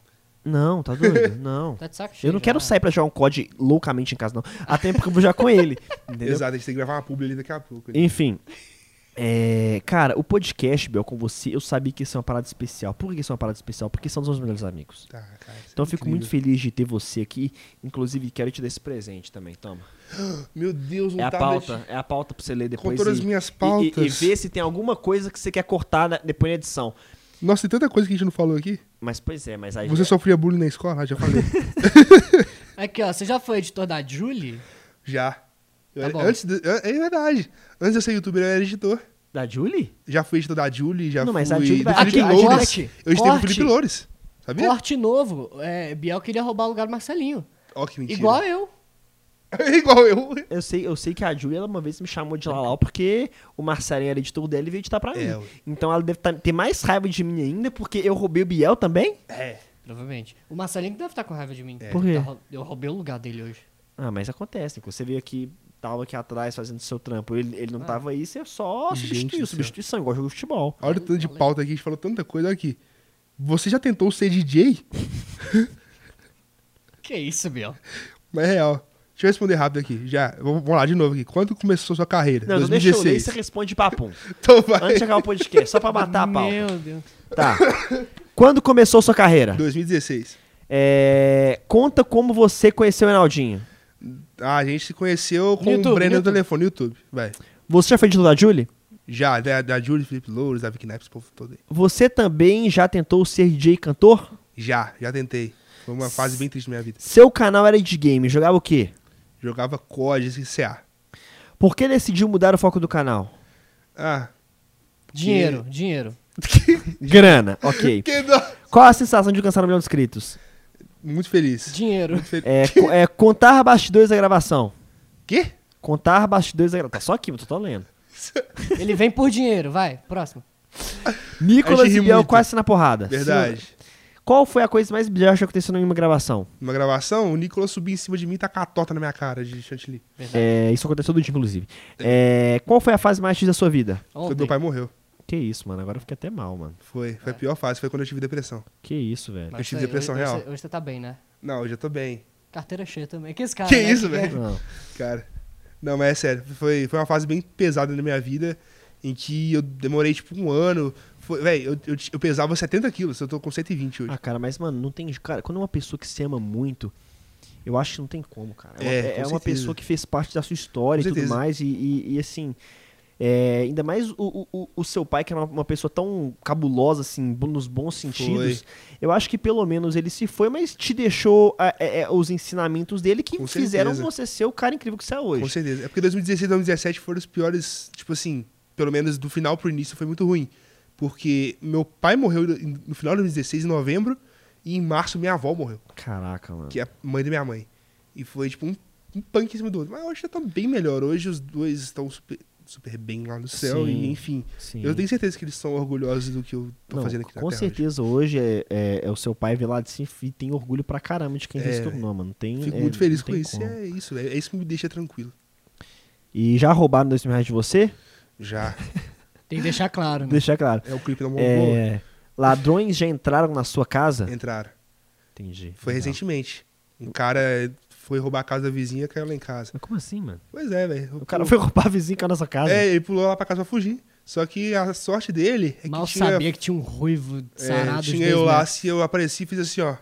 Não, tá doido? Não.
Tá de saco cheio
Eu não
já.
quero sair pra jogar um COD loucamente em casa, não. Até porque eu vou já com ele. Entendeu?
Exato, a gente tem que gravar uma publi ali daqui a pouco. né?
Enfim. é, cara, o podcast, Bel, com você, eu sabia que isso é uma parada especial. Por que isso é uma parada especial? Porque são os meus melhores amigos.
Tá, cara, isso é
Então eu fico
incrível.
muito feliz de ter você aqui. Inclusive, quero te dar esse presente também, toma.
Meu Deus, um
É a
tablet.
pauta, é a pauta pra você ler depois.
todas
e-
as minhas
e- e- E,
pautas.
ver se tem alguma coisa que você quer cortar na- depois na edição.
Nossa, tem tanta coisa que a gente não falou aqui.
Mas pois é, mas aí.
Você sofria bullying na escola? Ah, Já falei.
Aqui, ó, você já foi editor da Julie?
já. Eu
Tá
era-
bom.
antes do- é é verdade. Antes de eu ser youtuber, eu era editor.
Da Julie?
Já fui editor da Julie, já
Não,
fui
mas a Julie
do
vai-
Felipe
a Julie-
Loures.
corte,
eu editei pro
corte.
Felipe Loures. Sabia?
Corte novo. É, Biel queria roubar o lugar do Marcelinho.
Ó, que mentira.
Igual eu.
Igual eu.
Eu sei, eu sei que a Julia ela uma vez me chamou de Lalau porque o Marcelinho era editor dela e veio editar pra mim.
Uhum. É, ué.
Então ela deve tá- ter mais raiva de mim ainda porque eu roubei o Biel também.
É.
Provavelmente. O Marcelinho que deve estar com raiva de mim.
Por quê?
Tá rou- Eu roubei o lugar dele hoje.
Ah, mas acontece. Nico. Você veio aqui, tava aqui atrás fazendo seu trampo. Ele, ele não tava aí, você é só
Gente
substituiu.
do céu.
Substituição, igual jogo de futebol.
Olha o tanto de pauta aqui, a gente falou tanta coisa Olha aqui. Você já tentou ser DJ?
Que isso, Biel?
Mas é real. Deixa eu responder rápido aqui. Já. Vamos vamos lá de novo aqui. Quando começou sua carreira?
Não, então deixa eu ler e
2016.
você responde papum.
Então vai.
Antes de acabar o podcast, só pra matar a pau.
Meu Deus.
Tá. Quando começou sua carreira?
2016.
É, conta como você conheceu o Enaldinho.
Ah, a gente se conheceu com
No YouTube,
o Breno
no
no
YouTube.
telefone, no YouTube. Vai.
Você já foi editor da Julie?
Já, da, da Júlia, Felipe Louros, da Vicky Naps, povo todo aí.
Você também já tentou ser DJ e cantor?
Já, já tentei. Foi uma fase bem triste da minha vida.
Seu canal era de game, jogava o quê?
Jogava COD e CA.
Por que decidiu mudar o foco do canal?
Ah.
Dinheiro, dinheiro.
Grana, ok.
Que dó.
Qual a sensação de alcançar um milhão de inscritos?
Muito feliz.
Dinheiro.
Muito feliz.
É, co- é, contar bastidores da gravação.
Quê?
Contar bastidores da gravação. Tá só aqui, eu tô só lendo.
Ele vem por dinheiro, vai. Próximo.
Nicolas
ri
e Biel
muito.
quase na porrada.
Verdade.
Qual foi a coisa mais bizarra que aconteceu em uma gravação?
Numa gravação, o Nicolas subiu em cima de mim e tacou a torta na minha cara de chantilly.
É, isso aconteceu todo dia, inclusive. É, qual foi a fase mais difícil da sua vida?
Quando
Ontem.
É, meu pai morreu.
Que isso, mano. Agora eu fiquei até mal, mano.
Foi. Foi a pior fase, foi quando eu tive depressão.
Que isso, velho.
Mas
Eu tive
isso aí,
depressão
hoje- hoje
real.
você- Hoje você tá bem, né?
Não, hoje eu tô bem.
Carteira cheia também. Que esse cara,
que
né,
isso,
quer-
velho?
Não.
Cara. Não, mas é sério. Foi, foi uma fase bem pesada na minha vida, em que eu demorei tipo um ano. Foi, velho, eu, eu, eu pesava 70 quilos, eu tô com 120 hoje.
Ah, cara, mas, mano, não tem. Cara, quando uma pessoa que se ama muito, eu acho que não tem como, cara. É, uma-
É,
é-
com
é uma
certeza.
pessoa que fez parte da sua história
Com
e tudo
certeza.
mais. E, e- e, assim. é, ainda mais o, o- o- o seu pai, que era uma, uma pessoa tão cabulosa, assim, bo- nos bons sentidos. Eu acho que pelo menos ele se foi, mas te deixou ah, é, é, os ensinamentos dele que
Com
fizeram
certeza.
você ser o cara incrível que você é
Com
hoje.
certeza. É porque 2016 e 2017 foram os piores, tipo assim, pelo menos do final pro início foi muito ruim. Porque meu pai morreu em- no final de 2016, em novembro, e em março minha avó morreu,
Caraca, mano.
que é a mãe da minha mãe. E foi tipo um, um punk em cima do outro. Mas hoje já tá bem melhor. Hoje os dois estão super, super bem lá no céu,
Sim.
e enfim.
Sim.
Eu tenho certeza que eles são orgulhosos do que eu tô
Não,
fazendo aqui na
com
Terra
certeza hoje, é, é- é o seu pai ver lá de cima e tem orgulho pra caramba de quem você se
É,
tornou, mano. Tem,
hoje. Fico
é,
muito feliz
não
com
tem
isso. e
como.
É isso, é, é isso que me deixa tranquilo.
E já roubaram dois mil reais de você?
Já.
Tem que deixar claro, né?
Deixar claro.
É o clipe da Mongolia.
É, Ladrões já entraram na sua casa?
Entraram.
Entendi.
Foi
Legal.
recentemente. Um cara foi roubar a casa da vizinha e caiu lá em casa.
Mas como assim, mano?
Pois é, velho.
O cara foi roubar a vizinha que era na sua casa.
É, ele pulou lá pra casa pra fugir. Só que a sorte dele é
Mal
que tinha,
sabia que tinha um ruivo
é,
sarado de
tinha
dois
eu lá,
metros.
se eu apareci e fiz assim, ó.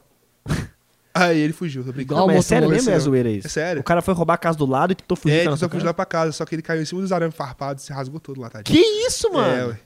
Aí ele fugiu, tô brincando.
Não,
Igual
mas é sério
motor
mesmo? É
comercial.
zoeira isso?
É sério.
O cara foi roubar a casa do lado e tentou fugir.
é,
com
ele
a nossa
tentou fugir
cara?
lá pra casa, só que ele caiu em cima dos arames farpados e se rasgou todo lá, tadinho.
Que isso,
É,
mano?
ué.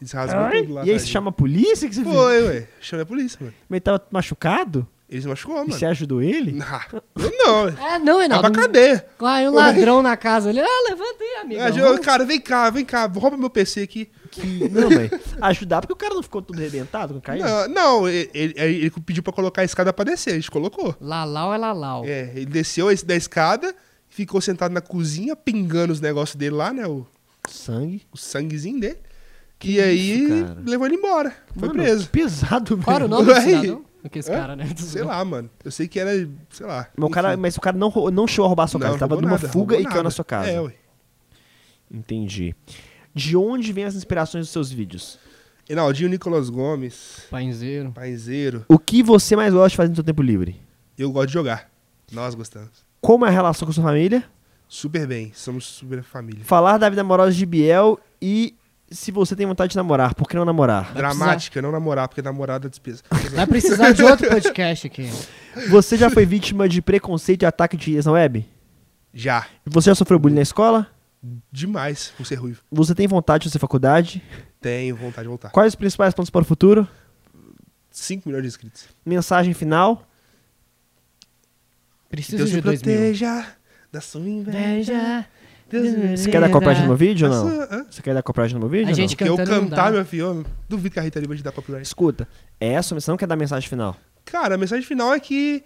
Ele se rasgou todo lá,
e aí,
tadinho.
você chama a polícia? Que você fez?
Foi, ué. Chama a polícia, mano.
Mas ele tava machucado?
Ele se machucou,
E
mano.
você ajudou ele?
Ah, eu não, ué.
Ah, não,
Tava
Reinaldo.
pra
não-
cadeia.
Ah, e um ladrão na casa ali. Ah, levanta aí, amigo.
Aí É, eu, cara, vem cá, vem cá, rouba meu PC aqui.
Que- Não, mas ajudar porque o cara não ficou todo arrebentado quando caiu?
Não, não, ele, ele- ele pediu pra colocar a escada pra descer, a gente colocou.
Lalau é Lalau.
É, ele desceu es- da escada, ficou sentado na cozinha, pingando os negócios dele lá, né? O,
Sangue.
o sanguezinho dele. e aí
cara?
levou ele embora. Foi
Mano,
preso.
que Pesado, velho.
Qual era o nome do
Ué.
cidadão? Aqueles
Hã?
cara, né? Tô
Sei
zoando.
lá, mano. Eu sei que era, sei lá.
Mas o, cara,
Enfim.
mas o cara não, rou- não chegou a roubar a sua
Não,
casa, tava
roubou
numa
nada,
fuga
roubou
e caiu
nada.
na sua casa.
É, ué.
Entendi. De onde vem as inspirações dos seus vídeos?
Reinaldinho Nicolas Gomes,
Paizeiro.
Painzeiro.
O que você mais gosta de fazer no seu tempo livre?
Eu gosto de jogar. Nós gostamos.
Como é a relação com sua família?
Super bem, somos super família.
Falar da vida amorosa de Biel e se você tem vontade de namorar, por que não namorar?
Dramática, não namorar, porque namorada é despesa.
Vai precisar de outro podcast aqui.
Você já foi vítima de preconceito e ataque de ex na web?
Já.
Você já sofreu bullying na escola?
Demais por ser ruivo.
Você tem vontade de fazer faculdade?
Tenho vontade de voltar.
Quais os principais planos para o futuro?
5 milhões de inscritos.
Mensagem final?
Que
Preciso
Deus
de
te
dois mil.
proteja da sua inveja.
Veja.
Deus me
Você quer dar copragem no meu vídeo ou não?
Essa- é. hã?
Você quer dar copragem no meu vídeo?
A
ou
gente
não?
Porque eu
Cantando não dá.
cantar, meu filho, eu duvido que a Rita Lee vai te dar copyright.
Escuta, é essa a missão que é dar mensagem final.
Cara, a mensagem final é que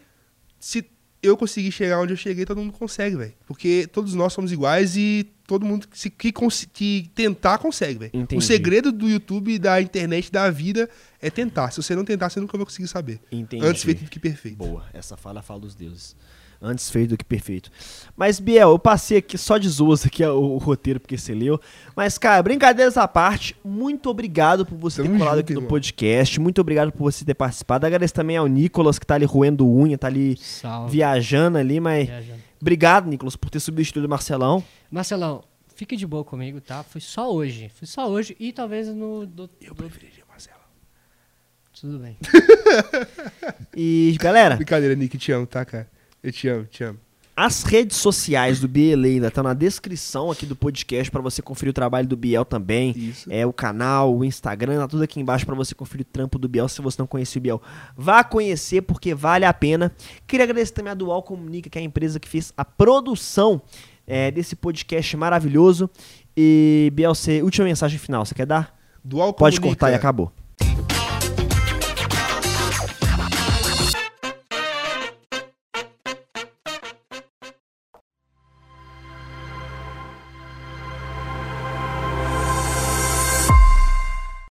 se eu conseguir chegar onde eu cheguei, todo mundo consegue, velho. Porque todos nós somos iguais e todo mundo que, se- que, cons- que tentar consegue, velho.
Entendi.
O segredo do YouTube, da internet, da vida é tentar. Se você não tentar, você nunca vai conseguir saber.
Entendi.
Antes feito do que perfeito.
Boa, essa fala é a fala dos deuses. Antes feito do que perfeito. Mas, Biel, eu passei aqui só de zoas aqui ó, o, o roteiro, porque você leu. Mas, cara, brincadeiras à parte, muito obrigado por você ter
Tamo
colado
junto,
aqui no
irmão.
podcast. Muito obrigado por você ter participado. Agradeço também ao Nicolas, que tá ali roendo unha, tá ali
Salve.
viajando ali, mas.
Viajando.
Obrigado, Nicolas, por ter substituído o Marcelão.
Marcelão, fique de boa comigo, tá? Foi só hoje. Foi só hoje e talvez no. do-
Eu preferiria, Marcelo.
Tudo bem.
E, galera,
Brincadeira, Nick, te amo, tá, cara? Eu te amo, te amo.
As redes sociais do Biel ainda estão tá na descrição aqui do podcast para você conferir o trabalho do Biel também.
Isso.
É o canal, o Instagram, tá tudo aqui embaixo para você conferir o trampo do Biel. Se você não conhece o Biel, vá conhecer porque vale a pena. Queria agradecer também a Dual Comunica, que é a empresa que fez a produção é, desse podcast maravilhoso. E Biel, você, última mensagem final, você quer dar?
Dual
Pode
Comunica.
cortar e acabou.